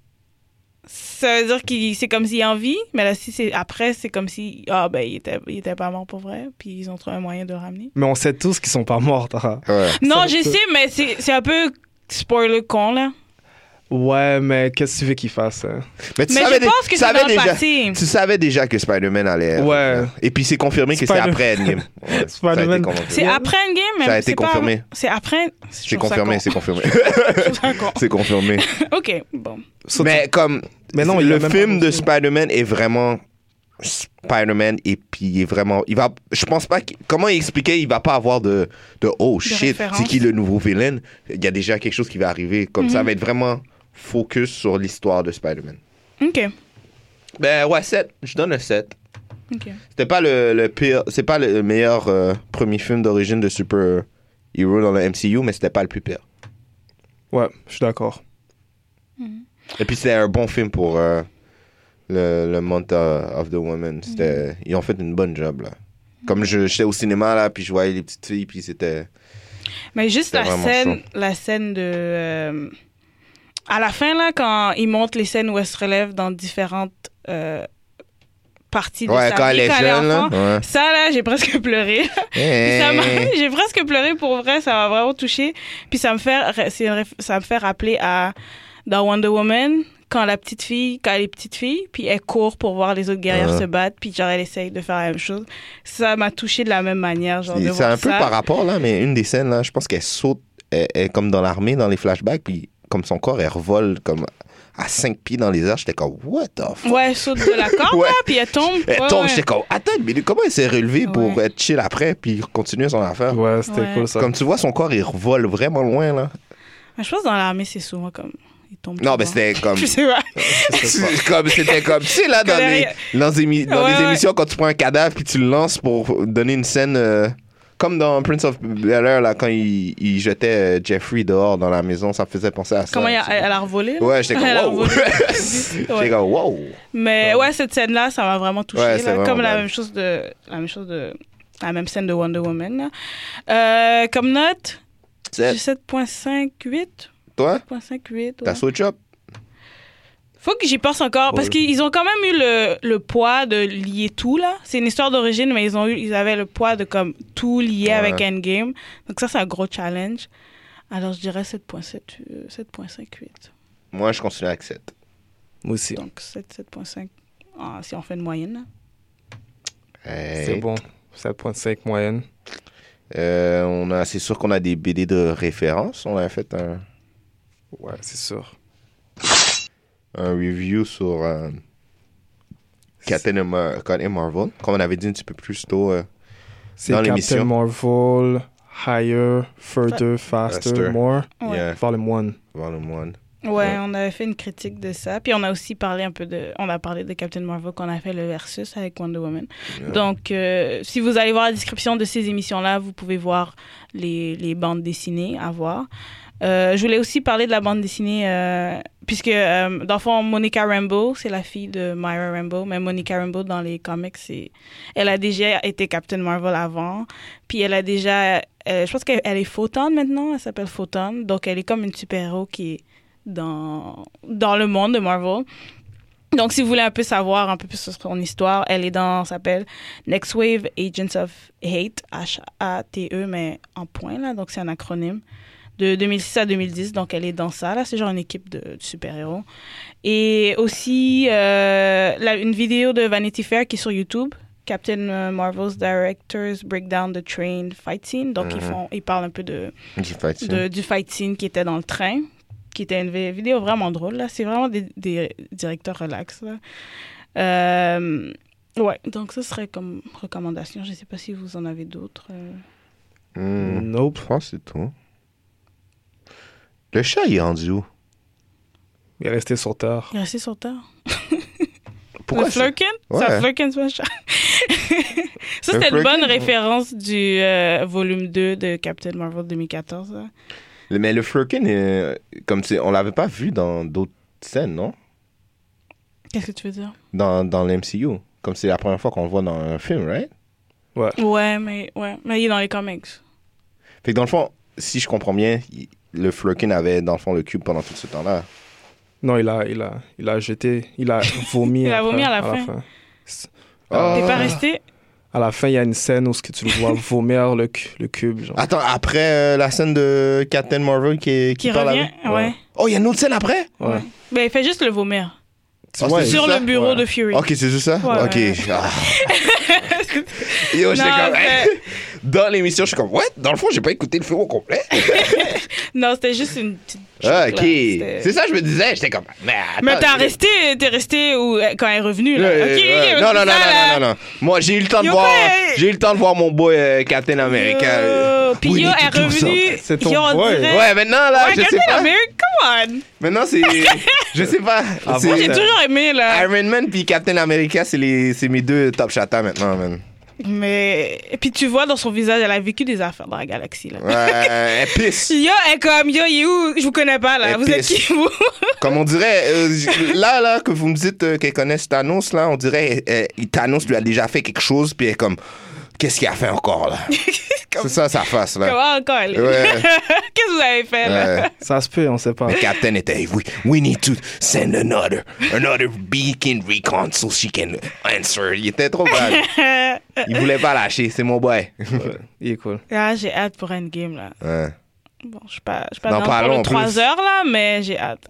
[SPEAKER 4] Ça veut dire que c'est comme s'il est en vie, mais là, si c'est après, c'est comme si. Ah, ben, il était, il était pas mort pour vrai, puis ils ont trouvé un moyen de le ramener.
[SPEAKER 6] Mais on sait tous qu'ils sont pas morts. hein.
[SPEAKER 5] Ouais.
[SPEAKER 4] Non,
[SPEAKER 6] va
[SPEAKER 4] je
[SPEAKER 6] pas.
[SPEAKER 4] sais, mais c'est c'est un peu spoiler con, là.
[SPEAKER 6] Ouais, mais qu'est-ce que tu veux qu'ils fassent hein?
[SPEAKER 5] Mais tu
[SPEAKER 4] Mais
[SPEAKER 5] savais,
[SPEAKER 4] je
[SPEAKER 5] dé-
[SPEAKER 4] pense que
[SPEAKER 5] tu
[SPEAKER 4] c'est
[SPEAKER 5] savais
[SPEAKER 4] dans le
[SPEAKER 5] déjà.
[SPEAKER 4] passé.
[SPEAKER 5] Tu savais déjà que Spider-Man allait.
[SPEAKER 6] Ouais.
[SPEAKER 5] Et puis c'est confirmé que c'est
[SPEAKER 6] Spider-
[SPEAKER 5] après Endgame. Ouais, ça a été
[SPEAKER 6] Spider-Man.
[SPEAKER 5] confirmé.
[SPEAKER 4] C'est après Endgame, mais
[SPEAKER 5] Ça a été
[SPEAKER 4] c'est pas
[SPEAKER 5] confirmé.
[SPEAKER 4] avant- C'est après.
[SPEAKER 5] C'est confirmé, c'est confirmé. c'est confirmé.
[SPEAKER 4] Ok, bon.
[SPEAKER 6] Surtout-
[SPEAKER 5] Mais comme
[SPEAKER 6] Mais non, il
[SPEAKER 5] le
[SPEAKER 6] l'a même
[SPEAKER 5] film
[SPEAKER 6] pas
[SPEAKER 5] de
[SPEAKER 6] montré.
[SPEAKER 5] Spider-Man est vraiment Spider-Man et puis il est vraiment il va je pense pas qu'il- comment il expliquait il va pas avoir de de oh shit
[SPEAKER 4] référence. Mhm.
[SPEAKER 5] c'est qui le nouveau vilain il y a déjà quelque chose qui va arriver comme ça va être vraiment focus sur l'histoire de Spider-Man.
[SPEAKER 4] Ok,
[SPEAKER 5] Ben ouais 7, je donne un 7.
[SPEAKER 4] ok.
[SPEAKER 5] C'était pas le, le pire c'est pas le meilleur euh, premier film d'origine de super hero dans le MCU mais c'était pas le plus pire.
[SPEAKER 6] Ouais, je suis d'accord.
[SPEAKER 5] Et puis c'était un bon film pour euh, le, le Month euh, of the Woman. C'était, Ils ont fait une bonne job là. Comme je, j'étais au cinéma là, puis je voyais les petites filles, puis c'était.
[SPEAKER 4] Mais juste
[SPEAKER 5] C'était
[SPEAKER 4] la
[SPEAKER 5] vraiment
[SPEAKER 4] scène, la scène de. euh, à la fin, là, quand ils montrent les scènes où elle se relève dans différentes euh, parties de
[SPEAKER 5] Ouais,
[SPEAKER 4] sa
[SPEAKER 5] quand
[SPEAKER 4] vie,
[SPEAKER 5] elle est jeune là.
[SPEAKER 4] enfant, Ça, là, j'ai presque pleuré. Puis ça m'a-
[SPEAKER 5] Ouais.
[SPEAKER 4] J'ai presque pleuré pour vrai, ça m'a vraiment touché. Puis ça me fait, c'est une réf- ça me fait rappeler à dans Wonder Woman quand la petite fille, quand elle est petite fille, puis elle court pour voir les autres guerrières
[SPEAKER 5] Ouais.
[SPEAKER 4] se battre, puis genre elle essaye de faire la même chose. Ça m'a touché de la même manière, genre de
[SPEAKER 5] C'est, c'est
[SPEAKER 4] voir
[SPEAKER 5] un peu
[SPEAKER 4] ça.
[SPEAKER 5] par rapport là, mais une des scènes là, je pense qu'elle saute, elle, elle est comme dans l'armée, dans les flashbacks, puis comme son corps, elle revole comme à 5 pieds dans les airs. J'étais comme, what the fuck?
[SPEAKER 4] Ouais, elle saute de la corde,
[SPEAKER 5] Ouais.
[SPEAKER 4] là, puis elle tombe.
[SPEAKER 5] Elle
[SPEAKER 4] Ouais,
[SPEAKER 5] tombe,
[SPEAKER 4] ouais.
[SPEAKER 5] j'étais Euh, comme, attends, mais comment elle s'est relevée pour
[SPEAKER 4] Ouais.
[SPEAKER 5] être chill après, puis continuer son affaire?
[SPEAKER 6] Ouais, c'était
[SPEAKER 4] Ouais.
[SPEAKER 6] cool ça.
[SPEAKER 5] Comme tu vois, son corps, il revole vraiment loin là.
[SPEAKER 4] Ah, Mais Je pense que dans l'armée, c'est souvent comme. il tombe.
[SPEAKER 5] Non,
[SPEAKER 4] tout
[SPEAKER 5] mais
[SPEAKER 4] bas.
[SPEAKER 5] c'était comme.
[SPEAKER 4] Je sais pas.
[SPEAKER 5] C'est comme c'était comme tu sais là dans
[SPEAKER 4] Comme
[SPEAKER 5] les
[SPEAKER 4] rien.
[SPEAKER 5] dans, les émi- dans
[SPEAKER 4] Ouais,
[SPEAKER 5] les
[SPEAKER 4] ouais.
[SPEAKER 5] émissions quand tu prends un cadavre puis tu le lances pour donner une scène euh, comme dans Prince of Bel Air là quand il, il jetait euh, Jeffrey dehors dans la maison ça me faisait penser à ça
[SPEAKER 4] Comment il a- elle, elle a revolé là?
[SPEAKER 5] ouais j'étais
[SPEAKER 4] Elle a
[SPEAKER 5] comme wow
[SPEAKER 4] revolé.
[SPEAKER 5] j'étais comme wow
[SPEAKER 4] Mais ouais, cette scène-là, ça m'a vraiment touchée.
[SPEAKER 5] Ouais,
[SPEAKER 4] là.
[SPEAKER 5] c'est vraiment
[SPEAKER 4] comme la
[SPEAKER 5] belle.
[SPEAKER 4] même chose de. La même chose de. La même scène de Wonder Woman. là. Euh, comme note, j'ai
[SPEAKER 5] C'est-
[SPEAKER 4] 7.58.
[SPEAKER 5] toi
[SPEAKER 4] 7.58.
[SPEAKER 5] t'as
[SPEAKER 4] ouais.
[SPEAKER 5] switch up
[SPEAKER 4] Faut que j'y pense encore. Parce
[SPEAKER 6] Ouais.
[SPEAKER 4] qu'ils ont quand même eu le, le poids de lier tout, là. C'est une histoire d'origine, mais ils, ont eu, ils avaient le poids de comme tout lier avec Endgame. Donc ça, c'est un gros challenge. Alors je dirais 7.7, euh, 7.58.
[SPEAKER 5] moi je continue avec 7
[SPEAKER 6] Moi aussi.
[SPEAKER 4] Donc 7, 7.5. Ah, si on fait une moyenne, là.
[SPEAKER 6] C'est bon. 7.5 moyenne.
[SPEAKER 5] euh, on a c'est sûr qu'on a des BD de référence on a fait un
[SPEAKER 6] Ouais, c'est sûr.
[SPEAKER 5] un review sur euh, Captain, Mar- Captain Marvel comme on avait dit un petit peu plus tôt euh,
[SPEAKER 6] C'est
[SPEAKER 5] Dans
[SPEAKER 6] Captain
[SPEAKER 5] l'émission.
[SPEAKER 6] Marvel, Higher, Further, Faster,
[SPEAKER 5] Faster.
[SPEAKER 6] More.
[SPEAKER 4] Ouais.
[SPEAKER 5] yeah,
[SPEAKER 6] Par le moine.
[SPEAKER 5] Voir le moine.
[SPEAKER 4] Ouais,
[SPEAKER 5] Ouais.
[SPEAKER 4] on avait fait une critique de ça. Puis on a aussi parlé un peu de. On a parlé de Captain Marvel qu'on a fait le versus avec Wonder Woman. Donc, euh, si vous allez voir la description de ces émissions-là, vous pouvez voir les, les bandes dessinées à voir. Euh, je voulais aussi parler de la bande dessinée, euh, puisque euh, dans le fond, Monica Rambeau, c'est la fille de Myra Rambeau, mais Monica Rambeau dans les comics, c'est... elle a déjà été Captain Marvel avant, puis elle a déjà, euh, je pense qu'elle elle est Photon maintenant, elle s'appelle Photon, donc elle est comme une super-héros qui est dans, dans le monde de Marvel. Donc, si vous voulez un peu savoir un peu plus sur son histoire, elle est dans, ça s'appelle Next Wave Agents of Hate, H-A-T-E, E, mais en point, là. Donc, c'est un acronyme. De 2006 à 2010, donc elle est dans ça, là. C'est genre une équipe de, de super-héros. Et aussi, euh, la- une vidéo de Vanity Fair qui est sur YouTube. Captain euh, Marvel's Directors Breakdown the Train Fight Scene. Donc, ils,
[SPEAKER 5] Mhm.
[SPEAKER 4] font, ils parlent un peu de,
[SPEAKER 5] Du fight scene.
[SPEAKER 4] de- du fight scene qui était dans le train, qui était une vi- vidéo vraiment drôle. là. C'est vraiment des, des directeurs relax. là. Euh, ouais, donc ce serait comme recommandation. Je ne sais pas si vous en avez d'autres. euh.
[SPEAKER 5] Hmm,
[SPEAKER 6] Nope.
[SPEAKER 5] Je pense que c'est tout. Le chat, il est rendu où?
[SPEAKER 6] Il est resté sur terre.
[SPEAKER 4] Il est resté sur terre.
[SPEAKER 5] Pourquoi
[SPEAKER 4] le
[SPEAKER 5] c'est-
[SPEAKER 4] Flurkin?
[SPEAKER 5] Ouais.
[SPEAKER 4] Ça, Flurkin Smash. ça,
[SPEAKER 5] Le
[SPEAKER 4] c'était une bonne
[SPEAKER 5] Flurkin, ouais.
[SPEAKER 4] référence du euh, volume 2 de Captain Marvel 2014. là.
[SPEAKER 5] Mais le Flurkin, euh, comme c'est, on l'avait pas vu dans d'autres scènes, non?
[SPEAKER 4] Qu'est-ce que tu veux dire?
[SPEAKER 5] Dans, dans l'MCU. Comme c'est la première fois qu'on le voit dans un film, right?
[SPEAKER 4] Ouais, mais, ouais. mais il est dans les comics.
[SPEAKER 5] Fait que dans le fond, si je comprends bien, il- le Flurkin avait dans le fond le cube pendant tout ce temps-là.
[SPEAKER 6] Non, il a, il a, il a jeté, il a vomi.
[SPEAKER 4] Il a
[SPEAKER 6] après,
[SPEAKER 4] vomi à la fin.
[SPEAKER 6] S-
[SPEAKER 5] Ah.
[SPEAKER 4] T'es
[SPEAKER 6] Euh,
[SPEAKER 4] pas resté?
[SPEAKER 6] À la fin, il y a une scène où ce que tu le vois vomir le, cu- le cube. Genre.
[SPEAKER 5] Attends, après euh, la scène de Captain Marvel qui, est-
[SPEAKER 4] Qui
[SPEAKER 5] parle
[SPEAKER 4] revient?
[SPEAKER 5] avec-
[SPEAKER 4] ouais.
[SPEAKER 5] Oh, il y a une autre scène après?
[SPEAKER 6] Ouais.
[SPEAKER 4] Ben, il fait juste le vomir.
[SPEAKER 5] Ah,
[SPEAKER 6] vois,
[SPEAKER 5] c'est
[SPEAKER 4] sur
[SPEAKER 5] juste
[SPEAKER 4] le
[SPEAKER 5] ça?
[SPEAKER 4] bureau
[SPEAKER 6] Ouais.
[SPEAKER 4] de Fury.
[SPEAKER 5] Ok, c'est juste ça?
[SPEAKER 4] Ouais,
[SPEAKER 5] ok.
[SPEAKER 4] ouais.
[SPEAKER 5] Ah. Yo, j'étais
[SPEAKER 4] Non,
[SPEAKER 5] comme, dans l'émission, je suis comme, what? Dans le fond, j'ai pas écouté le film au complet.
[SPEAKER 4] Non, c'était juste une petite.
[SPEAKER 5] Ah,
[SPEAKER 4] joke,
[SPEAKER 5] ok.
[SPEAKER 4] là. C'était-
[SPEAKER 5] C'est ça, je me disais. J'étais comme. Mais,
[SPEAKER 4] Mais
[SPEAKER 5] attends,
[SPEAKER 4] t'as
[SPEAKER 5] je-
[SPEAKER 4] resté, t'es resté où, quand elle est revenue, là.
[SPEAKER 5] Euh,
[SPEAKER 4] ok, ok,
[SPEAKER 5] euh,
[SPEAKER 4] parce
[SPEAKER 5] non,
[SPEAKER 4] que
[SPEAKER 5] non, non,
[SPEAKER 4] ça, là,
[SPEAKER 5] non, non, non. Moi, j'ai eu le temps de
[SPEAKER 4] Yo,
[SPEAKER 5] voir.
[SPEAKER 4] hey.
[SPEAKER 5] J'ai eu le temps de voir mon boy euh, Captain America. Euh,
[SPEAKER 4] Yo, Puis
[SPEAKER 5] We
[SPEAKER 4] yo,
[SPEAKER 5] need
[SPEAKER 4] elle
[SPEAKER 5] to
[SPEAKER 4] est
[SPEAKER 5] do something.
[SPEAKER 4] revenue.
[SPEAKER 6] C'est ton
[SPEAKER 4] yo, on
[SPEAKER 6] boy.
[SPEAKER 4] dirait-
[SPEAKER 5] Ouais, maintenant, là,
[SPEAKER 4] Ouais,
[SPEAKER 5] je sais
[SPEAKER 4] Captain
[SPEAKER 5] pas.
[SPEAKER 4] America, come on.
[SPEAKER 5] Maintenant, c'est. je sais pas.
[SPEAKER 6] Ah,
[SPEAKER 5] C'est-
[SPEAKER 6] moi,
[SPEAKER 4] J'ai
[SPEAKER 6] Ouais.
[SPEAKER 4] toujours aimé, là.
[SPEAKER 5] Iron Man puis Captain America, c'est les... c'est mes deux top chatas maintenant, man.
[SPEAKER 4] Mais. Et puis tu vois dans son visage, elle a vécu des affaires dans la galaxie, là.
[SPEAKER 5] Ouais, elle pisse.
[SPEAKER 4] Yo, elle est comme, yo, il est où? Je vous connais pas, là.
[SPEAKER 5] Elle
[SPEAKER 4] Vous êtes
[SPEAKER 5] pisse.
[SPEAKER 4] qui, vous?
[SPEAKER 5] Comme on dirait, euh, j- là, là, que vous me dites euh, qu'elle connaît Thanos, là, on dirait, euh, euh, Thanos lui a déjà fait quelque chose, puis elle est comme, qu'est-ce qu'il a fait encore, là? c'est ça, sa face, là.
[SPEAKER 4] Comment encore, elle est?
[SPEAKER 5] Ouais.
[SPEAKER 4] Qu'est-ce que vous avez fait, là?
[SPEAKER 5] Ouais.
[SPEAKER 6] Ça se peut, on sait pas.
[SPEAKER 5] The captain était, we, we need to send another, another beacon recon so she can answer. Il était trop grave. Il voulait pas lâcher, c'est mon boy.
[SPEAKER 6] Ouais, Il est cool.
[SPEAKER 4] Ah, j'ai hâte pour Endgame, là.
[SPEAKER 5] Ouais.
[SPEAKER 4] Bon, je suis pas, je suis pas
[SPEAKER 5] Dans
[SPEAKER 4] dans
[SPEAKER 5] pas long, en
[SPEAKER 4] pour 3
[SPEAKER 5] plus.
[SPEAKER 4] heures, là, mais j'ai hâte.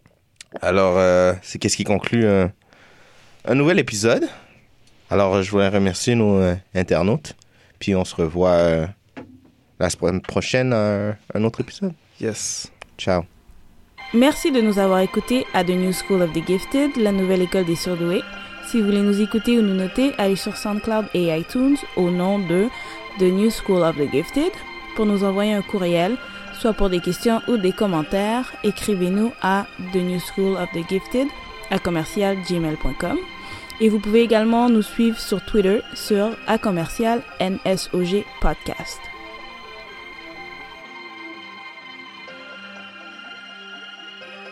[SPEAKER 5] Alors, euh, c'est qu'est-ce qui conclut euh, un nouvel épisode. Alors, euh, je voulais remercier nos euh, internautes. Puis on se revoit euh, la semaine prochaine, euh, un autre épisode.
[SPEAKER 6] Yes.
[SPEAKER 5] Ciao.
[SPEAKER 7] Merci de nous avoir écoutés à The New School of the Gifted, la nouvelle école des surdoués. Si vous voulez nous écouter ou nous noter, allez sur SoundCloud et iTunes au nom de The New School of the Gifted. pour nous envoyer un courriel, soit pour des questions ou des commentaires, écrivez-nous à The New School of the Gifted à commercialgmail.com. Et vous pouvez également nous suivre sur Twitter sur à commercial NSOG Podcast.